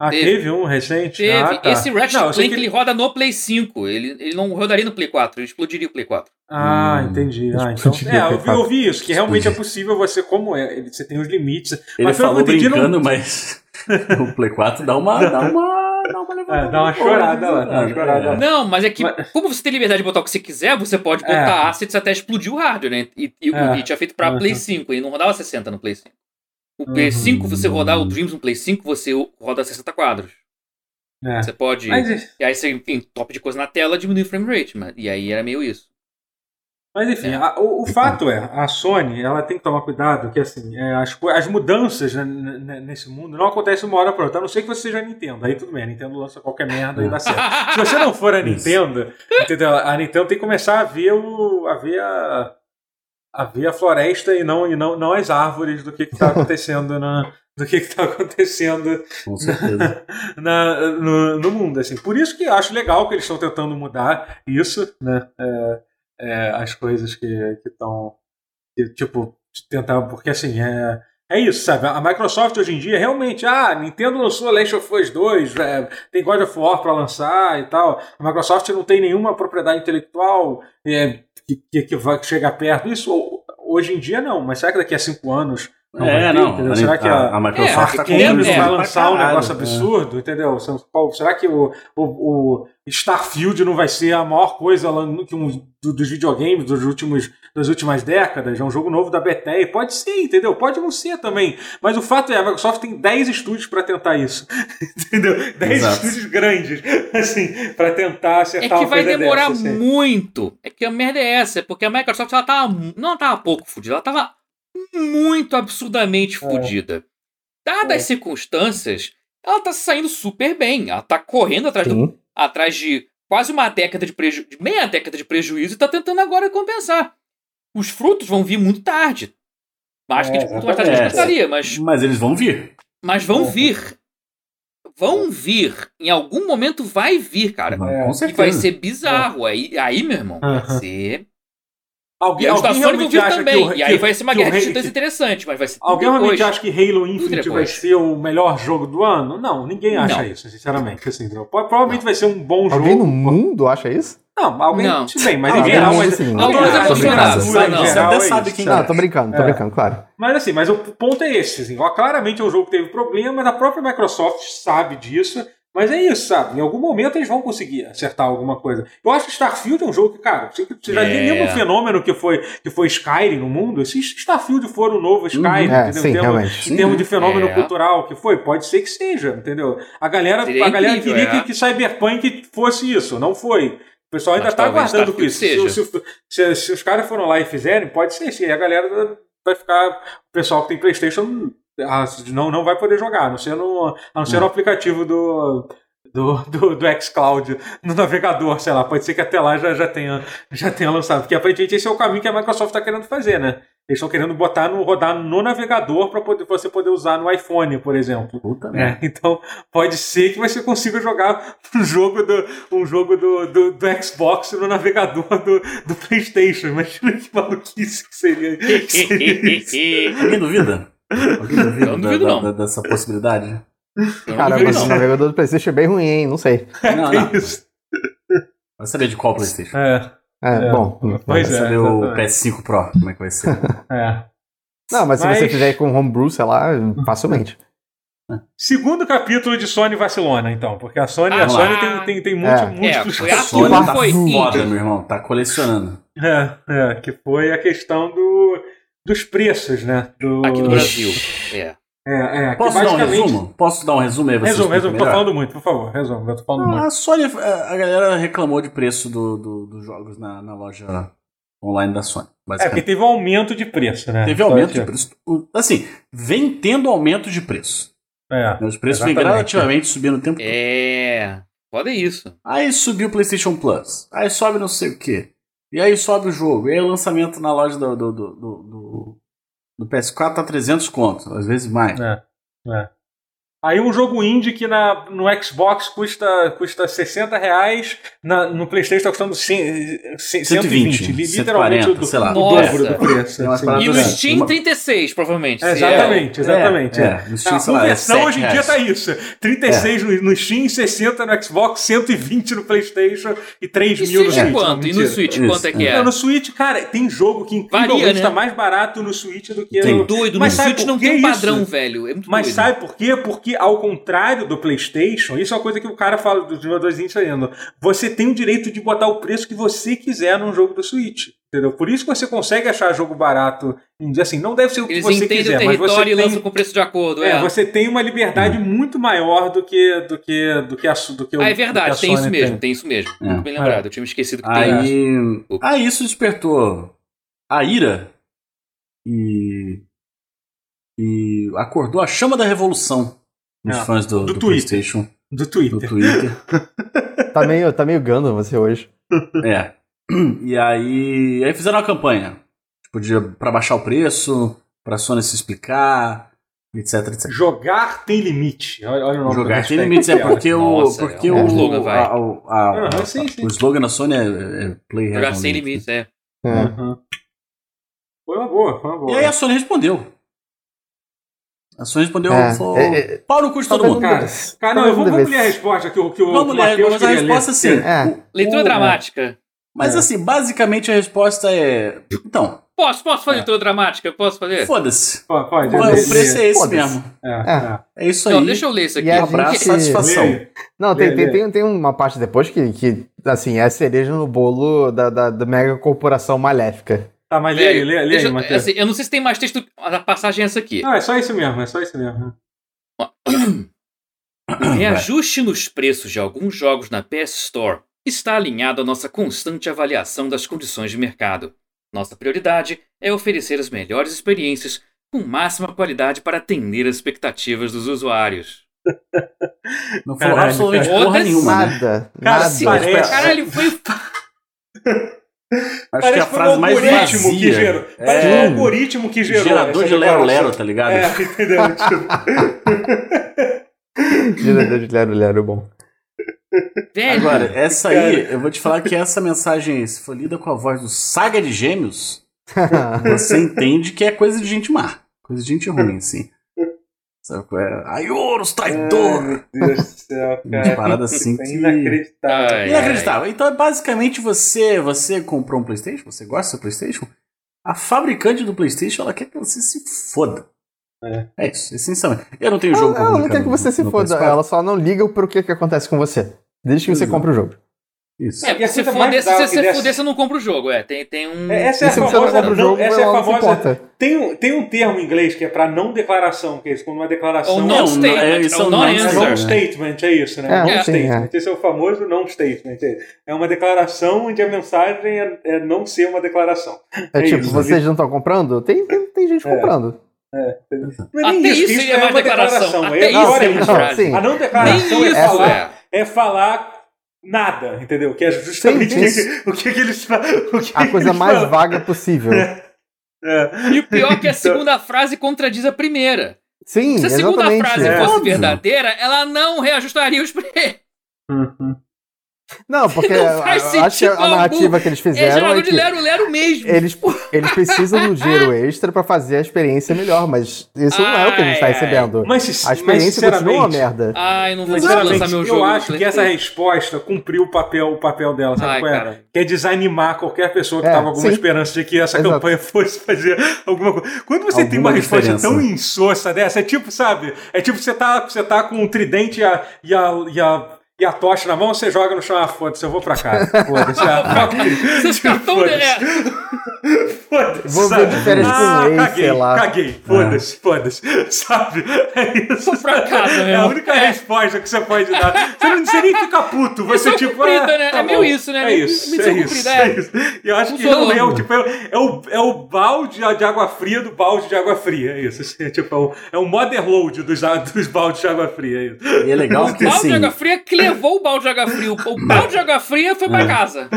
ah, teve.
teve.
um recente?
Teve.
Ah, tá.
Esse Ratchet
Não, eu sei
Clank
que-
ele roda no Play 5. Ele, ele não rodaria no Play 4, ele explodiria o Play 4.
Ah,
Hum,
entendi. Ah, então...
explodiria,
É, eu vi, eu vi isso, que realmente é
Explodiria.
possível você, como é, ele- você tem os limites.
Ele
Mas um- pelo que
falou
eu entendi, não-
brincando, mas o Play 4 dá uma. dá uma. dá uma levantada.
É, dá uma chorada lá, dá uma chorada lá.
Não, mas é que,
Mas-
como você tem liberdade de botar o que você quiser, você pode
É.
botar assets até explodir o hardware, né? E, e,
É.
e tinha feito pra
Uhum.
Play 5, e não rodava 60 no Play 5. O Play 5, você rodar o Dreams no Play 5, você roda 60 quadros.
É.
Você pode.
Mas,
E aí você, enfim, top de coisa na tela, diminui o frame rate, mas, e aí era meio isso.
mas enfim,
É.
a- o, o fato é, a Sony ela tem que tomar cuidado, que assim, é, as, co- as mudanças né, n- n- nesse mundo não acontecem uma hora para outra, a não ser que você seja a Nintendo. Aí tudo bem, a Nintendo lança qualquer merda e dá certo. Se você não for a
Isso.
Nintendo, entendeu? A Nintendo tem que começar a ver o. a ver a. a ver a floresta e não, e não, não as árvores do que está acontecendo na. Do que está acontecendo
Com certeza.
na- no, no mundo, assim. Por isso que eu acho legal que eles estão tentando mudar isso, né? É, é, as coisas que estão, tipo, tentar, porque assim, é, é isso, sabe? A Microsoft hoje em dia realmente, ah, Nintendo lançou Last of Us 2, é, tem God of War pra lançar e tal. A Microsoft não tem nenhuma propriedade intelectual é, que, que, que vai chegar perto. Isso ho- hoje em dia não, mas será que daqui a cinco anos não vai
é,
ter,
não.
entendeu?
A,
Será que a,
a, a Microsoft
É,
tá
a
porque tem-
Activision
comprando
é,
vai
pra
lançar um
caralho,
negócio
é.
absurdo, entendeu? São Paulo, Será que o, o, o Starfield não vai ser a maior coisa lá no- que um, do- dos videogames dos últimos, das últimas décadas? É um jogo novo da Bethesda? Pode ser, entendeu? Pode não ser também. Mas o fato é, a Microsoft tem 10 estúdios para tentar isso. entendeu? 10
Exato.
estúdios grandes, assim, para tentar
É
acertar
que
uma
vai
coisa
demorar
dessa, assim.
muito. É que a merda é essa, é porque a Microsoft ela tava. mu- Não tava pouco fudida, ela tava muito absurdamente fudida. Dadas as circunstâncias, ela tá saindo super bem. Ela tá correndo atrás, do,
Sim.
atrás de quase uma década de prejuízo, de meia década de prejuízo e tá tentando agora compensar. Os frutos vão vir muito tarde. Acho que
É,
a gente- muito mais tarde a gente
exatamente.
gostaria, mas
Mas eles vão vir.
Mas vão
É.
vir. Vão vir. Em algum momento vai vir, cara.
Mas, Com
E vai
certeza.
ser bizarro. Aí, aí meu irmão, vai
Aham.
ser.
Alguém,
E tá os da
alguém
Sony vão
realmente
vir
acha que o
também.
Rei-
e aí
que-
vai ser uma
que o
guerra de
Rei-
titãs
que-
interessante, mas vai ser.
Alguém
depois.
realmente acha que Halo Infinite vai
depois.
ser o melhor jogo do ano? Não, ninguém acha
Não.
isso, sinceramente. Assim, entendeu? Pro- provavelmente vai ser um bom
Alguém
jogo.
no mundo acha isso?
Não, alguém.
Não.
Se bem, mas
Ah,
em
todo
geral.
mundo
Mas,
sim.
em
Alguém
geral,
acha
a
que
cultura em
não.
Não, você
geral
até
é
sabe
isso.
quem
Não, tô brincando, tô
É.
brincando, claro.
Mas assim, mas o ponto é esse. Assim, ó, claramente o jogo teve problema, a própria Microsoft sabe disso. Mas é isso, sabe? Em algum momento eles vão conseguir acertar alguma coisa. Eu acho que Starfield é um jogo que, cara, você você já
É.
viu lembra o fenômeno que foi, que foi Skyrim no mundo? Se Starfield for o novo Skyrim,
É,
entendeu?
sim,
Em termos-
realmente.
em termos de fenômeno
É.
cultural que foi, pode ser que seja, entendeu? A galera,
Seria
a galera
incrível,
queria
é.
que, que Cyberpunk fosse isso, não foi. O pessoal ainda
Mas
está
talvez
aguardando com
Starfield
isso. Se,
seja.
se- se- se os caras foram lá e fizerem, pode ser sim. Aí A galera vai ficar. O pessoal que tem PlayStation ah, não, não vai poder jogar, a não ser no, a não ser no aplicativo do. Do, do, do xCloud no navegador, sei lá, pode ser que até lá já, já, tenha, já tenha lançado, porque aparentemente esse é o caminho que a Microsoft está querendo fazer, né? Eles estão querendo botar no rodar no navegador para poder pra você poder usar no iPhone, por exemplo.
Puta merda.
É.
né? Então pode ser que você consiga jogar um jogo do um jogo do, do, do Xbox no navegador do, do PlayStation. Imagina que maluquice que seria, que seria isso.
Alguém duvida? Alguém duvida
Eu não duvido,
da-
não.
da- dessa possibilidade?
Eu não
Cara,
duvido,
mas o
não.
navegador do PlayStation é bem ruim, hein? Não sei.
Não, não.
É Isso.
Vai saber de qual PlayStation?
É,
É,
É.
bom.
Vai
pois é.
saber o
exatamente.
PS5 Pro, como é que vai ser?
é.
Não, mas se você
Mas-
fizer com homebrew, sei lá, facilmente.
Segundo capítulo de Sony Vacilona, então, porque a Sony,
Ah,
a Sony
lá.
tem, tem, tem muitos,
É,
muitos
foi a
Sony
Aquilo
tá
foi
foda,
indie.
meu irmão. Tá colecionando.
É, é, que foi a questão do, dos preços, né? Do,
Aqui no Brasil. É.
É, é, que
Posso dar um
basicamente-
resumo? Posso dar um resumo aí? você
Resumo,
explica
resumo, tô
melhor?
falando muito, por favor, resumo, eu tô falando
Ah,
muito.
A Sony, a a galera reclamou de preço do, do- dos jogos na, na loja online da Sony,
É, porque
basicamente.
teve um aumento de preço, né?
Teve
Só
aumento
que-
de preço. O- Assim, vem tendo aumento de preço.
É.
né? Os preços vêm
Exatamente.
gradativamente subindo o tempo todo.
É. Foda isso.
Aí subiu o PlayStation Plus. Aí sobe não sei o que. E aí sobe o jogo. E aí o lançamento na loja do, do, do, do- do- do PS4 tá 300 conto. Às vezes mais.
É, é. Aí um jogo indie que na, no Xbox custa, custa 60 reais, na, no Playstation tá custando cem- cem- 120,
120,
li- literalmente
140,
o do,
sei lá.
o
Nossa.
dobro do preço.
Tem umas
assim.
paradas
E no
Exatamente.
Steam 36, provavelmente.
É,
se é.
exatamente, exatamente.
É,
é.
é. No Steam,
A
sei lá, é
conversão
sete
hoje em dia
reais. É.
tá isso: 36 no, no Steam, 60 no Xbox, 120 no PlayStation e 3
E
mil no
Switch
Switch.
é quanto? E no
Mentira.
Switch,
Isso,
quanto é que é?
Não, no Switch, cara, tem jogo que incrivelmente
Varia, né?
tá mais barato no Switch do que
Tem.
no.
Doido, no
Mas sabe
Switch
por
não
que
tem um
isso?
padrão, velho. É muito
Mas
doido.
sabe por quê? Porque, ao contrário do PlayStation, isso é uma coisa que o cara fala dos jogadores indies ainda. Você tem o direito de botar o preço que você quiser num jogo do Switch. Entendeu? Por isso que você consegue achar jogo barato. indie. Assim, não deve ser o que
Eles
você
entendem
quiser,
o
mas você
território e
tem
lançam com preço de acordo. É,
É, você tem uma
Hum.
liberdade muito maior do que do que do que a su- do que o-
Ah, é
do que a
verdade, tem
Sony
isso mesmo, tem, isso mesmo.
É.
Muito bem lembrado, eu tinha me esquecido que tem isso.
Aí,
O-
aí isso despertou a ira e, e acordou a chama da revolução nos
É,
fãs do,
do
do
Twitter.
PlayStation,
do
do
Twitter.
Twitter.
Tá meio, tá meio Gundam você hoje.
é. E aí, aí fizeram uma campanha tipo, de, pra baixar o preço, pra Sony se explicar, etc, etc.
Jogar tem limite. Olha, olha o nome do
Jogar
hashtag.
tem limites, é porque
Nossa,
o. Porque
é um
o,
slogan, vai.
a- o- a-
Aham,
a-
sim, sim.
o slogan da Sony é, é Play
Jogar
Hard on
sem limites, é.
É.
Uhum. Foi uma boa, foi uma
E
boa.
aí a Sony respondeu. A Sony respondeu,
É,
falou,
é, é.
pau no cu de todo
Talvez
mundo.
não
cara.
devesse.
Cara, não,
Talvez
eu vou
não
vamos ler
devesse.
a resposta que o que o
Vamos
que o
ler,
Mateus
mas a
queria ler.
resposta é sim.
É.
O-
Leitura
o-
dramática.
Mas
É.
assim, basicamente a resposta é, então,
Posso, posso fazer
É.
leitura dramática? Posso fazer?
foda-se.
Pode, É. pode,
O
pode ler.
preço é esse
Foda-se.
mesmo.
É,
É.
É isso aí.
Não, deixa eu ler isso aqui.
E a
Um abraço,
gente-
satisfação.
Leia.
Não, tem,
Lê,
tem,
lê.
tem, tem uma parte depois que, que assim, é a cereja no bolo da, da, da mega corporação maléfica.
Tá, mas lê aí, lê, lê aí,
Deixa-
Matheus.
assim, eu não sei se tem mais texto, mas a passagem é essa aqui.
Não, é só isso mesmo, é só isso mesmo.
O reajuste nos preços de alguns jogos na PS Store está alinhado à nossa constante avaliação das condições de mercado. Nossa prioridade é oferecer as melhores experiências com máxima qualidade para atender as expectativas dos usuários.
Não falou
Caralho,
absolutamente
cara.
porra nenhuma, né?
Nada.
Cara, assim,
nada.
se parece-
Caralho, foi o
Acho que é a frase mais
um algoritmo que
vazia.
gerou. Parece
É,
um algoritmo que gerou.
gerador
essa
de Lero
declaração.
Lero, tá ligado?
É, entendeu? Tipo,
Diretor de Lero Lero, bom.
Velho,
Agora, essa aí, eu vou te falar que essa mensagem, se for lida com a voz do Saga de Gêmeos, você entende que é coisa de gente má. Coisa de gente ruim, assim. Sabe qual é? Aioros, traidor!
Meu Deus do céu,
Umas
cara.
paradas assim
É
que...
inacreditável.
Ai,
Inacreditável. Então, basicamente, você, você comprou um Playstation? Você gosta do Playstation? A fabricante do Playstation, ela quer que você se foda.
É.
É isso, essencialmente. Eu não tenho
Ela,
jogo
ela não
publicado
quer que você
no-
se
no
foda,
PS4.
ela só não liga pro que, que acontece com você. Desde que você
Uhum.
Exato.
compra o jogo.
Isso.
É,
É.
porque se
coisa tá mais
fuder, se
bizarra
você
que
se
desse-
fuder, você não compra o jogo. É, tem, tem um.
É, Essa é
E
a
se você não
famosa.
compra o jogo,
não- Essa é a
ela não se
famosa.
importa.
Tem um, tem um termo em inglês que é pra não declaração, que é isso, quando uma declaração.
Ou
não-
um não statement,
é, isso é
ou
um
não
não-
É
answer.
non
Exato.
statement, é isso, né?
É,
non
é.
statement. Esse é o famoso non statement. É uma declaração onde a mensagem é, é não ser uma declaração.
É,
É
tipo,
isso.
vocês não estão comprando? Tem, tem, tem gente
É.
comprando.
Não é nem
Até isso,
que
é mais declaração. Até
É, não,
isso é
é
uma
isso.
não,
frase.
sim.
A não declaração
Nem
é,
isso,
falar,
é.
é falar nada, entendeu? Que é justamente
Sim, sim.
o que- o que, que eles falam. o que
A
que
coisa
eles
mais
falam.
vaga possível.
É.
E o pior é que a segunda frase contradiz a primeira.
Sim,
Se a segunda
exatamente.
frase
é.
fosse
Óbvio.
verdadeira, ela não reajustaria os preços.
Não, porque
Não faz
eu acho que a
sentido algum.
narrativa que eles
É
fizeram é,
jogador de
que
Lero Lero mesmo.
eles, eles precisam do dinheiro extra pra fazer a experiência melhor, mas isso não é o que a gente tá
Ai, ai.
recebendo.
Mas,
A
sinceramente, mas
experiência continua uma
sinceramente,
merda.
Ai, não vou
Sinceramente,
lançar meu jogo.
eu
no
acho
Play.
que essa é resposta cumpriu o papel, o papel dela, sabe
Ai,
qual é?
cara.
Que é desanimar qualquer pessoa que
É,
estava com alguma
sim.
esperança de que essa
Exato.
campanha fosse fazer alguma coisa. Quando você tem
Alguma
uma resposta
diferença.
tão insossa dessa, é tipo, sabe? É tipo você tá, você tá com um tridente e a, e a, e a, e a tocha na mão, você joga no chão, ah, foda-se, eu vou pra casa. Foda-se, ah,
Vocês ficaram tão.
Foda-se.
É,
Foda-se.
Vou
sabe?
ver de férias com
ah,
um ex,
caguei,
sei lá.
Caguei. Foda-se, foda-se. Sabe? É isso.
Vou pra casa,
é a
meu.
única resposta que você pode dar. Você não você nem fica puto. Você
Missão
tipo.
cumprida,
ah,
né?
tá
É meio
bom.
isso, né?
É isso.
Missão
é, isso
cumprida,
é.
é.
isso. E eu acho que
Funcionou.
não é o tipo. É, o- é o, é o balde de água fria do balde de água fria. É isso. Assim, é, tipo, é o, é o motherload dos, a- dos baldes de água fria. É isso.
E é legal
O
que
balde
assim.
de água fria que levou o balde de água fria. O o balde de água fria foi pra casa.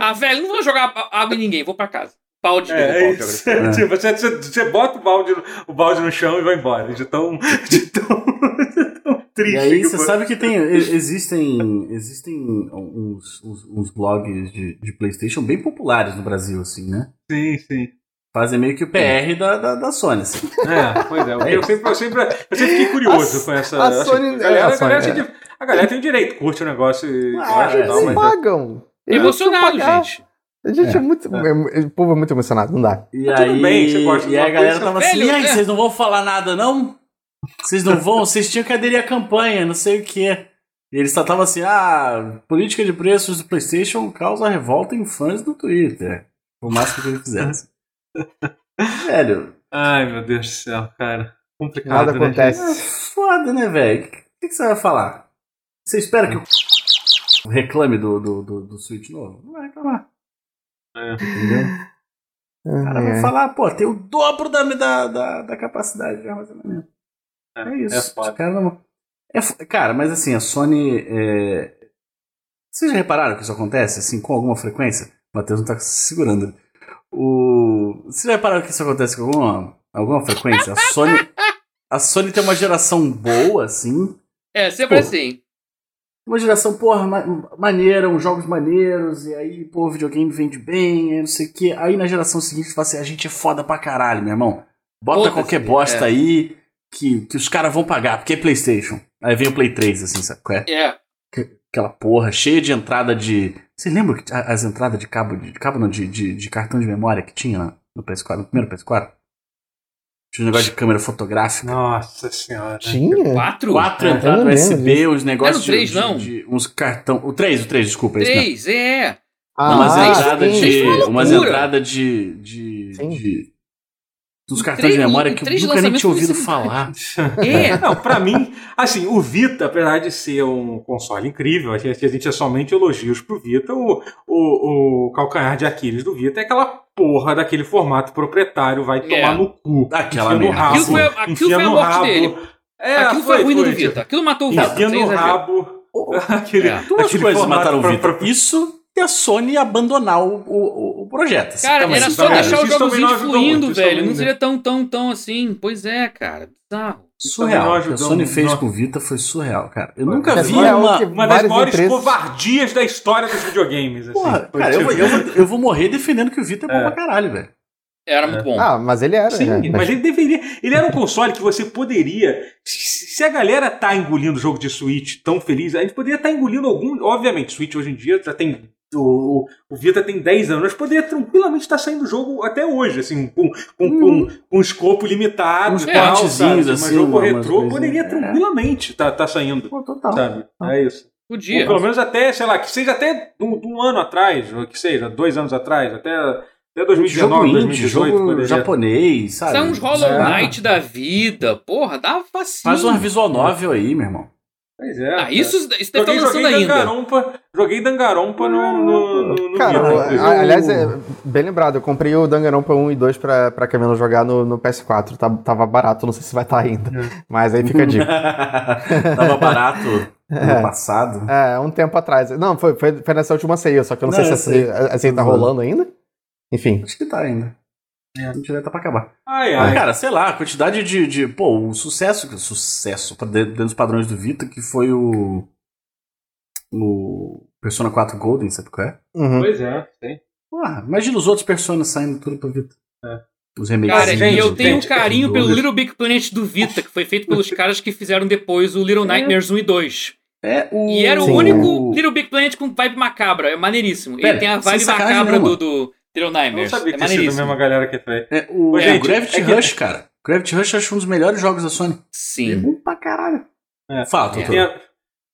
Ah, velho, não vou jogar água em ninguém, vou pra casa. Balde de
É, é
balde de água
isso. Tipo, você, você, você bota o balde, no- o balde no chão e vai embora. De tão, de tão, de tão triste.
E aí
que
você
foi.
sabe que tem e- existem existem uns, uns, uns blogs de, de PlayStation bem populares no Brasil assim, né?
Sim, sim.
Fazem meio que o PR da, da, da Sony, assim.
É, pois é. Eu sempre, eu sempre, eu sempre fiquei
A
curioso
S-
com essa.
a
eu acho que
Sony-
a, galera,
é, a
a, galera
Sony,
tem di- a galera tem o direito, curte o negócio e
Ah,
acha e
é,
tal,
sim.
Eles
mas.
pagam. Eles
Emocionado,
precisam pagar.
gente.
A gente é,
É.
muito. é- o povo é muito emocionado, não dá.
E
Tudo
aí,
bem, você gosta de
e aí a
uma
galera
coisa,
tava assim,
velho,
e aí,
né?"
é."
vocês não vão falar nada, não? Vocês não vão? Vocês tinham que aderir à campanha, não sei o quê. E eles só estavam assim, ah, política de preços do Playstation causa revolta em fãs do Twitter. O máximo que eles fizeram. assim. Velho,
Ai, meu Deus do céu, cara. Complicado.
Nada
né,
é
acontece.
foda, né, velho? O que, que você vai falar? Você espera que o reclame do, do, do, do Switch novo? Não vai reclamar.
É.
Entendeu? O cara
Ai,
vai
ai.
falar, pô, tem o dobro da, da, da, da capacidade de armazenamento.
É,
É isso.
é foda.
Os caras não- É fo- cara, mas assim, a Sony. é, Vocês já repararam que isso acontece, assim, com alguma frequência? O Matheus não tá se segurando. O... Vocês já repararam que isso acontece com alguma, alguma frequência? A Sony. A Sony tem uma geração boa, assim.
É, sempre
Pô.
assim.
Uma geração, porra, ma- maneira, uns jogos maneiros, e aí, pô, o videogame vende bem, e não sei o quê. Aí na geração seguinte tu fala assim, a gente é foda pra caralho, meu irmão. Bota
Foda-se,
qualquer bosta
é.
aí que, que os caras vão pagar, porque é Playstation. Aí vem o Play 3, assim, sabe qual é?
É.
Aquela porra cheia de entrada de... Vocês lembram que a- as entradas de cabo, de cabo não, de, de, de cartão de memória que tinha na- no PS4, no primeiro PS4? Tinha um negócio de câmera fotográfica.
Nossa senhora.
Tinha?
Quatro?
Quatro
É, eu
entradas
não lembro
USB, uns negócios
Era o três,
de, de-
não?
de uns cartão... O 3, o 3, desculpa. esse mesmo.
Três, é.
umas
Ah,
entradas
sim.
de.
Isso é uma
Umas
loucura.
entradas de. de,
Sim.
de- dos
Um
cartões de
três-
memória
um
que
três
eu nunca nem
lançamentos
tinha ouvido
publicitários.
falar.
É.
Não, pra mim, assim, o Vita, apesar de ser um console incrível, a gente, a gente é somente elogios pro Vita, o, o, o calcanhar de Aquiles do Vita é aquela porra daquele formato proprietário, vai tomar
É.
no cu.
Aquela
Enfia no
merda.
rabo,
Aquilo foi- aquilo
enfia
foi a
no
morte
rabo.
dele.
É,
Aquilo foi ruim do
tipo,
Vita. Aquilo matou o Vita.
Enfia
sem
no
exagero.
rabo.
Oh,
Aquele,
É.
Duas
aquele
coisas
formato
mataram o
pra-
Vitor.
pra-
Isso e a Sony abandonar o, o, o- projeto. assim,
Cara,
tá, mas
era
isso
só
também-
deixar o
isso também
jogozinho
não ajudou
fluindo,
muito, isso
velho.
também,
Não
né?
seria tão, tão, tão assim. Pois é, cara. Bizarro.
também não
Surreal. O que a
ajudou
Sony
muito,
fez
não.
com o Vita foi surreal, cara. Eu nunca
É
vi
surreal
uma.
que
Uma das
Várias
maiores
empresas-
covardias da história dos videogames. Assim.
Porra,
Foi
cara, eu
tipo-
vou, eu, vou, eu vou morrer defendendo que o Vita é bom pra caralho, velho.
Era
É.
muito bom.
Ah, mas ele era.
É,
Sim,
né?
mas ele deveria. Ele era um console que você poderia. Se se a galera tá engolindo o jogo de Switch tão feliz, a gente poderia estar engolindo algum. Obviamente, Switch hoje em dia já tem. O, o- o Vita tem 10 anos, mas poderia tranquilamente estar saindo o jogo até hoje, assim, com, com, com, com um escopo limitado,
Uhum. Uns
e tal,
portezinhos,
sabe?
assim,
mas jogo
umas
retrô
coisinhas,
poderia
é.
tranquilamente estar saindo,
Pô, total.
sabe? É isso. Ou
Podia.
pelo menos até, sei lá, que seja até um, um ano atrás, ou que seja, dois anos atrás, até, até 2019,
Jogo indie,
2018,
jogo
poderia.
japonês, sabe?
São uns Hollow
É.
Knight da vida. Porra, dá vacina.
Faz uma visual novel aí, meu irmão.
Pois é.
Ah,
cara.
isso, isso deve estar
Joguei,
lançando
joguei
ainda.
Dangarompa, joguei Dangarompa no, no, no, no
Cara,
Vita,
eu-
inclusive.
a- aliás, é bem lembrado, eu comprei o Danganronpa 1 e 2 pra, pra Camila jogar no, no PS4. tá- tava barato, não sei se vai estar ainda.
É.
Mas aí fica a dica.
Tava barato no passado.
É, um tempo atrás. Não, foi, foi, foi nessa última ceia, só que eu não,
Não,
sei
eu
se
sei. Uhum.
a a- a ceia tá rolando ainda. Enfim.
Acho que tá ainda. A gente ainda tá pra acabar.
Ai,
Ah,
ai.
cara, sei lá, a quantidade de, de- Pô, o sucesso. que- Sucesso, pra dentro dentro dos padrões do Vita, que foi o. O Persona 4 Golden, sabe qual é?
Uhum.
Pois é, tem.
Porra, imagina os outros Personas saindo tudo pra Vita.
É.
Os remakes.
Cara,
Gente,
e eu tenho um
gente,
carinho pelo
doido.
Little Big Planet do Vita, que foi feito pelos caras que fizeram depois o Little Nightmares 1 e 2.
É o.
E era o
Sim.
único Little Big Planet com vibe macabra. É maneiríssimo. Ele
Pera,
tem a
sem
vibe
sacanagem
macabra do,
nenhuma.
do Little
Eu não
Nightmares.
sabia
É
que tinha sido a mesma
maneiríssimo.
galera que fez.
É o,
Ô,
é,
gente,
o Gravity
é que-
Rush, cara. Gravity Rush eu acho um dos melhores jogos da Sony. É
Sim.
bom pra caralho.
É.
Fala,
É.
doutor.
Tem a-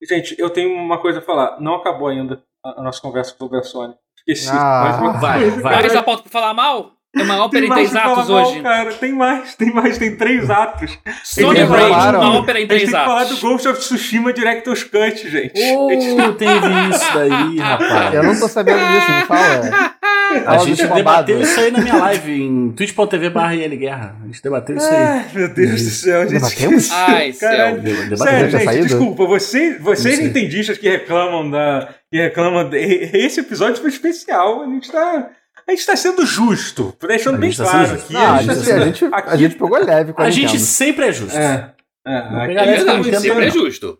Gente, eu tenho uma coisa a falar. Não acabou ainda a, a nossa conversa sobre a Sony. Esqueci.
Ah.
mas-
Vai, vai.
Mas a pauta pra falar mal? É uma ópera
Tem
em
mais
três
pra falar
atos
mal,
hoje.
cara. Tem mais, tem mais, tem três atos.
Sony
Eles
Raid,
falaram.
uma ópera
A
em
gente tem
três
que falar do
atos.
Ghost of Tsushima Director's Cut, gente.
Oh, teve isso daí, rapaz.
Eu não tô sabendo disso, me fala.
é. A
Fala
gente
do
debateu
babado.
isso aí na minha live em twitch.tv barra IL Guerra. A gente debateu é isso aí.
Ai, meu Deus do céu, gente.
Debatemos?
Ai, céu.
Caralho.
De- debateu.
É. Sério,
Já
gente,
saído?
desculpa, vocês, vocês
Não sei.
entendistas que reclamam da. que reclamam. de- esse episódio foi especial. A gente tá. A gente tá sendo justo, deixando
A
bem
gente tá
claro
sendo justo.
aqui.
Não, a
Isso,
gente,
tá sendo-
a, gente, a
aqui-
gente pegou leve com a
A gente
Nintendo.
sempre é justo.
É, é,
Não
aqui-
É
pega leve com
verdade,
ninguém.
sempre é
também.
justo.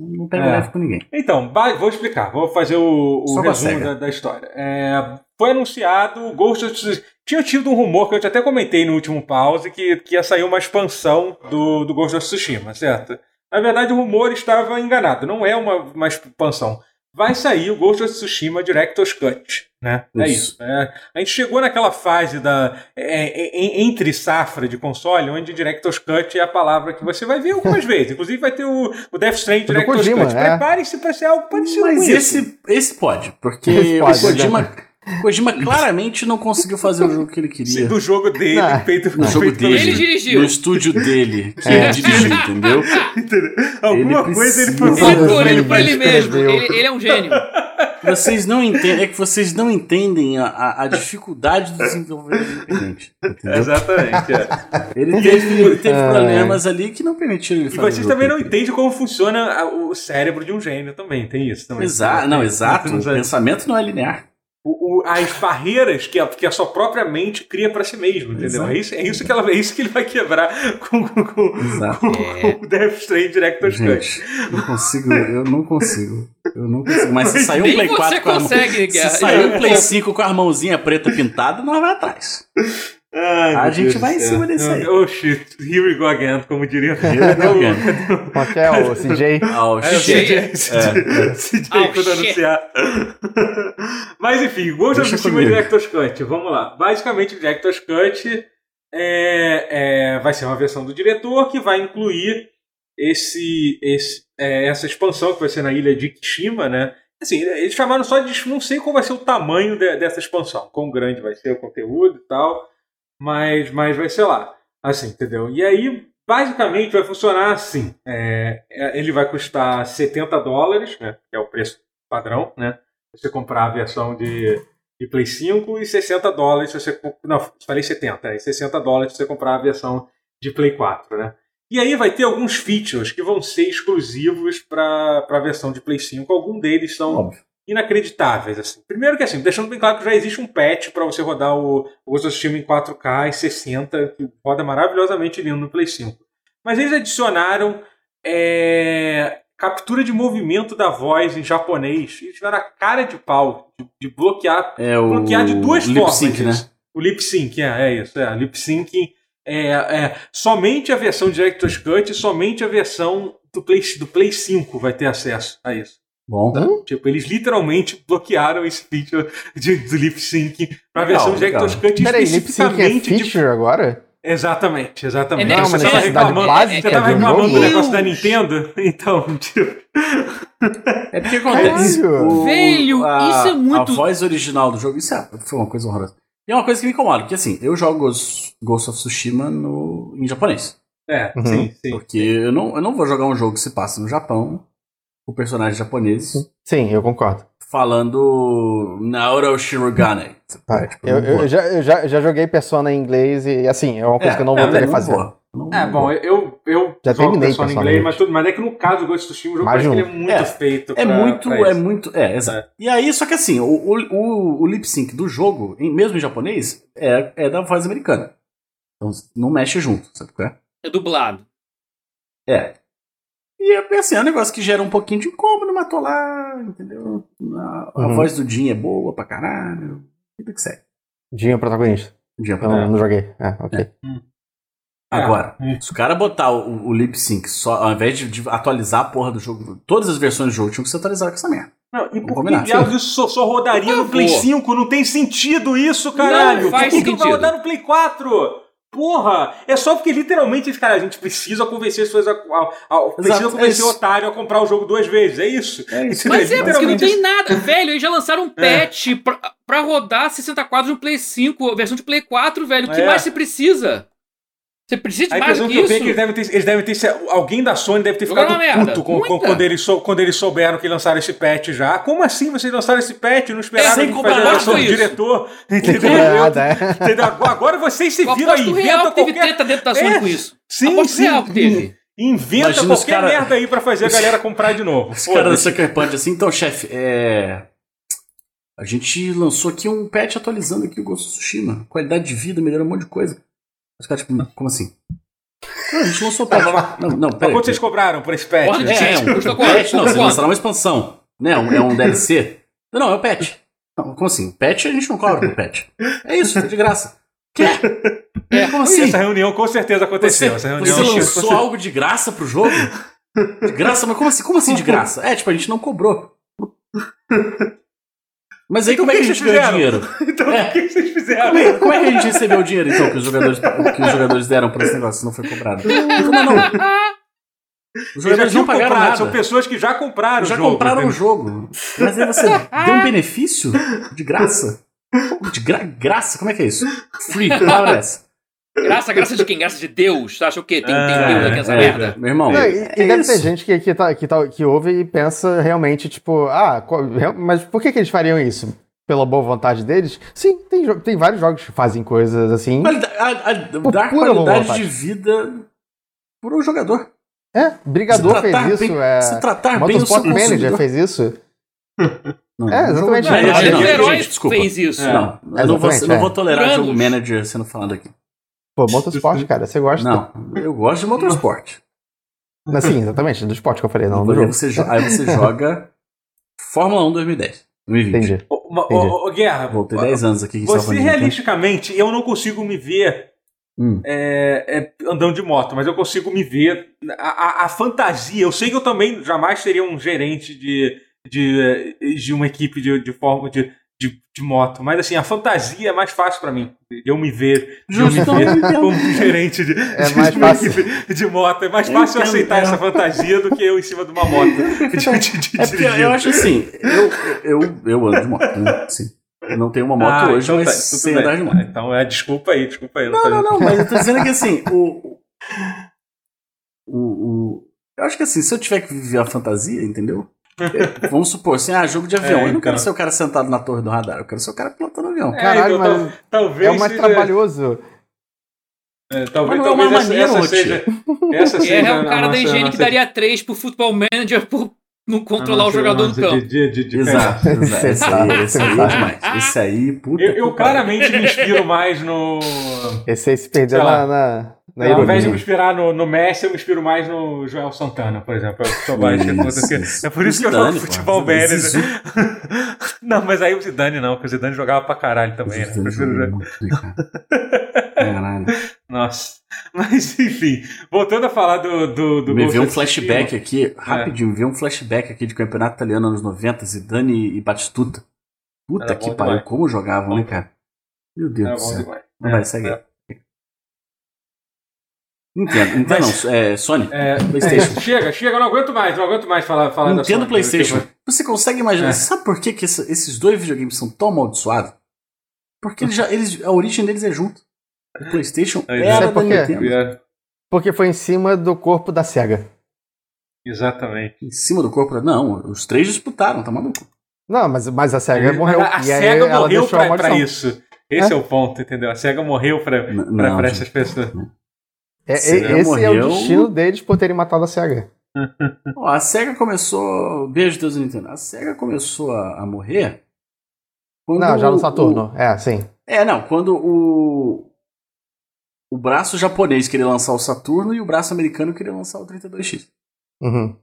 Não pega
É.
leve com ninguém.
Então, ba- vou explicar, vou fazer o, o
Só com a
resumo
SEGA.
da, da história. É, foi anunciado o Ghost of Tsushima. Tinha tido um rumor que eu até comentei no último pause que, que ia sair uma expansão do, do Ghost of Tsushima, certo? Na verdade, o rumor estava enganado, não é uma, uma expansão. Vai sair o Ghost of Tsushima Director's Cut, né? É
Isso.
isso. é. a gente chegou naquela fase da é, é, é, entre safra de console, onde Director's Cut é a palavra que você vai ver algumas vezes. Inclusive vai ter o, o Death Stranding
Do
Director's
Kojima,
Cut.
é.
Preparem-se para ser algo parecido
né? Mas
com isso. né?
esse, esse pode, porque
Esse pode,
o Kojima, Kojima claramente não conseguiu fazer o jogo que ele queria.
Do jogo dele,
Não.
feito,
No jogo
feito pelo-
dele.
Ele dirigiu.
No estúdio dele, que
É.
ele dirigiu, entendeu?
Alguma
Ele
coisa ele
precisa-
foi.
Ele
Ele
por ele, pra ele
escreveu.
mesmo. Ele, ele é um gênio.
Vocês não entendem, é que vocês não entendem a, a- a dificuldade do desenvolvimento independente. entendeu?
Exatamente. é.
Ele teve, ele teve problemas ali que não permitiram ele
E
fazer. o
vocês
jogo
também
que
não
ele
entendem como funciona a- o cérebro de um gênio também, tem isso
queria.
também. né?
Exa não, exato. O
Não sei.
pensamento não é linear.
O- o- as barreiras que a, que a sua própria mente cria pra si mesmo, entendeu?
Exato.
É isso, é, isso que ela, é isso que ele vai quebrar com, com, com,
Exato.
com- com o Death Stranding Director's Cut.
É. Gente, não consigo, eu não consigo. Eu não consigo. Mas se sair um
Nem
Play
você
4 com a mão.
consegue,
Se
Guerra.
sair um Play 5 com a mãozinha preta pintada, nós vai atrás.
Ai,
A
meu
gente
Deus do
vai em
céu.
cima desse aí.
Oh shit, here we go again, como diria.
Here we go again.
Qual que é o CJ?
Oh,
É, o
shit.
CJ,
É.
CJ, CJ
Oh,
quando
shit.
anunciar. Mas enfim, Ghost of
Deixa
Tsushima
comigo.
Director's Cut, vamos lá. Basicamente, o Director's Cut é, é, vai ser uma versão do diretor que vai incluir esse, esse- é, essa expansão que vai ser na ilha de Kishima, né? Assim, eles chamaram só de. Não sei qual vai ser o tamanho de- dessa expansão, quão grande vai ser o conteúdo e tal, mas, mas vai ser lá. Assim, entendeu? E aí, basicamente, vai funcionar assim: É, é, ele vai custar 70 dólares, né? Que é o preço padrão, né? Você comprar a versão de, de Play 5 e 60 dólares se você. comp- Não, falei 70, é, e 60 dólares se você comprar a versão de Play 4, né? E aí vai ter alguns features que vão ser exclusivos para a versão de Play 5. Alguns deles são
Óbvio.
inacreditáveis. Assim. Primeiro que assim, deixando bem claro que já existe um patch para você rodar o Ghost of Tsushima em 4K e 60, que roda maravilhosamente lindo no Play 5. Mas eles adicionaram é, captura de movimento da voz em japonês e tiveram a cara de pau de, de bloquear,
É o.
bloquear de duas
lip
formas.
sync, né?
isso. O lip sync, é, é isso, é, lip sync é, é, somente a versão Director's Cut e somente a versão do Play, do Play 5 vai ter acesso a isso.
Bom.
Tipo, eles literalmente bloquearam esse feature de, do lip sync pra
Legal,
versão de
legal.
Director's Cut
Peraí, lip sync é
especificamente de...
feature agora?
Exatamente, exatamente.
É, não,
você
mas
tava
necessidade
reclamando,
básica
você tava
de um
reclamando do
jogo?
negócio da Nintendo? Então, tipo,
É porque acontece.
Caralho!
o-
Velho, isso é muito-
A voz original do jogo, isso é, foi uma coisa horrorosa. E é uma coisa que me incomoda, porque assim, eu jogo Ghost Ghost of Tsushima no, em japonês.
é,
Uhum.
sim, sim.
Porque eu não, eu não vou jogar um jogo que se passa no Japão, com personagens japoneses,
Sim, eu concordo.
falando Naoto Shirogane.
Tá,
Tipo,
eu,
não
eu
vou.
já, eu já, já joguei Persona em inglês e, assim, é uma coisa que eu não
é,
voltaria a
não
fazer.
vou, não
É,
vou.
bom, eu, eu
Já
jogo Persona
terminei,
em
pessoal,
inglês,
gente.
mas, tudo, mas é que no caso do Ghost of Tsushima, o jogo
Mais
parece que ele
um.
é muito
É,
feito
É
pra-
muito,
pra
é
isso.
muito, é, exato. E aí, só que assim, o, o, o, o lip sync do jogo, em- mesmo em japonês, é, é da voz americana. Então não mexe junto, sabe qual é?
É dublado.
É. E é assim, é um negócio que gera um pouquinho de incômodo, matou lá, entendeu? A, a
Uhum.
voz do Jim é boa pra caralho. Vida que segue.
Dinho é o protagonista.
Jim é
Eu
pra
não, não joguei. É, ok.
Agora,
É.
se o cara botar o, o lip sync só, ao invés de, de atualizar a porra do jogo, todas as versões do jogo tinham que se atualizar com essa merda.
Não, e por que
combinar.
diabos isso só, só rodaria
Por
no Play
favor.
5? Não tem sentido isso, caralho!
Não faz
por que que vai
sentido.
rodar no Play 4? Porra! É só porque literalmente, cara, a gente precisa convencer as pessoas a, a- a- precisa
Exato,
convencer
é
o
isso.
otário a comprar o jogo duas vezes, é isso? né?
É isso.
Mas é, porque não
literalmente
tem nada. Velho, eles já lançaram um patch pra, pra rodar 60 quadros no Play 5, a versão de Play 4, velho. O que
É.
mais você precisa? Você precisa de
A
mais
impressão
do
que
que
eu tenho é que eles
isso?
devem ter. Eles devem ter se- alguém da Sony deve ter
Jogar
ficado
uma merda.
puto com, com-
Muita.
quando, eles sou- quando eles souberam que lançaram esse patch já. Como assim vocês lançaram esse patch? Não esperaram
É, sem
a gente
cobrar
fazer a
nada
versão
com
do
isso.
diretor?
Não
Entendeu?
é nada, é.
Entendeu? Agora agora vocês se
Eu
viram aí,
aposto real
inventa
que teve
qualquer.
treta dentro da Sony
É,
com isso.
Sim,
aposto
sim. Hum.
real que teve.
Inventa
Imagina os
qualquer
cara-
merda aí pra fazer a galera comprar de novo.
Os caras da
Foda-se.
Sucker Punch assim, então, chefe, é. A gente lançou aqui um patch atualizando aqui o Ghost of Tsushima. Qualidade de vida, melhorou um monte de coisa. Os caras, tipo, como assim? Não, a gente lançou o patch. Não, não,
Mas
peraí.
quanto vocês cobraram por esse patch?
Olha,
É, é
Gente,
um
custa quanto?
patch, não,
Custa
vocês
quanto?
lançaram uma expansão, né? Um- é um DLC. Não, não, é o patch. Não, como assim? Patch a gente não cobra pro patch. É isso, é de graça. Quê?
É,
como assim?
Essa reunião com certeza
Você,
aconteceu. essa reunião é um
você lançou algo de graça pro jogo? De graça? Mas como assim, como assim de graça? É, tipo, a gente não cobrou. Mas aí
Então
como é
o
que a
que vocês
gente
fizeram?
ganhou dinheiro?
Então
É.
o que vocês
Como
fizeram?
é, como é que a gente recebeu o dinheiro, então, que os jogadores, que os jogadores deram pra esse negócio se não foi cobrado? Como não? Os
Eles já
jogadores não
tinham
pagaram
comprado, são
nada.
pessoas que já compraram
Já
o jogo. né?
compraram o
entendeu?
jogo. Mas aí você deu um benefício de graça? De gra- graça? Como é que é isso? Free, que palavra é essa?
Graça, graça de quem? Graça de Deus? Tá? Acha o quê? Tem, tem
Ah,
Deus aqui nessa
É,
merda?
Meu irmão,
Não, e,
é
e deve
isso.
ter gente que, que, tá, que, tá, que ouve e pensa realmente, tipo, ah, qual- real- mas por que, que eles fariam isso? Pela boa vontade deles? Sim, tem, jo- tem vários jogos que fazem coisas assim.
Qualida- a- a- dar
pura boa
qualidade
vontade.
de vida por um jogador.
É, Brigador fez isso,
tá bem, se
é.
tratar bem o seu
Motorsport Manager
consumidor.
fez isso.
Não,
É,
não,
exatamente.
jogo-
Não,
Não,
não,
não,
os
gente,
heróis
desculpa.
fez isso.
Não, eu não vou,
Exatamente,
eu não
é.
vou tolerar
Por
jogo
anos.
manager sendo falado aqui.
Pô, Motorsport, cara, você gosta.
Não, eu gosto de Motorsport.
Mas Sim, exatamente, do esporte que eu falei, não. do
aí,
jogo.
você, jo- aí você joga Fórmula 1 2010. 2020.
Entendi.
Ô, uma- ô,
Entendi.
ô, ô, Guerra,
Vou ter 10 anos então. aqui em São
você realisticamente, eu não consigo me ver
Hum.
é, é, andando de moto, mas eu consigo me ver. A, a- a fantasia, eu sei que eu também jamais seria um gerente de, de, eh, de uma equipe de, de forma de, de, de moto, mas assim, a fantasia é mais fácil pra mim. de Eu me ver, de eu
Justo,
me
então eu
ver
entendo.
como um gerente de,
É
de
mais
uma
fácil.
equipe de moto. É mais
Eu
fácil eu
entendo,
aceitar
é.
essa fantasia do que eu em cima de uma moto. de- de- de
É porque eu-
dirigir.
eu acho assim, eu, eu, eu ando de moto, né? Sim. Eu não tenho uma moto
Ah,
hoje,
então
mas
tá, tudo
sem
bem.
andar de moto.
Ah, Então é desculpa aí, desculpa aí.
Não,
tá-
não, não, mas eu tô dizendo que assim, o. O. o- eu acho que assim, se eu tiver que viver a fantasia, entendeu? É, Vamos supor, assim, ah, jogo de avião.
É,
eu não
então.
quero ser o cara sentado na torre do radar, eu quero ser o cara pilotando avião.
É,
Caralho,
então, tal-
mas
talvez
É o mais
seja-
trabalhoso.
é, talvez,
Mas não é uma
talvez essa,
maneira,
essa
ô, tio.
seja. Essa seja
É,
a
o cara
nossa-
da higiene que
nossa-
daria 3 pro Futebol Manager por não controlar o
sei,
jogador
mano,
no campo.
De, de, de, de
Exato, exato. Esse aí, esse aí é demais. Esse aí, puta.
é Eu, eu
que pariu.
claramente me inspiro mais no.
Esse aí se perdeu
Sei lá.
na, na, na
Ao invés de me
ironia.
inspirar no, no Messi, eu me inspiro mais no Joel Santana, por exemplo. É o que eu acho que aconteceu.
Isso,
É por isso que eu jogo
Zidane,
futebol né?
pô.
manager.
Zizu.
não, mas aí o Zidane não, porque o Zidane jogava pra caralho também, né? Eu prefiro o Joel-
é Caralho.
Nossa. Mas enfim, voltando a falar do. do, do
Me
Gol né?
veio um
City,
flashback aqui, rapidinho, me veio um flashback aqui de campeonato italiano anos 90, Zidane e Batistuta. Puta
Era
que
bom
pariu,
demais.
como jogavam, né,
Bom.
cara? Meu Deus
Era
do
bom
céu.
demais.
Não vai, segue.
é.
Entendo, Nintendo
Mas-
não, é Sony,
É,
Playstation.
é, chega, chega, eu não aguento mais, não aguento mais falar, falar da
Nintendo
Sony.
Playstation. Você consegue imaginar,
É.
sabe por que, que essa- esses dois videogames são tão amaldiçoados? Porque eles já, eles, a origem deles é junto. O Playstation
Aí,
era
sabe
da
por quê?
Nintendo.
É,
Porque foi em cima do corpo da SEGA.
Exatamente.
Em cima do corpo, da- não, os três disputaram, tá maluco?
Não, mas, mas a SEGA morreu.
A, a
e aí
SEGA
ela
morreu
deixou a
pra, pra
maldição.
isso. Esse é. o ponto, entendeu? A SEGA morreu pra,
N-
pra,
não,
pra
gente.
essas pessoas.
É, é-
SEGA
esse é
morreu.
o destino deles por terem matado a SEGA.
Ó, a SEGA começou. Beijo, Deus do Nintendo. A SEGA começou a, a morrer. quando
Não, já no
o-
Saturno. É, sim.
o- é, não, quando o. O braço japonês queria lançar o Saturno e o braço americano queria lançar o 32X.
Uhum.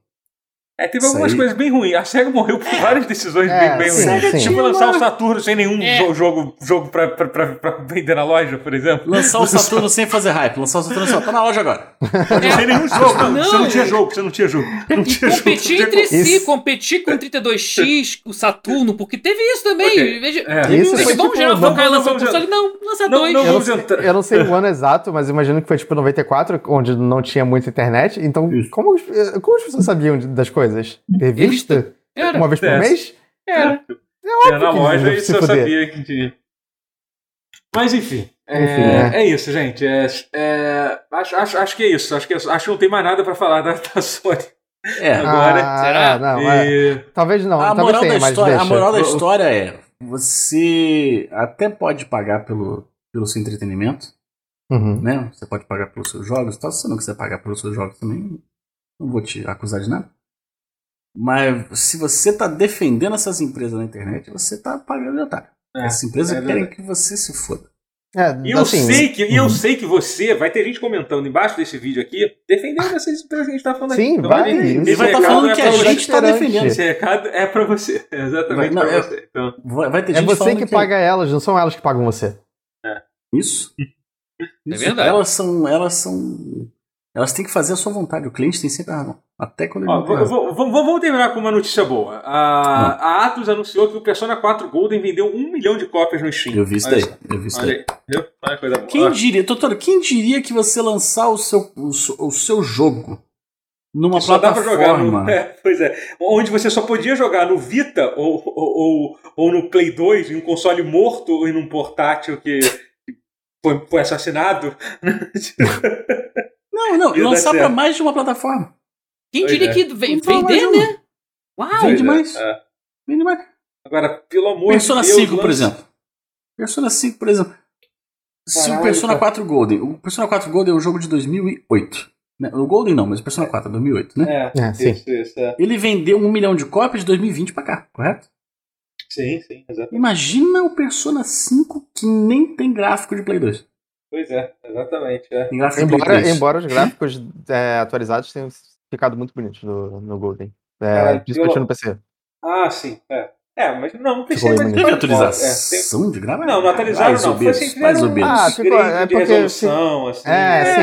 É, teve
Isso
algumas
aí.
coisas bem ruins. A SEGA morreu por várias decisões
É,
bem, bem
sim,
ruins.
sim.
Tipo lançar o Saturno sem nenhum
É.
jo- jogo, jogo pra, pra, pra, pra vender na loja, por exemplo.
Lançar o Saturno sem fazer hype. Lançar o Saturno só. Tá na loja agora.
Sem nenhum jogo. Não,
É. Não. é.
Você não tinha jogo, você não tinha jogo. Não
E
tinha jogo,
competir
não tinha como.
entre si,
Isso.
competir com o 32X, o Saturno, porque teve isso também.
Ok.
Veja,
É.
Isso
Eles
foi
vão
tipo,
gerar
vamos-
focar em lançar um
vamos-
console? Não, lança
Não,
dois.
não,
Eu não,
vamos
sei,
entrar.
eu não sei o ano exato, mas imagino que foi tipo 94, onde não tinha muita internet. Então,
Isso.
como, as- como as pessoas sabiam de- das coisas? Revista?
Era,
Uma vez por
É.
mês?
era.
Era É, na
que
loja
eles
e
se
só
fuder.
sabia que tinha. Mas enfim. É,
Enfim, né?
é isso, gente. É, é, acho, acho, acho que é isso. Acho que, é isso. acho que não tem mais nada pra falar da, da Sony.
É.
Agora-
Ah,
Será?
Não, é.
E-
Talvez não,
a
talvez
moral
tenha,
da
mas
história,
deixa.
a moral da
Eu-
história é você até pode pagar pelo, pelo seu entretenimento,
Uhum.
né? Você pode pagar pelos seus jogos, e tal. Se você não quiser pagar pelos seus jogos também, não vou te acusar de nada. Mas se você tá defendendo essas empresas na internet, você tá pagando de otário.
É,
Essas empresas
é
querem
verdade.
que você se foda.
É,
E eu,
assim,
sei que, e eu
uhum.
sei que você vai ter gente comentando embaixo desse vídeo aqui, defendendo essas empresas que a gente tá falando
Sim,
aqui. Então,
vai.
esse
Ele
Ele vai estar
recado
tá falando
é
que
pra
a
pra
você.
gente tá
você.
defendendo.
Esse recado é pra você. É exatamente
Não,
pra
eu-
você. Então,
Vai, vai ter
É
gente
você
falando
que paga elas, não são elas que pagam você.
Isso.
É
Isso.
verdade.
Elas são. Elas são. Elas têm que fazer a sua vontade. O cliente tem sempre a razão. Até quando ele
Ó,
não tem
vou-
razão.
vou- vou- vamos terminar com uma notícia boa. A, a Atlus anunciou que o Persona 4 Golden vendeu um milhão de cópias no Steam.
Eu vi isso
Olha
daí.
só,
Eu vi isso
Olha
daí.
aí, viu? Olha que coisa boa.
Quem diria, doutor, quem diria que você lançar o seu, o, seu- o seu jogo numa
Que só dá pra jogar
plataforma?
no, É, pois é. Onde você só podia jogar no Vita ou, ou, ou, ou no Play 2, em um console morto ou em um portátil que foi, foi assassinado.
Não, não,
Ia dar
lançar pra
certo.
mais de uma plataforma.
Quem
Pois
diria
é.
que ve-
Então, mas
vender,
eu-
né? Uau!
Vende Ah, mais.
é.
Vende mais.
Agora, pelo amor
Persona
de Deus. né?
5, por
lança-
exemplo. Persona 5, por exemplo. Se o
Caralho,
Persona
cara.
4 Golden. O Persona 4 Golden é um jogo de 2008. né? O Golden não, mas o Persona 4 é 2008, né?
É,
É, sim.
isso, isso. É.
Ele vendeu um milhão de cópias de 2020 pra cá, correto?
Sim, sim, exato.
Imagina o Persona 5 que nem tem gráfico de Play 2.
Pois é, exatamente. É.
Tem gráfico de Play
Embora,
3.
embora os gráficos é, atualizados tenham ficado muito bonitos no, no Golden. É,
Caralho,
principalmente
pelo-
no PC.
Ah, sim. É, é mas não, não precisa.
Ficou né?
mas-
Teve
bonito.
É, tem-
atualização de gráfico?
Não, não atualizaram,
Mais
não.
ou
Foi
menos,
assim, fizeram
mais ou
um-
menos.
Ah,
Upgrade
ficou- é
de
porque,
resolução, assim.
É,
É,
sim.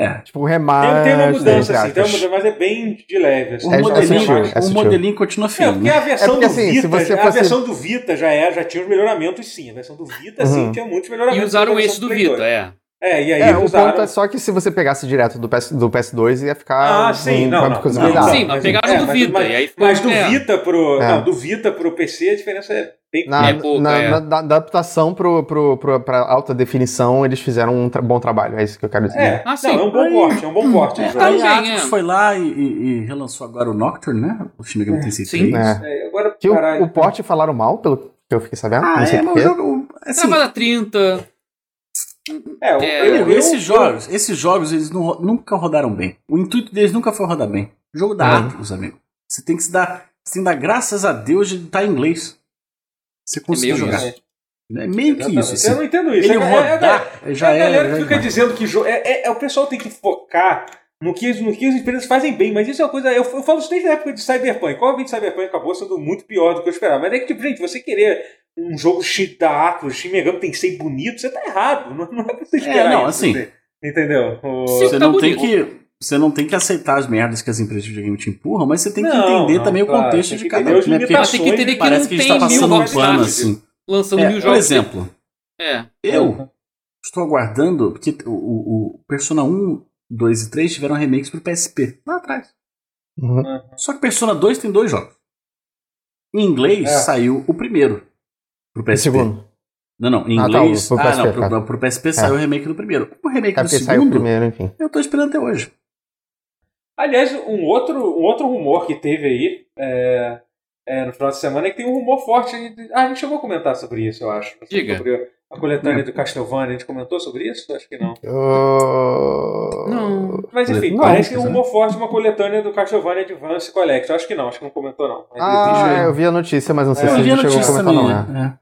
é, é.
Tipo, remate.
Tem, tem uma mudança, assim, tem uma mudança, mas é bem de leve. Assim.
O
É, é
modelinho,
sutil, é
o
sutil.
modelinho continua
É,
firme.
porque
né?
a versão
É porque,
do
assim, se
Vita,
você
a
fosse-
versão do Vita já, é, já tinha os melhoramentos, sim. A versão do Vita, sim,
Uhum.
tinha muitos
E
melhoramentos.
usaram
da versão
esse do
um Play 2.
Vita, é.
É, e aí
É, o ponto
usaram...
é só que se você pegasse direto do, PS, do PS2 ia ficar.
Ah, sim,
um-
não,
uma
não.
coisa
não,
bizarra.
Sim, mas pegaram
é,
do
mas-
Vita,
mas-
e aí ficou-
Mas do
é.
Vita pro...
É.
Não, do Vita pro PC a diferença é bem...
Na,
É pouco,
na-
é.
na- na adaptação pro, pro, pro, pra alta definição, eles fizeram um tra- bom trabalho. É isso que eu quero dizer.
É,
Ah,
não,
sim.
é um bom
Aí-
porte, é um bom porte.
É,
o jogo.
Tá
aí a
bem,
Atlas
é.
foi lá e, e- e relançou agora o Nocturne, né? O Shin Megami Tensei
Sim.
3.
É.
É, agora,
Que o,
caralho,
o porte falaram mal, pelo que eu fiquei sabendo.
Ah,
não sei
é, mas o
porquê.
jogo... Assim,
Tava da 30.
é, eu-
é,
eu- eu-
esses jogos, esses jogos, eles não ro- nunca rodaram bem. O intuito deles nunca foi rodar bem. O jogo da
Ah.
Atlas, amigo. Você tem que se dar, você tem que dar graças a Deus de estar em inglês. Você conseguiu
meio
jogar.
isso.
É meio que isso.
Eu não
assim.
entendo isso.
Ele
É- é- é-
rodar já
é a galera
é.
que
já é
fica
demais.
dizendo que jogo. É, é- é- o pessoal tem que focar no que, no que as empresas fazem bem, mas isso é uma coisa. Eu, eu falo isso desde a época de Cyberpunk. Obviamente, Cyberpunk acabou sendo muito pior do que eu esperava. Mas é que, tipo, gente, você querer um jogo chi- da Atlas, Shin Megami tem que ser bonito, você tá errado. Não, não é pra você esperar
não,
isso,
assim.
você- Entendeu? O-
Sim,
Você
tá
não tem
bonito.
que. Você não tem que aceitar as merdas que as empresas de videogame te empurram, mas você tem que
Não,
entender
não,
também
claro,
o contexto
tem que
de cada
entender os
um. Né? Porque
limitações.
Mas tem que entender que
parece
não
que a
tem
gente tá
mil
passando um
rockstars.
pano,
rockstars
assim.
lançando
É,
mil
por
jogos.
exemplo,
É.
eu estou aguardando, porque o, o- o Persona 1, 2 e 3 tiveram remakes pro PSP, lá atrás.
Uhum.
Só que Persona 2 tem dois jogos. Em inglês
É.
saiu o primeiro pro PSP.
Segundo.
Não, não, em
Ah, tá,
inglês.
pro
ah,
PSP,
não, pro,
tá.
não, pro PSP saiu o remake do primeiro. O remake
É
do
porque
segundo,
saiu primeiro, enfim.
eu tô esperando até hoje.
Aliás, um outro, um outro rumor que teve aí é, é, no final de semana é que tem um rumor forte. de- ah, a gente chegou a comentar sobre isso, eu acho.
Diga.
Sobre a
Hum.
coletânea do Castlevania, a gente comentou sobre isso? Acho que não.
Eu-
Não.
Mas enfim,
Não,
parece que tem um
né?
rumor forte uma coletânea do Castlevania Advance Collection. Acho que não, acho que não comentou não. Mas existe
Ah,
aí.
eu vi a notícia, mas não sei
É,
se a
eu
vi
gente chegou a comentar, não, né?
né?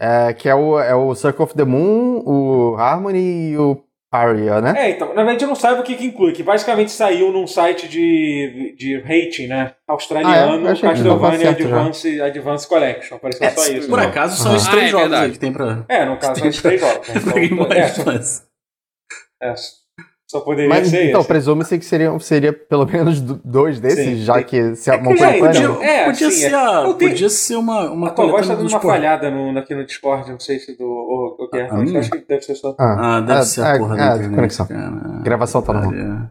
É, que é o, é o Circle of the Moon, o Harmony e o Aria, né?
É, então, na verdade eu não sabe o que, que inclui, que basicamente saiu num site de, de rating, né? Australiano,
Ah, é? Eu achei que tava
Castlevania
certo já.
Advance, Advance Collection. Apareceu
É,
só isso.
por
né?
acaso são
Ah,
os três
é
jogos
verdade.
aí que tem pra,
É, no caso, são esses três jogos. né?
pra Game
Então,
Boy
é, só-
Advance.
É, só poderia
Mas
ser
então,
esse.
presume-se que seriam, seria pelo menos do- dois desses,
é Sim.
já que se é uma
que já
coisa
é,
foi,
então,
né?
podia,
é,
podia
sim,
ser
é.
a-
Eu tenho-
podia ser uma uma
A tua voz tá
coletânea
dando
dos
uma
por-
falhada no, aqui no Discord, não sei se do. ou- ou o que é,
A minha?
acho que deve ser só.
Ah,
Ah, deve
É,
ser a
é,
porra
é,
da internet,
conexão.
cara.
gravação tá normal.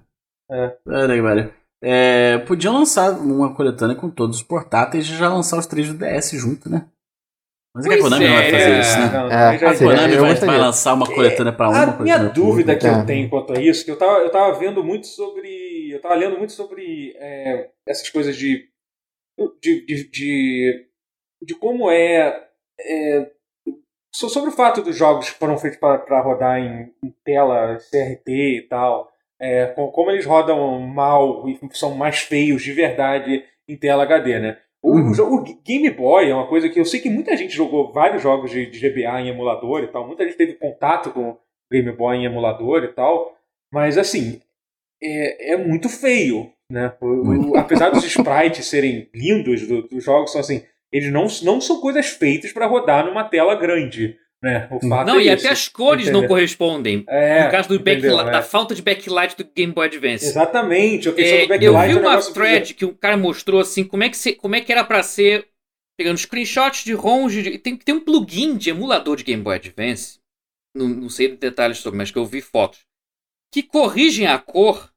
É.
Peraí, velho. É, podiam lançar uma coletânea com todos os portáteis e já lançar os três do DS junto, né? Mas é que a
Pois
Konami não vai fazer
é.
isso, né?
Não,
É,
aí já-
A
Sim,
Konami
eu
vai,
gostaria.
vai lançar uma coletânea pra uma
A minha
coletânea pra
dúvida que
outra.
É.
eu tenho quanto a isso, que eu tava, eu tava vendo muito sobre. Eu tava lendo muito sobre é, essas coisas de de, de, de. de como é. é, so- sobre o fato dos jogos que foram feitos para rodar em, em tela CRT e tal, é, com- como eles rodam mal e são mais feios de verdade em tela HD, né? O,
Uhum.
jo- o Game Boy é uma coisa que eu sei que muita gente jogou vários jogos de, de GBA em emulador e tal, muita gente teve contato com o Game Boy em emulador e tal, mas assim, é, é muito feio, né? O- o-
Muito.
apesar dos sprites serem lindos do- dos jogos, são assim, eles não, não são coisas feitas para rodar numa tela grande, né?
Uhum.
O fato
Não,
é
e
isso.
até as cores
Entendeu?
não correspondem.
É,
no caso do
entendeu,
backli-
é.
da falta de backlight do Game Boy Advance.
Exatamente, a questão
É,
do backlight
eu vi
é um
uma
negócio
thread que um cara mostrou assim, como é que, se- como é que era pra ser pegando screenshots de ROMs, de- tem, tem um plugin de emulador de Game Boy Advance, não, não sei detalhes sobre, mas que eu vi fotos, que corrigem a cor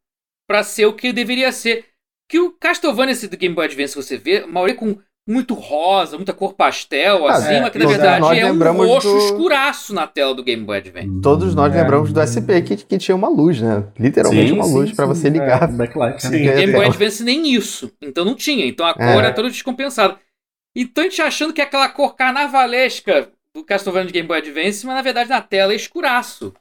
pra ser o que deveria ser. Que o Castlevania esse do Game Boy Advance que você vê, a maioria com muito rosa, muita cor pastel,
Ah,
assim,
é,
mas que na
todos
verdade
nós
é um
lembramos
roxo
do-
escuraço na tela do Game Boy Advance.
Todos nós
É.
lembramos do SP que, que tinha uma luz, né? Literalmente
Sim,
uma
sim,
luz pra
sim.
você ligar.
Backlight.
Sim.
né?
Porque-
Game Boy
É.
Advance nem isso. Então não tinha. Então a cor
É.
era toda descompensada. Então a gente achando que é aquela cor carnavalesca do Castlevania de Game Boy Advance, mas na verdade na tela é escuraço.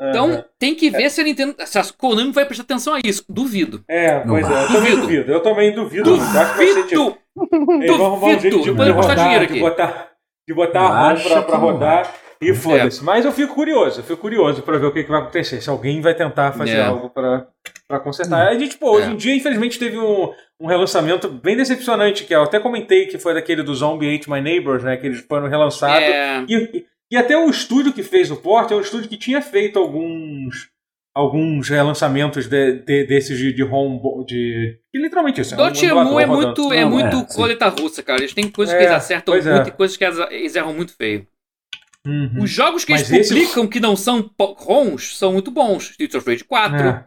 Aham.
Então tem que ver se a Nintendo. Se a Konami vai prestar atenção a isso. Duvido.
É,
Não
pois é,
vai.
eu também
Duvido.
duvido. Eu também duvido. Eu acho que vai ser, tipo,
Duvido!
Eles vão arrumar um jeito de,
Duvido.
de
Podemos gastar
rodar,
dinheiro
de
aqui.
botar, de botar a ROM
Acho
pra, pra
que não
rodar e
É.
foda-se. Mas eu fico curioso, eu fico curioso pra ver o que, que vai acontecer. Se alguém vai tentar fazer
É.
algo pra, pra consertar.
Hum.
A gente, pô, hoje
É.
em dia, infelizmente, teve um, um relançamento bem decepcionante, que eu até comentei que foi daquele do Zombie Ate My Neighbors, né? Que eles foram relançados.
É,
E, e até o estúdio que fez o port é um estúdio que tinha feito alguns alguns relançamentos de- de- desses de, de home bo- de que literalmente isso. é um emulador
Dotemu é
rodando.
muito, é
Não,
muito
é, sim.
coleta russa, cara. Eles têm coisas
É,
que eles acertam
pois
muito
é.
e coisas que eles- eles erram muito feio.
Uhum.
Os jogos que eles
Mas esse-
publicam que não são po- ROMs são muito bons. Streets of Rage 4,
É.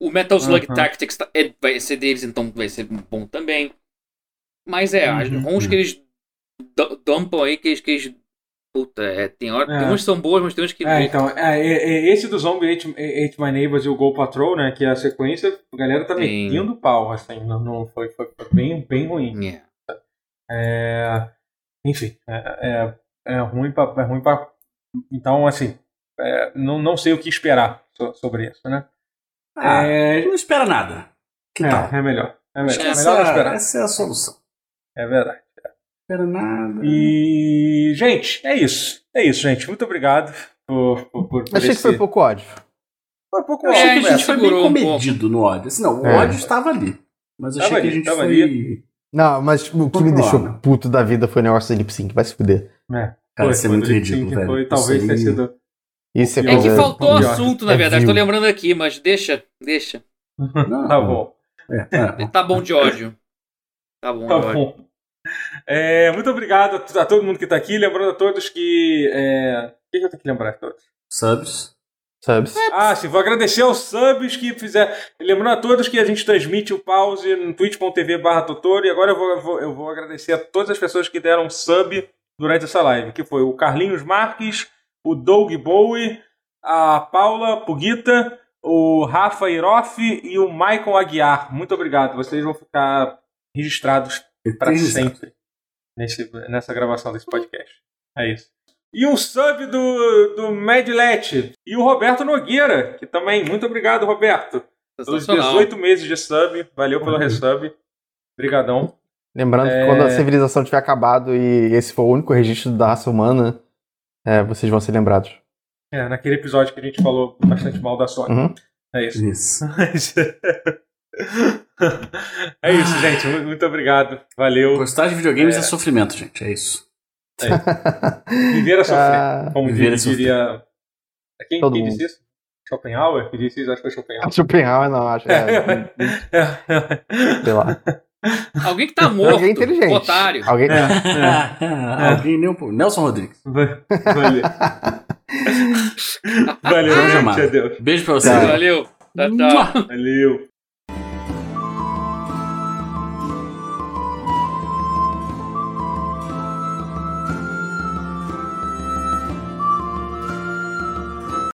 O Metal Slug
Aham.
Tactics tá- é- vai ser deles, então vai ser bom também. Mas é, as
Uhum.
ROMs que eles du- dumpam aí, que eles. Que eles puta, é, tem, hora,
É.
tem uns que são boas, mas tem uns que.
É, então, é, é, é, esse do Zombie Ate, Ate My Neighbors e o Go Patrol, né, que é a sequência, a galera tá
Sim.
metendo pau, assim, não, não foi, foi foi bem, bem ruim.
É.
É, enfim, é, é, é ruim pra, é ruim pra, então, assim, é, não, não sei o que esperar so- sobre isso, né.
Ah, Tá.
é,
Não espera nada. Que
é,
tal?
é melhor. É melhor, é
essa,
melhor esperar.
essa é a solução.
É verdade.
Espera nada.
E, gente, é isso. É isso, gente. Muito obrigado por, por, por, por
Achei que
esse...
foi pouco ódio.
Foi pouco
Eu
Eu
ódio,
achei que É, a
né?
gente foi bem
segurou um
comedido no ódio. Assim, não, o
É.
ódio estava ali. Mas eu achei
Tava
que a
ali,
gente
tava
foi.
Não, mas tipo, o que me
Vamos lá,
deixou
né?
puto da vida foi o negócio do lip sync, vai se fuder.
Cara,
Foi,
isso é
foi
muito
do Lip
ridículo,
Sync,
velho.
Foi, talvez
Isso
tenha
aí-
sido.
Isso é,
É
É que
coisa-
faltou
pior.
assunto, na
É
verdade. Tô
vil.
lembrando aqui, mas deixa, deixa.
Não,
Tá bom.
é, é.
Tá bom de ódio. Tá bom de
Ah. Tá
ódio.
bom. É, muito obrigado a t- a todo mundo que tá aqui. Lembrando a todos que. é, O que que eu tenho que lembrar a todos?
Subs.
É,
Sabe?
Ah, sim, vou agradecer aos subs que fizeram. Lembrando a todos que a gente transmite o pause no twitch.tv barra Totoro. E agora eu vou, eu, vou, eu vou agradecer a todas as pessoas que deram sub durante essa live. Que foi o Carlinhos Marques, o Doug Bowie, a Paula Puguita, o Rafa Iroff e o Maicon Aguiar. Muito obrigado. Vocês vão ficar registrados para
Eternizado.
sempre nesse, nessa gravação desse podcast. É isso. E um sub do, do Medlet e o Roberto Nogueira, que também, muito obrigado, Roberto, pelos
Sensacional.
18 meses de sub. Valeu
Uhum.
pelo resub. Obrigadão.
Lembrando
É.
que quando a civilização tiver acabado e esse for o único registro da raça humana, é, vocês vão ser lembrados.
É, naquele episódio que a gente falou bastante mal da Sony.
Uhum.
É isso.
Isso.
é isso, gente. Mu- Muito obrigado. Valeu.
Gostar de videogames é. sofrimento, gente. É isso.
Viver a sofrer.
Ah,
Como
viver é
diria. diria... Quem,
Todo
quem
mundo.
disse isso? Schopenhauer? Que disse isso? Acho que foi Schopenhauer.
Ah, Schopenhauer não, acho. É,
é.
sei lá.
Alguém que tá morto.
Alguém é inteligente.
Otário.
Alguém...
É.
Alguém nem um pouco. Nelson Rodrigues.
Va- Valeu. Valeu,
Seja
gente.
amado.
Adeus.
Beijo pra você.
Tá.
Valeu. Tchau, tchau.
Valeu.